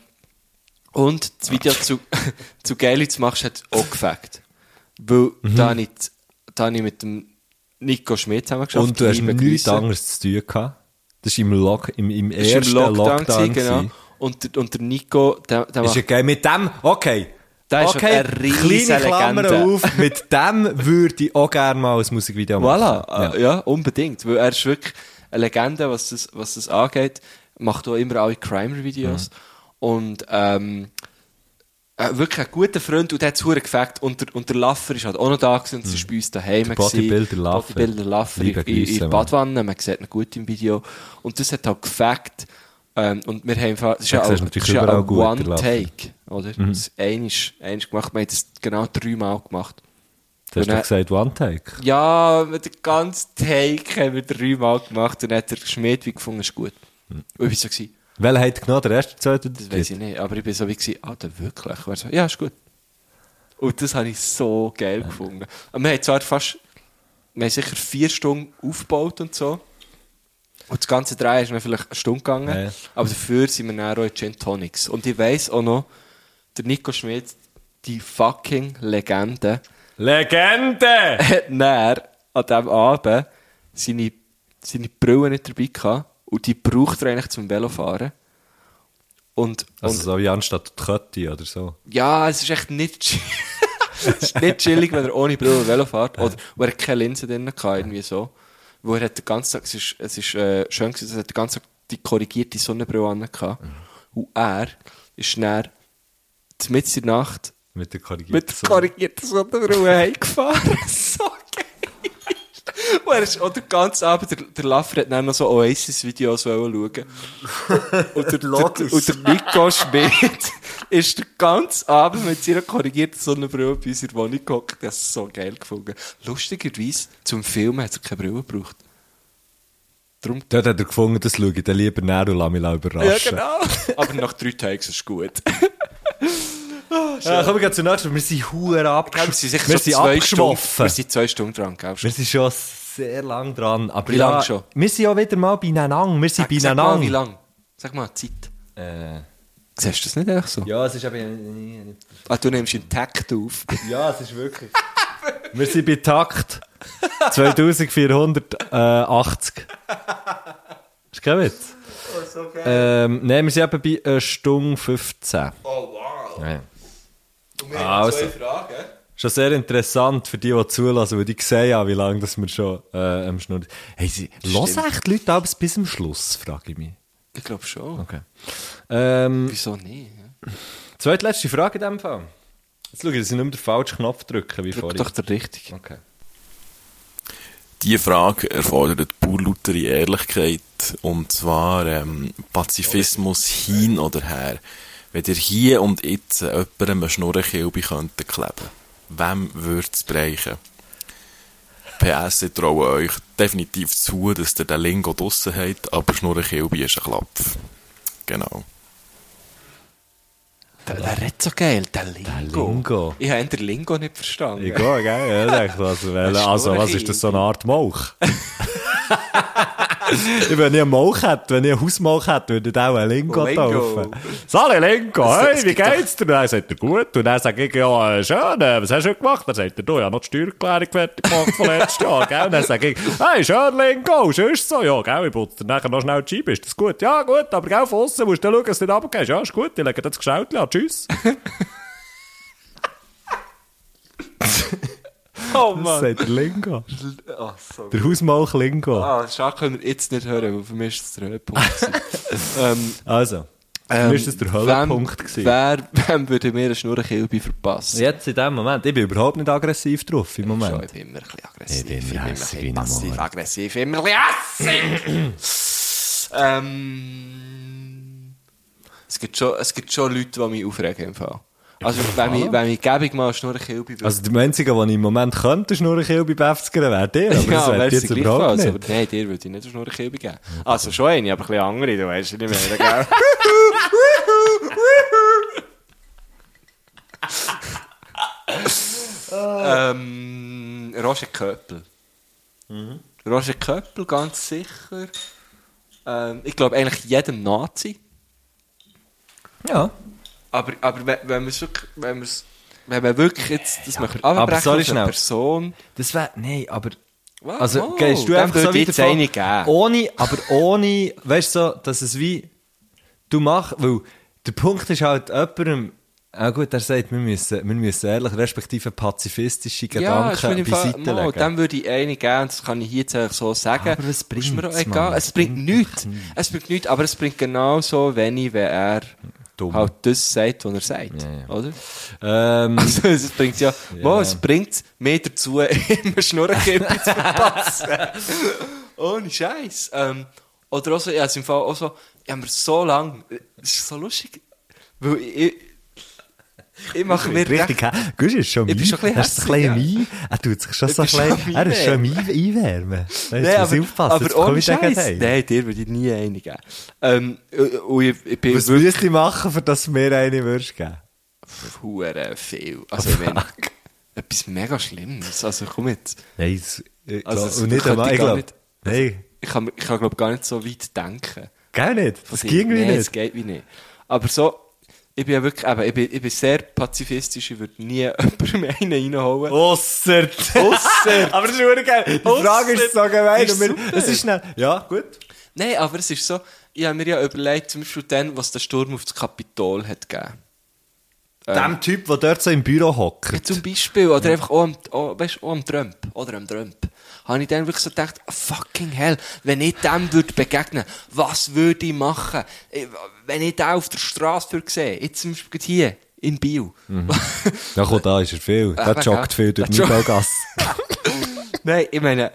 G: und das Video zu, zu Geilitz machst, hat auch gefällt. Weil
F: Mhm.
G: da habe ich, da habe ich mit dem Nico Schmidt zusammen geschafft.
F: Und du hast
G: Liebe
F: nichts
G: Grüße.
F: anderes zu tun gehabt. Das ist im, Log, im, im
G: Das
F: ersten
G: war im
F: Lockdown.
G: Lockdown, gewesen,
F: gewesen.
G: genau. Und, der- und der Nico, der, der
F: Ist ja
G: macht,
F: geil. Mit dem, okay.
G: Der ist
F: okay,
G: eine riesen
F: kleine Klammer
G: Legende.
F: auf. Mit dem würde ich auch gerne mal ein Musikvideo machen.
G: voilà,
F: Ja.
G: äh, ja. unbedingt. Weil er ist wirklich eine Legende, was das, was das angeht. Macht auch immer alle Crime-Videos. Und, ähm, äh, wirklich ein guter Freund und der hat es verdammt gefällt. Und der, und der Laffer ist halt auch noch da gewesen und es ist bei uns daheim.
F: Mhm. Bodybuilder
G: gewesen.
F: Laffer.
G: Bodybuilder Laffer in,
F: Liebe
G: in, in
F: Grüße,
G: der
F: Mann.
G: Badwanne, man sieht ihn gut im Video. Und das hat halt gefällt. Ähm, und wir haben einfach, es ist
F: Ja,
G: ja auch,
F: siehst
G: es
F: du natürlich
G: ist ja
F: überall
G: auch
F: gut, der Laffer. Mhm.
G: One-Take, oder? Das einisch, einisch gemacht. Wir haben das genau dreimal gemacht.
F: Du hast doch
G: Und dann-
F: gesagt, One Take.
G: ja, mit dem ganzen Take haben wir dreimal gemacht und dann hat der Schmied wie gefunden, ist gut.
F: Hm.
G: Und ich war so, gewesen,
F: Welcher hat genau der erste, zweite?
G: das weiß ich nicht, aber ich bin so wie, gewesen, ah, der wirklich? Und er so, ja, ist gut. Und das habe ich so geil gefunden. Und wir haben zwar fast, wir haben sicher vier Stunden aufgebaut und so. Und das ganze Drei ist dann vielleicht eine Stunde gegangen.
F: Ja.
G: Aber dafür sind wir dann auch in Gin Tonics. Und ich weiss auch noch, der Nico Schmied, die fucking Legende,
F: Legende!
G: hat näher an diesem Abend seine, seine Brille nicht dabei gehabt. Und die braucht er eigentlich zum Velofahren. Und,
F: Also
G: und
F: so wie anstatt der Kötti oder so.
G: ja, es ist echt nicht, chi- es ist nicht chillig, wenn er ohne Brille Velo fährt. Oder wo er keine Linse drin hatte, irgendwie so. Wo er hat den ganzen Tag, es ist, es ist äh, schön gewesen, er hat den ganzen Tag die korrigierte Sonnenbrille an. gehabt. Und er ist dann, mitten in der Nacht,
F: Mit der Korrigierung.
G: mit der korrigierten Sonnenbrille heimgefahren. so geil. Und er ist auch den ganzen Abend, der, der Laffer hat dann noch so Oasis-Videos wollen schauen. Und der, der, und der Nico Schmidt ist den ganzen Abend mit seiner korrigierten Sonnenbrille bei uns in der Wohnung gehockt. Das ist so geil gefunden. Lustigerweise, zum Filmen hat er keine Brille gebraucht. Darum
F: Dort hat er gefunden, das schaue ich dann lieber näher und lass mich überraschen.
G: genau. Aber nach drei Tagen ist es gut.
F: Äh, kommen wir gleich zur nächsten. Wir sind Huren
G: Wir
F: abgeschmoffen.
G: sind sicher so zwei Stunden, wir sind zwei Stunden dran, gell?
F: Wir sind schon sehr lang dran. Aber
G: Wie
F: ja,
G: lang schon?
F: Wir sind ja wieder mal beieinander. Wir sind
G: Sag, sag mal,
F: beieinander.
G: wie lang? Sag mal, Zeit.
F: Äh,
G: Siehst du das nicht echt so?
F: ja, es ist eben.
G: Ah, du nimmst ihn Takt auf.
F: Ja, es ist wirklich. wir sind bei Takt 2480. Ist kein Witz.
G: Oh,
F: Ähm, nein, wir sind eben bei äh, Stunde 15. Oh wow. also,
G: Fragen.
F: schon sehr interessant für die, die zulassen, weil die sehen ja, wie lange das wir schon äh, am Schnurren sind. Hey, sie- hören echt die Leute ab bis zum Schluss, frage ich mich.
G: Ich glaube schon.
F: Okay. Ähm,
G: Wieso nicht? Ja?
F: zweitletzte Frage in diesem Fall. Jetzt schau ich, dass ich nicht mehr den falschen Knopf drücke, wie
G: Drück
F: vorhin.
G: doch der richtige.
F: Okay.
B: Die Frage erfordert pur lautere Ehrlichkeit. Und zwar ähm, Pazifismus hin oder her. Wenn ihr hier und jetzt jemandem eine Schnurrenkilbe könntet kleben, wem würde es brechen? PS, ich traue euch definitiv zu, dass ihr den Lingo draussen habt, aber Schnurrenkilbe ist ein Klapf. Genau.
G: Der, der redet so geil, der Lingo.
F: Lingo.
G: Ich habe den Lingo nicht verstanden.
F: Ich gehe, gell? Ja, ich denke, was, weil,
G: Ein
F: also, was
G: Schnurrchen.
F: ist das so eine Art Mauch? wenn ich einen Molch hätte, wenn ich einen Hausmolch hätte, würde ich auch einen Lingo
G: Lingo.
F: taufen. Sali Lingo, hey, wie geht's dir? Und dann sagt er, gut. Und dann sage ich, ja, äh, schön, äh, was hast du heute gemacht? Dann sagt er, du, ich habe noch die Steuererklärung fertig gemacht von letztem Jahr, gell? Und dann sage ich, hey, schön Lingo, sonst so, ja, gell, ich putze dir nachher noch schnell die Scheibe, ist das gut? Ja, gut, aber gell, von aussen musst du dann schauen, dass du nicht runtergehst. Ja, ist gut, ich lege dir das Geschäftchen an, tschüss.
G: Oh
F: Das
G: Mann.
F: sagt der Lingo.
G: Oh, sorry.
F: Der Hausmolch Lingo.
G: Ah, Schach können wir jetzt nicht hören, weil für mich ist es der Höhepunkt. gewesen. ähm,
F: Also, für mich war das der Höhepunkt.
G: Wem,
F: gewesen.
G: Ähm, wer, wem würde mir eine Schnurrkilbe verpassen?
F: Jetzt in dem Moment, ich bin überhaupt nicht aggressiv drauf im
G: Schon, ich
F: Moment.
G: bin immer ein bisschen aggressiv.
F: Ich bin
G: immer ein
F: hässig wie
G: bisschen
F: ein
G: passiv,
F: Mord.
G: aggressiv, immer ein bisschen hässig. ähm, Ehm, es, gibt schon, es gibt schon Leute, die mich aufregen im Fall. Also, wenn ich, wenn ich gäbig mal eine Schnurrkilbe würde.
F: Also, der Einzige, den ich im Moment könnte, ist nur ein Kiel bei 50 wäre der. Aber das wäre
G: wär's
F: jetzt
G: die
F: überhaupt
G: gleichfalls,
F: nicht.
G: Aber nein, dir würde ich nicht eine Schnurrkilbe geben. Also schon eine, aber ein bisschen andere, du weißt nicht mehr, gell? ähm, Roger Köppel.
F: Mhm.
G: Roger Köppel, ganz sicher. Ähm, ich glaube eigentlich jedem Nazi.
F: Ja.
G: Aber, aber wenn wenn wir es wirklich... Wenn wir es- wenn man dus- wirklich jetzt das möchte
F: aber
G: abbrechen
F: sorry,
G: auf eine
F: schnell.
G: Person...
F: Das wäre, nein, aber,
G: Wow,
F: also,
G: wow,
F: gehst du
G: dem
F: einfach so
G: würde ich
F: wieder
G: jetzt eine geben.
F: ohne, aber ohne, weißt du, so, dass es wie, du machst, weil der Punkt ist halt jemandem, ah gut, er sagt, wir müssen, wir müssen ehrlich, respektive pazifistische
G: das bin
F: Gedanken
G: ich im Fall-
F: beiseite
G: Mal,
F: legen.
G: Dem würde ich eine geben, das kann ich hier jetzt eigentlich so sagen.
F: Aber es
G: Ist
F: bringt's,
G: mir auch
F: Mann,
G: egal.
F: es
G: Es bringt
F: bringt
G: nichts. Es bringt nichts, aber es bringt genauso wenig, wenn er
F: Dumm.
G: halt das sagt, was er sagt.
F: ja.
G: Oder?
F: Ähm,
G: Also, es bringt ja, Mal, es bringt mehr dazu, immer Schnurrkippen zu verpassen. Ohne Scheiß. Ähm, oder auch so, ja, es im Fall auch so, ich habe mir so lange, es ist so lustig, weil ich, ich, ich mache mir
F: richtig, hä? Gusch ist schon
G: Ich bin
F: mein-
G: schon ein bisschen
F: er ist ein
G: hässlich,
F: bisschen mein- Er tut sich schon
G: Ich
F: so ein
G: bin schon
F: bisschen,
G: am
F: er ist schon mein Einwärmen. Weißt du,
G: Nein,
F: muss ich aufpassen,
G: aber
F: jetzt komme
G: ohne
F: ich dagegen
G: Scheiß.
F: heim.
G: Nein, dir würde ich nie eine geben. Ähm, und ich, ich bin
F: Was müsste ich machen, für dass du mir eine würdest geben?
G: hure viel. Also ich meine, etwas mega Schlimmes. Also komm jetzt.
F: Nein, das, ich
G: Also,
F: glaub-
G: das
F: und nicht
G: könnte
F: einmal,
G: ich
F: ich
G: gar
F: glaube,
G: nicht.
F: nein,
G: Ich kann, ich kann glaube gar nicht so weit denken.
F: gar nicht, das
G: Also,
F: ging wie
G: nein, Das
F: nicht.
G: geht wie nicht. Aber so, ich bin ja wirklich, eben, ich, bin, ich bin sehr pazifistisch, ich würde nie jemandem einen reinholen.
F: Oh. Ausser,
G: Ausser-
F: aber das ist wirklich geil, die Frage ist so gemein,
G: Ist
F: und wir-
G: super.
F: es ist schnell, ja, gut.
G: Nein, aber es ist so, ich habe mir ja überlegt, zum Beispiel dann, was der Sturm auf das Kapitol hat gegeben.
F: Dem Typ, der dort so im Büro
G: Ja,
F: hockt.
G: zum Beispiel, oder einfach auch am, auch, weißt, auch am Trump, oder am Trump, habe ich dann wirklich so gedacht, fucking hell, wenn ich dem würde begegnen, was würde ich machen, Ich- wenn ich den auf der Straße würde sehen, jetzt zum Beispiel hier, in Biel.
F: Mhm. Ja, komm, da ist er viel,
G: Eben,
F: der joggt
G: gell?
F: viel durch
G: Der
F: die
G: joggt-
F: Mittelgasse.
G: Nein, ich meine,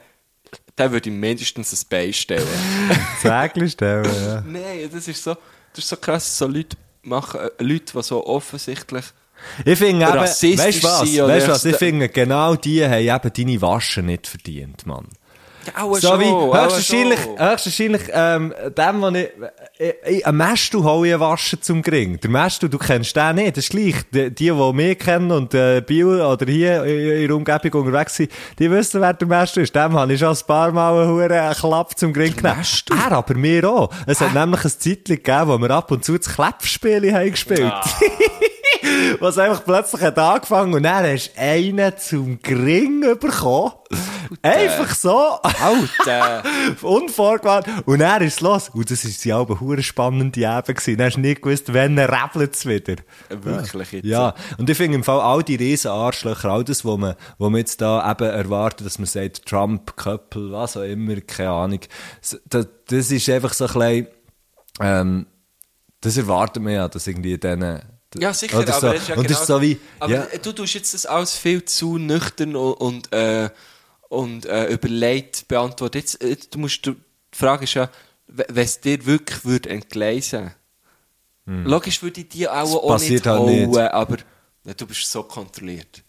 G: dann würde ich mindestens ein Bein stellen.
F: Sägel stellen, ja.
G: Nein, das ist so, das ist so krass, so Leute machen, äh, Leute, die so offensichtlich,
F: Ich finde eben, weißt
G: Rassistisch
F: du was,
G: sein oder
F: weißt du was, ich
G: echt-
F: finde, genau die haben eben deine Waschen nicht verdient, Mann.
G: ja, auch
F: So
G: Oh, schon, oh,
F: wie
G: auch
F: höchstwahrscheinlich,
G: schon.
F: höchstwahrscheinlich ähm, dem, den ich... äh, ich, ich einen Mestu hole ich waschen zum Gring. Der Mestu, du kennst den nicht, das ist gleich. Die, die, die mich kennen und äh, Biel oder hier in der Umgebung unterwegs sind, die wissen, wer der Mestu ist. Dem habe ich schon ein paar Mal einen huren Klapp zum Gring genommen. Er, aber mir auch. Es hat nämlich ein Zeitchen gegeben, wo wir ab und zu das Kleppspiel haben gespielt
G: Ah.
F: was einfach plötzlich hat angefangen und dann hast du einen zum Gring bekommen. Einfach so.
G: Alter.
F: Unvorgewarnt. Und dann ist es los. Und das ist ja auch eine hure spannende Ebene gewesen. Dann hast du nicht gewusst, wann rappelt es wieder.
G: Wirklich jetzt.
F: Ja, und ich finde im Fall all die riesen Arschlöcher, all das, wo man, wo man jetzt da eben erwartet, dass man sagt, Trump, Köppel, was auch immer, keine Ahnung. S- Das, das ist einfach so ein bisschen, ähm, das erwartet man ja, dass irgendwie denen...
G: Ja, sicher,
F: oder so.
G: aber das ist ja
F: Und das ist
G: genau-
F: so wie,
G: Aber
F: ja,
G: du tust jetzt das alles viel zu nüchtern und, und, äh, und äh, überlegt beantworten. Jetzt, äh, du musst, du, die Frage ist ja, we- wenn es dir wirklich würde entgleisen Logisch würde ich die auch, auch
F: Hm. passiert
G: nicht
F: halt
G: holen,
F: nicht.
G: aber ja, du bist so kontrolliert.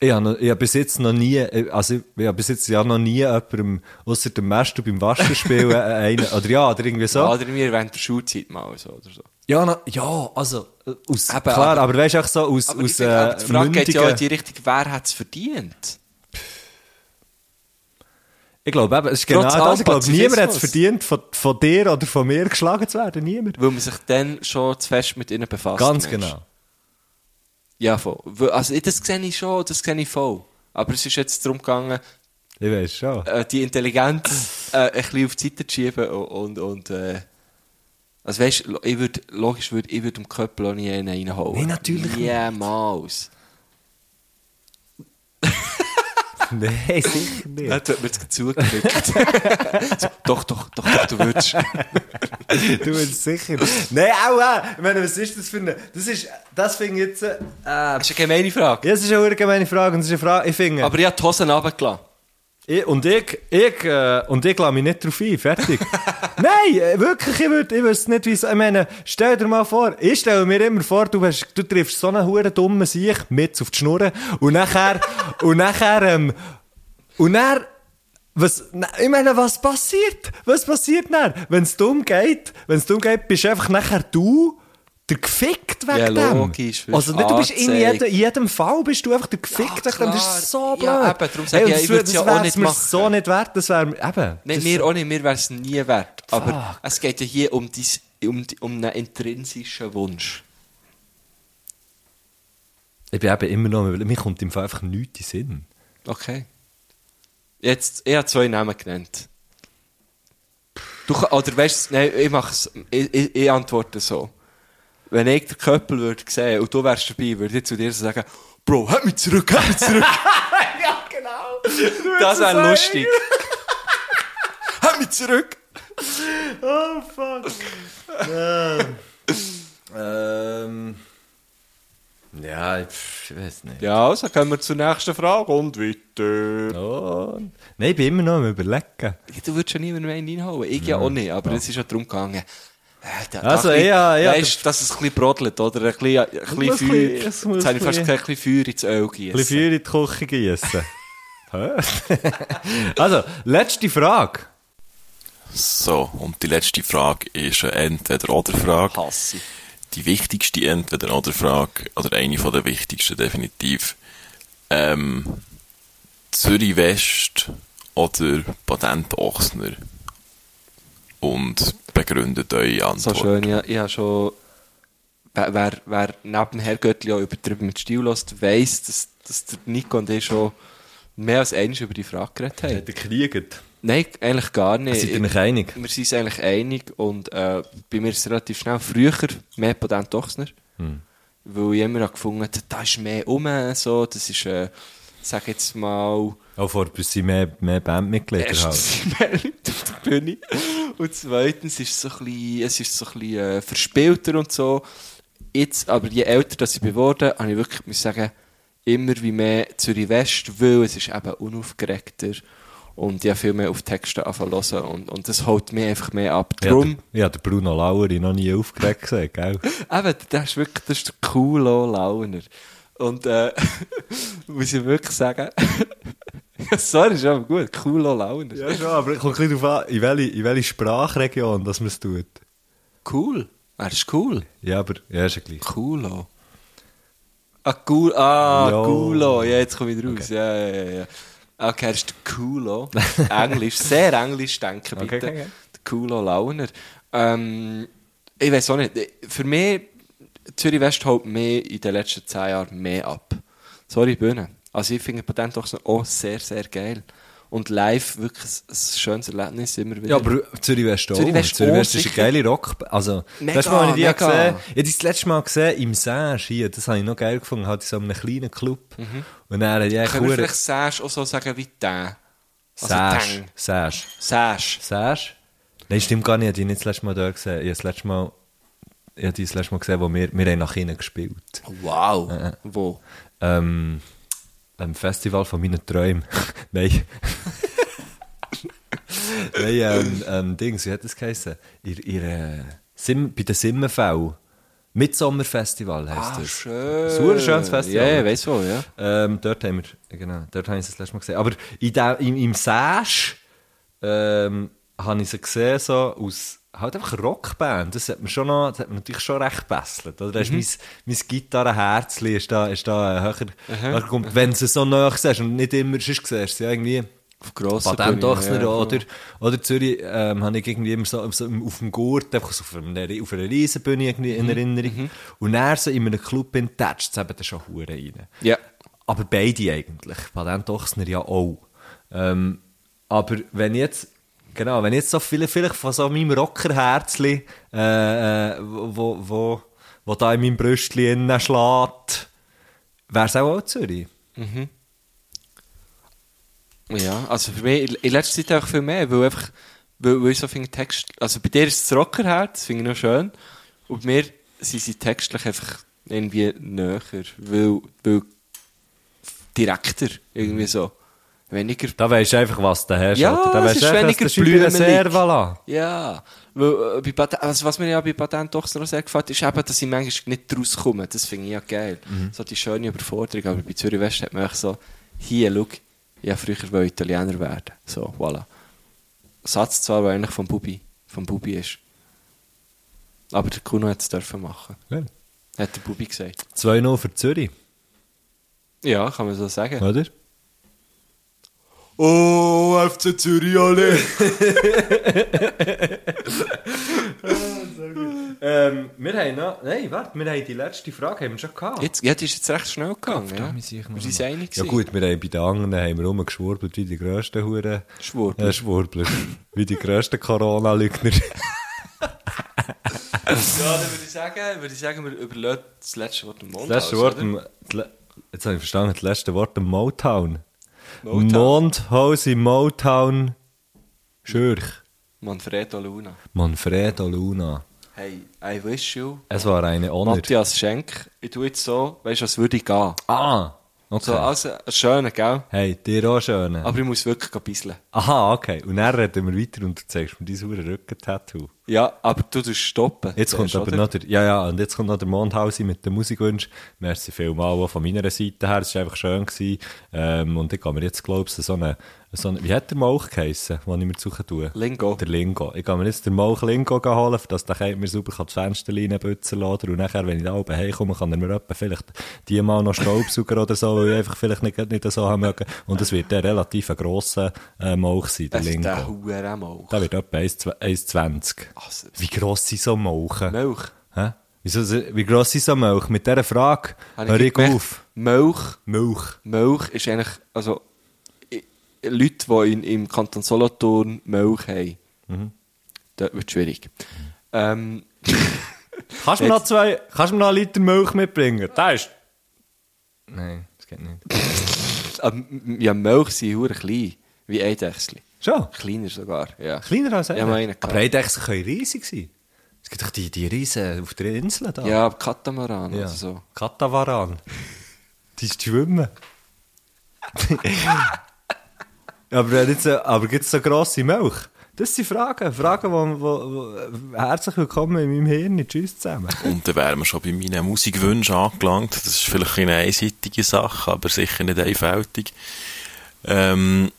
F: Ich habe, noch- ich habe bis jetzt noch nie, also ich, ich habe bis jetzt ja noch nie jemandem, außer dem Mestre beim Waschenspiel, äh, einen, oder ja, oder irgendwie so.
G: Oder mir während der Schulzeit mal so oder so.
F: Ja, na, ja, also, äh, aus,
G: Eben,
F: klar,
G: aber-
F: aber weißt du, auch so aus,
G: Aber halt,
F: aus
G: ich denke,
F: äh,
G: die Frage geht ja auch in
F: mündigen,
G: die Richtung, wer hat es verdient?
F: Ich glaube eben, es ist
G: Trotz
F: genau das. Ich glaube, niemand hat es
G: Pazifismus.
F: verdient, von, von dir oder von mir geschlagen zu werden. Niemand.
G: Weil man sich dann schon zu fest mit ihnen befasst.
F: Ganz
G: Mensch.
F: genau.
G: Ja, voll. Weil- Also, das sehe ich schon, das sehe ich voll. Aber es ist jetzt darum gegangen,
F: Ich weiß schon.
G: äh, die Intelligenz äh, ein bisschen auf die Seite zu schieben und, und, und äh, also weißt, ich würde, logisch würde ich würd dem Köppel auch nie einen reinhauen.
F: Nein, natürlich
G: Niemals.
F: Nein, sicher nicht.
G: Dann wird mir jetzt zugeklickt. so, doch, doch, doch, doch, du würdest.
F: Du bist sicher. Nein, auch, äh, ich meine, was ist das für eine... Das ist... Das finde ich jetzt... Äh, ja,
G: Ah, Das ist eine gemeine Frage.
F: es ist eine allgemeine Frage und es ist eine Frage... Ich finde...
G: Aber ich habe die Hosen runtergelassen.
F: Ich, und ich... ich äh, und ich lasse mich nicht drauf ein. Fertig. Nein, äh, wirklich, ich würde... Ich weiß nicht, wie es... Ich meine, stell dir mal vor... Ich stelle mir immer vor, du, hast, du triffst so einen huren dummen Sieg mit auf die Schnurren und nachher... und nachher... Ähm, und dann... Was, nou, na, ich meine, was passiert? Was passiert dann? Wenn es dumm geht, wenn's dumm geht, bist einfach nachher du der Gefickt wegen
G: Ja,
F: dem.
G: logisch, dus wirst
F: also nicht, du bist in
G: angezeigt.
F: jedem, in jedem Fall bist du einfach der Gefickt
G: Ja,
F: wegen dem. Das
G: Ah, klar.
F: ist so blöd.
G: Ja, eben, darum sag ich ja,
F: das
G: ich würd's
F: das
G: ja auch
F: wär's
G: nicht
F: mir
G: machen.
F: so nicht wert. Das wäre, eben.
G: Nein,
F: das,
G: mir auch nicht, mir wäre es nie wert. Aber es geht ja hier um, dies, um, die- um einen intrinsischen Wunsch.
F: Ich bin eben immer noch, mir kommt im Fall einfach nichts in den Sinn.
G: Okay. Jetzt, ich habe zwei Namen genannt. Du, kann- oder weißt du, nein, ich mach's, ich, ich, ich antworte so. Wenn ich den Köppel würde sehen und du wärst dabei, würde ich zu dir so sagen, Bro, hör mich zurück, hör mich zurück. das wäre lustig. hör mich zurück.
F: Ähm. Ja, ich, ich weiß nicht.
G: Ja, also kommen wir zur nächsten Frage und weiter.
F: Oh. Nein, ich bin immer noch am Überlegen.
G: Du würdest ja niemanden mehr reinhauen. Ich ja auch nicht, aber es ist ja darum gegangen. Äh, da- da
F: Also,
G: ein bisschen-
F: ja, ja,
G: Weißt, dass es ein bisschen brodelt, oder? Ein bisschen, ein bisschen
F: muss ein
G: Feuer.
F: bisschen- es muss
G: Jetzt habe ich
F: ein
G: fast
F: bisschen-
G: gesagt, ein bisschen Feuer ins Öl gießen.
F: Ein bisschen Feuer in die Küche gießen. also, letzte Frage.
B: So, und die letzte Frage ist eine Entweder-oder-Frage.
G: Hasse.
B: Die wichtigste Entweder-oder-Frage, oder eine von der wichtigsten definitiv. Ähm, Zürich West oder Patent Ochsner? Und begründet eure
G: So
B: Antwort.
G: schön, ja. Ich habe schon. Wer, wer, wer neben dem Herr Göttli auch übertrieben mit Stil lässt, weiss, dass, dass der Nico und ich schon mehr als eins über die Frage geredet haben.
F: Der kriegt.
G: Nein, eigentlich gar nicht.
F: Seid
G: Ich-
F: ihr nicht einig?
G: Wir sind uns eigentlich einig und äh, bei mir ist es relativ schnell früher mehr Patent Ochsner.
F: Hm.
G: Weil ich immer auch gefunden habe, da ist mehr um, so, das ist, äh, sag jetzt mal,
F: Auch vor, bis sie mehr, mehr Bandmitglieder haben.
G: erstens sind mehr Leute auf der Bühne und zweitens ist es so ein bisschen, es ist so ein bisschen äh, verspielter und so. Jetzt, aber je älter dass ich bin geworden, habe ich wirklich, muss ich sagen, immer wie mehr Zürich West, weil es ist eben unaufgeregter und ich habe viel mehr auf Texte anfangen zu hören und, und das holt mich einfach mehr ab. Drum,
F: Ja, der Bruno Laueri noch nie aufgeregt gesehen, gell?
G: Eben, das ist wirklich das ist der coole Launer. Und äh, muss ich wirklich sagen, sorry, ist aber gut, coole Launer.
F: Ja, schon, aber es kommt ein bisschen darauf an, in welche, in welche Sprachregion das man es tut.
G: Cool, er ist cool.
F: Ja, aber, ja, ist ja gleich.
G: Coolo. Ah, cool, ah,
F: Jo.
G: Coolo, ja, jetzt komme ich raus. Ja, ja, ja, ja. Ah, Okay, er ist der Coolo. Englisch, sehr Englisch denken, bitte.
F: Okay, okay, okay.
G: Der Coolo Launer. Ähm, ich weiß auch nicht, für mich, Zürich West holt mehr in den letzten zehn Jahren mehr ab. Sorry, Bühne. Also, ich finde Patent doch auch sehr, sehr geil. Und live wirklich ein, ein schönes Erlebnis immer wieder.
F: Ja, aber Zürich West auch.
G: Zürich West
F: Zürich West
G: auch,
F: ist eine
G: sicher.
F: geile Rock. Also,
G: Mega,
F: letztes Mal, als ich die
G: mega.
F: gesehen habe, ich habe die das letzte Mal gesehen im Serge hier. Das habe ich noch geil gefunden, halt in so einem kleinen Club. Und dann, ja,
G: Mhm. Können wir
F: cool.
G: vielleicht Sage auch so sagen wie der?
F: Serge. Serge.
G: Sage.
F: Serge? Nein, stimmt gar nicht. Ich habe die nicht das letzte Mal da gesehen. Ich habe das letzte Mal, ich habe die das letzte Mal gesehen, wo wir, wir haben nach hinten gespielt.
G: Wow. Wo?
F: Ähm, am Festival von meinen Träumen. Nein. Nein, ähm, ähm, Dings, wie hat das geheißen? Ihr, ihr, äh, Sim, bei den Simmenfell. Midsommerfestival heisst das.
G: Ah, schön.
F: Ein super schönes Festival.
G: Ja, ich weiss wo, ja.
F: Ähm, dort haben wir, genau, dort habe ich sie das letzte Mal gesehen. Aber in dem, im, im Sash ähm, habe ich sie gesehen, so aus halt einfach Rockband. Das hat mir schon noch, das hat mir natürlich schon recht gebesselt. Oder? Da ist mein, mein Gitarrenherz ist da, ist da äh, höher, höher gekommen. Wenn du sie so nah siehst und nicht immer sonst siehst, du sie ja irgendwie
G: Auf grossen
F: Baden-Dochsner
G: Bühnen, ja,
F: oder, oder Zürich ähm, habe ich irgendwie immer so, so auf dem Gurt, einfach so auf einer, auf einer Riesenbühne irgendwie in Erinnerung. Und dann so in einem Club bin, tätscht es eben dann schon Huren rein.
G: Ja.
F: Aber beide eigentlich. Baden-Dochsner ja auch. Ähm, aber wenn jetzt, genau, wenn jetzt so viele, vielleicht von so meinem Rockerherzli, äh, äh, wo, wo, wo da in meinem Brüstchen innen schlägt, wäre es auch, auch Zürich.
G: Ja, also für mich in- in letzter Zeit auch viel mehr, weil einfach, weil, weil ich so finde, Text, also bei dir ist es Rockerherz, das finde ich noch schön, und bei mir sind sie textlich einfach irgendwie näher, weil, weil direkter, irgendwie so, weniger,
F: Da weisst du einfach, was du hast.
G: Ja,
F: oder? Da
G: es
F: weisst
G: ist
F: du einfach,
G: weniger
F: dass du bei
G: blümelig.
F: Reserve lässt.
G: ja, weil, äh, bei Patent, also was mir ja bei Patent doch noch sehr gefällt, ist eben, dass ich manchmal nicht rauskomme, das finde ich ja geil, so die schöne Überforderung, aber bei Zürich West hat man echt so, hier, schau, ja früher wollte Italiener werden, so, voilà. Satz zwar, der eigentlich vom Bubi, vom Bubi ist. Aber der Kuno hat es dürfen machen.
F: Ja.
G: Hat der Bubi gesagt.
F: 2-0 für Zürich,
G: Ja, kann man so sagen.
F: oder?
G: Oh, FC Zürich alle!
F: Ähm, wir haben noch... Nein, warte, wir haben die letzte Frage haben wir schon gehabt.
G: Jetzt, ja, das ist jetzt recht schnell gegangen. Ja. Wir sind uns einig.
F: Ja gut, wir haben bei den anderen haben wir rumgeschwurbelt wie die grössten Huren...
G: Schwurbler.
F: Äh, Schwurbler. wie die grössten Corona-Lügner.
G: Ja, dann würde ich sagen, würde ich sagen wir überlassen das letzte Wort im Mond.
F: Das letzte Wort... im- das le- Jetzt habe ich verstanden, das letzte Wort im Motown.
G: Motown.
F: Mondhose Motown... Schürch.
G: Manfredo Luna.
F: Manfredo Luna.
G: Hey, I wish you.
F: Es war eine Honor.
G: Matthias Schenk, ich tue jetzt so, weißt du, als würde ich gehen.
F: Ah, okay.
G: So, also, schön, gell?
F: Hey, dir auch schön.
G: Aber ich muss wirklich ein bisschen.
F: Aha, okay. Und dann reden wir weiter und du zeigst mir dein verdammte Rücken-Tattoo.
G: Ja, aber du tust stoppen.
F: Jetzt kommt
G: Zuerst,
F: aber
G: oder?
F: noch der, ja, ja, und jetzt kommt noch der Mondhausi mit dem Musikwunsch. Merci vielmals auch von meiner Seite her. Es war einfach schön. Gewesen. Ähm, und ich kann mir jetzt, glaube ich, so einen, so einen, wie hat der Mauch geheissen, den ich mir suchen tue?
G: Lingo.
F: Der Lingo. Ich kann mir jetzt den Mauch Lingo gehen holen, dass der Kind mir sauber kann die Fensterleine putzen lassen kann. Und nachher, wenn ich da oben heimkomme, kann er mir etwa vielleicht die mal noch Staubsauger oder so, weil ich einfach vielleicht nicht, nicht so haben mögen. Und es wird der relativ ein grosser äh, Mauch sein, der
G: Das ist der
F: Lingo.
G: Hurenmauch.
F: Der wird etwa 1,20. 1,20.
G: Also,
F: Wie gross sind so Mauchen?
G: Milch.
F: Hä? Wieso, wie gross ist so Milch? Mit dieser Frage
G: Hab
F: höre ich
G: gemerkt,
F: auf.
G: Milch,
F: Milch.
G: Milch ist eigentlich, also, i- Leute, die in, im Kanton Solothurn Milch haben,
F: Mhm.
G: das wird schwierig. Ähm,
F: Kannst du mir noch zwei, kannst du mir noch einen Liter Milch mitbringen? Da ist... Nein, das geht nicht.
G: ähm, ja, Milch sind hure klein, wie Eidechsel.
F: Schon?
G: Kleiner sogar, ja.
F: Kleiner als
G: Ja, mal einen gehabt.
F: Aber Eidechsen können riesig sein. Es gibt doch die, die Riesen auf der Insel da.
G: Ja, Katamaran
F: Ja.
G: oder so.
F: Katamaran. Die schwimmen. aber wenn jetzt, äh, aber gibt es so grosse Milch? Das sind Fragen. Fragen, wo, wo, wo, herzlich willkommen in meinem Hirn. Tschüss zusammen.
B: Und dann wären wir schon bei meinen Musikwünschen angelangt. Das ist vielleicht eine einseitige Sache, aber sicher nicht einfältig. Ähm,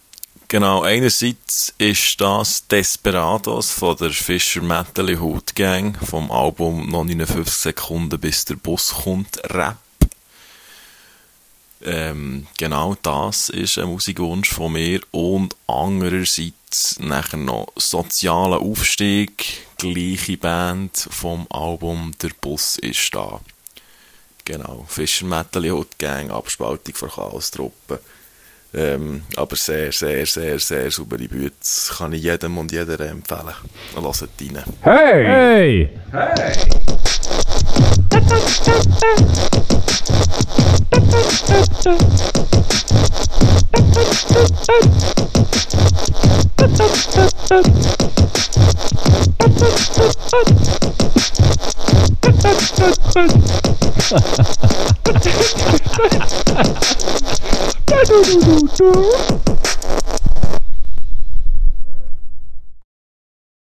B: genau, einerseits ist das Desperados von der Fischer Metal Hood Gang vom Album «Noch 59 Sekunden bis der Bus kommt» Rap. Ähm, genau das ist ein Musikwunsch von mir und andererseits nachher noch sozialer Aufstieg, gleiche Band vom Album Der Bus ist da. Genau, Fischer Metal Yacht Gang, Abspaltung von Chaos-Truppe. Ähm, aber sehr, sehr, sehr, sehr saubere Bütz kann ich jedem und jeder empfehlen. Lasst rein.
E: Hey!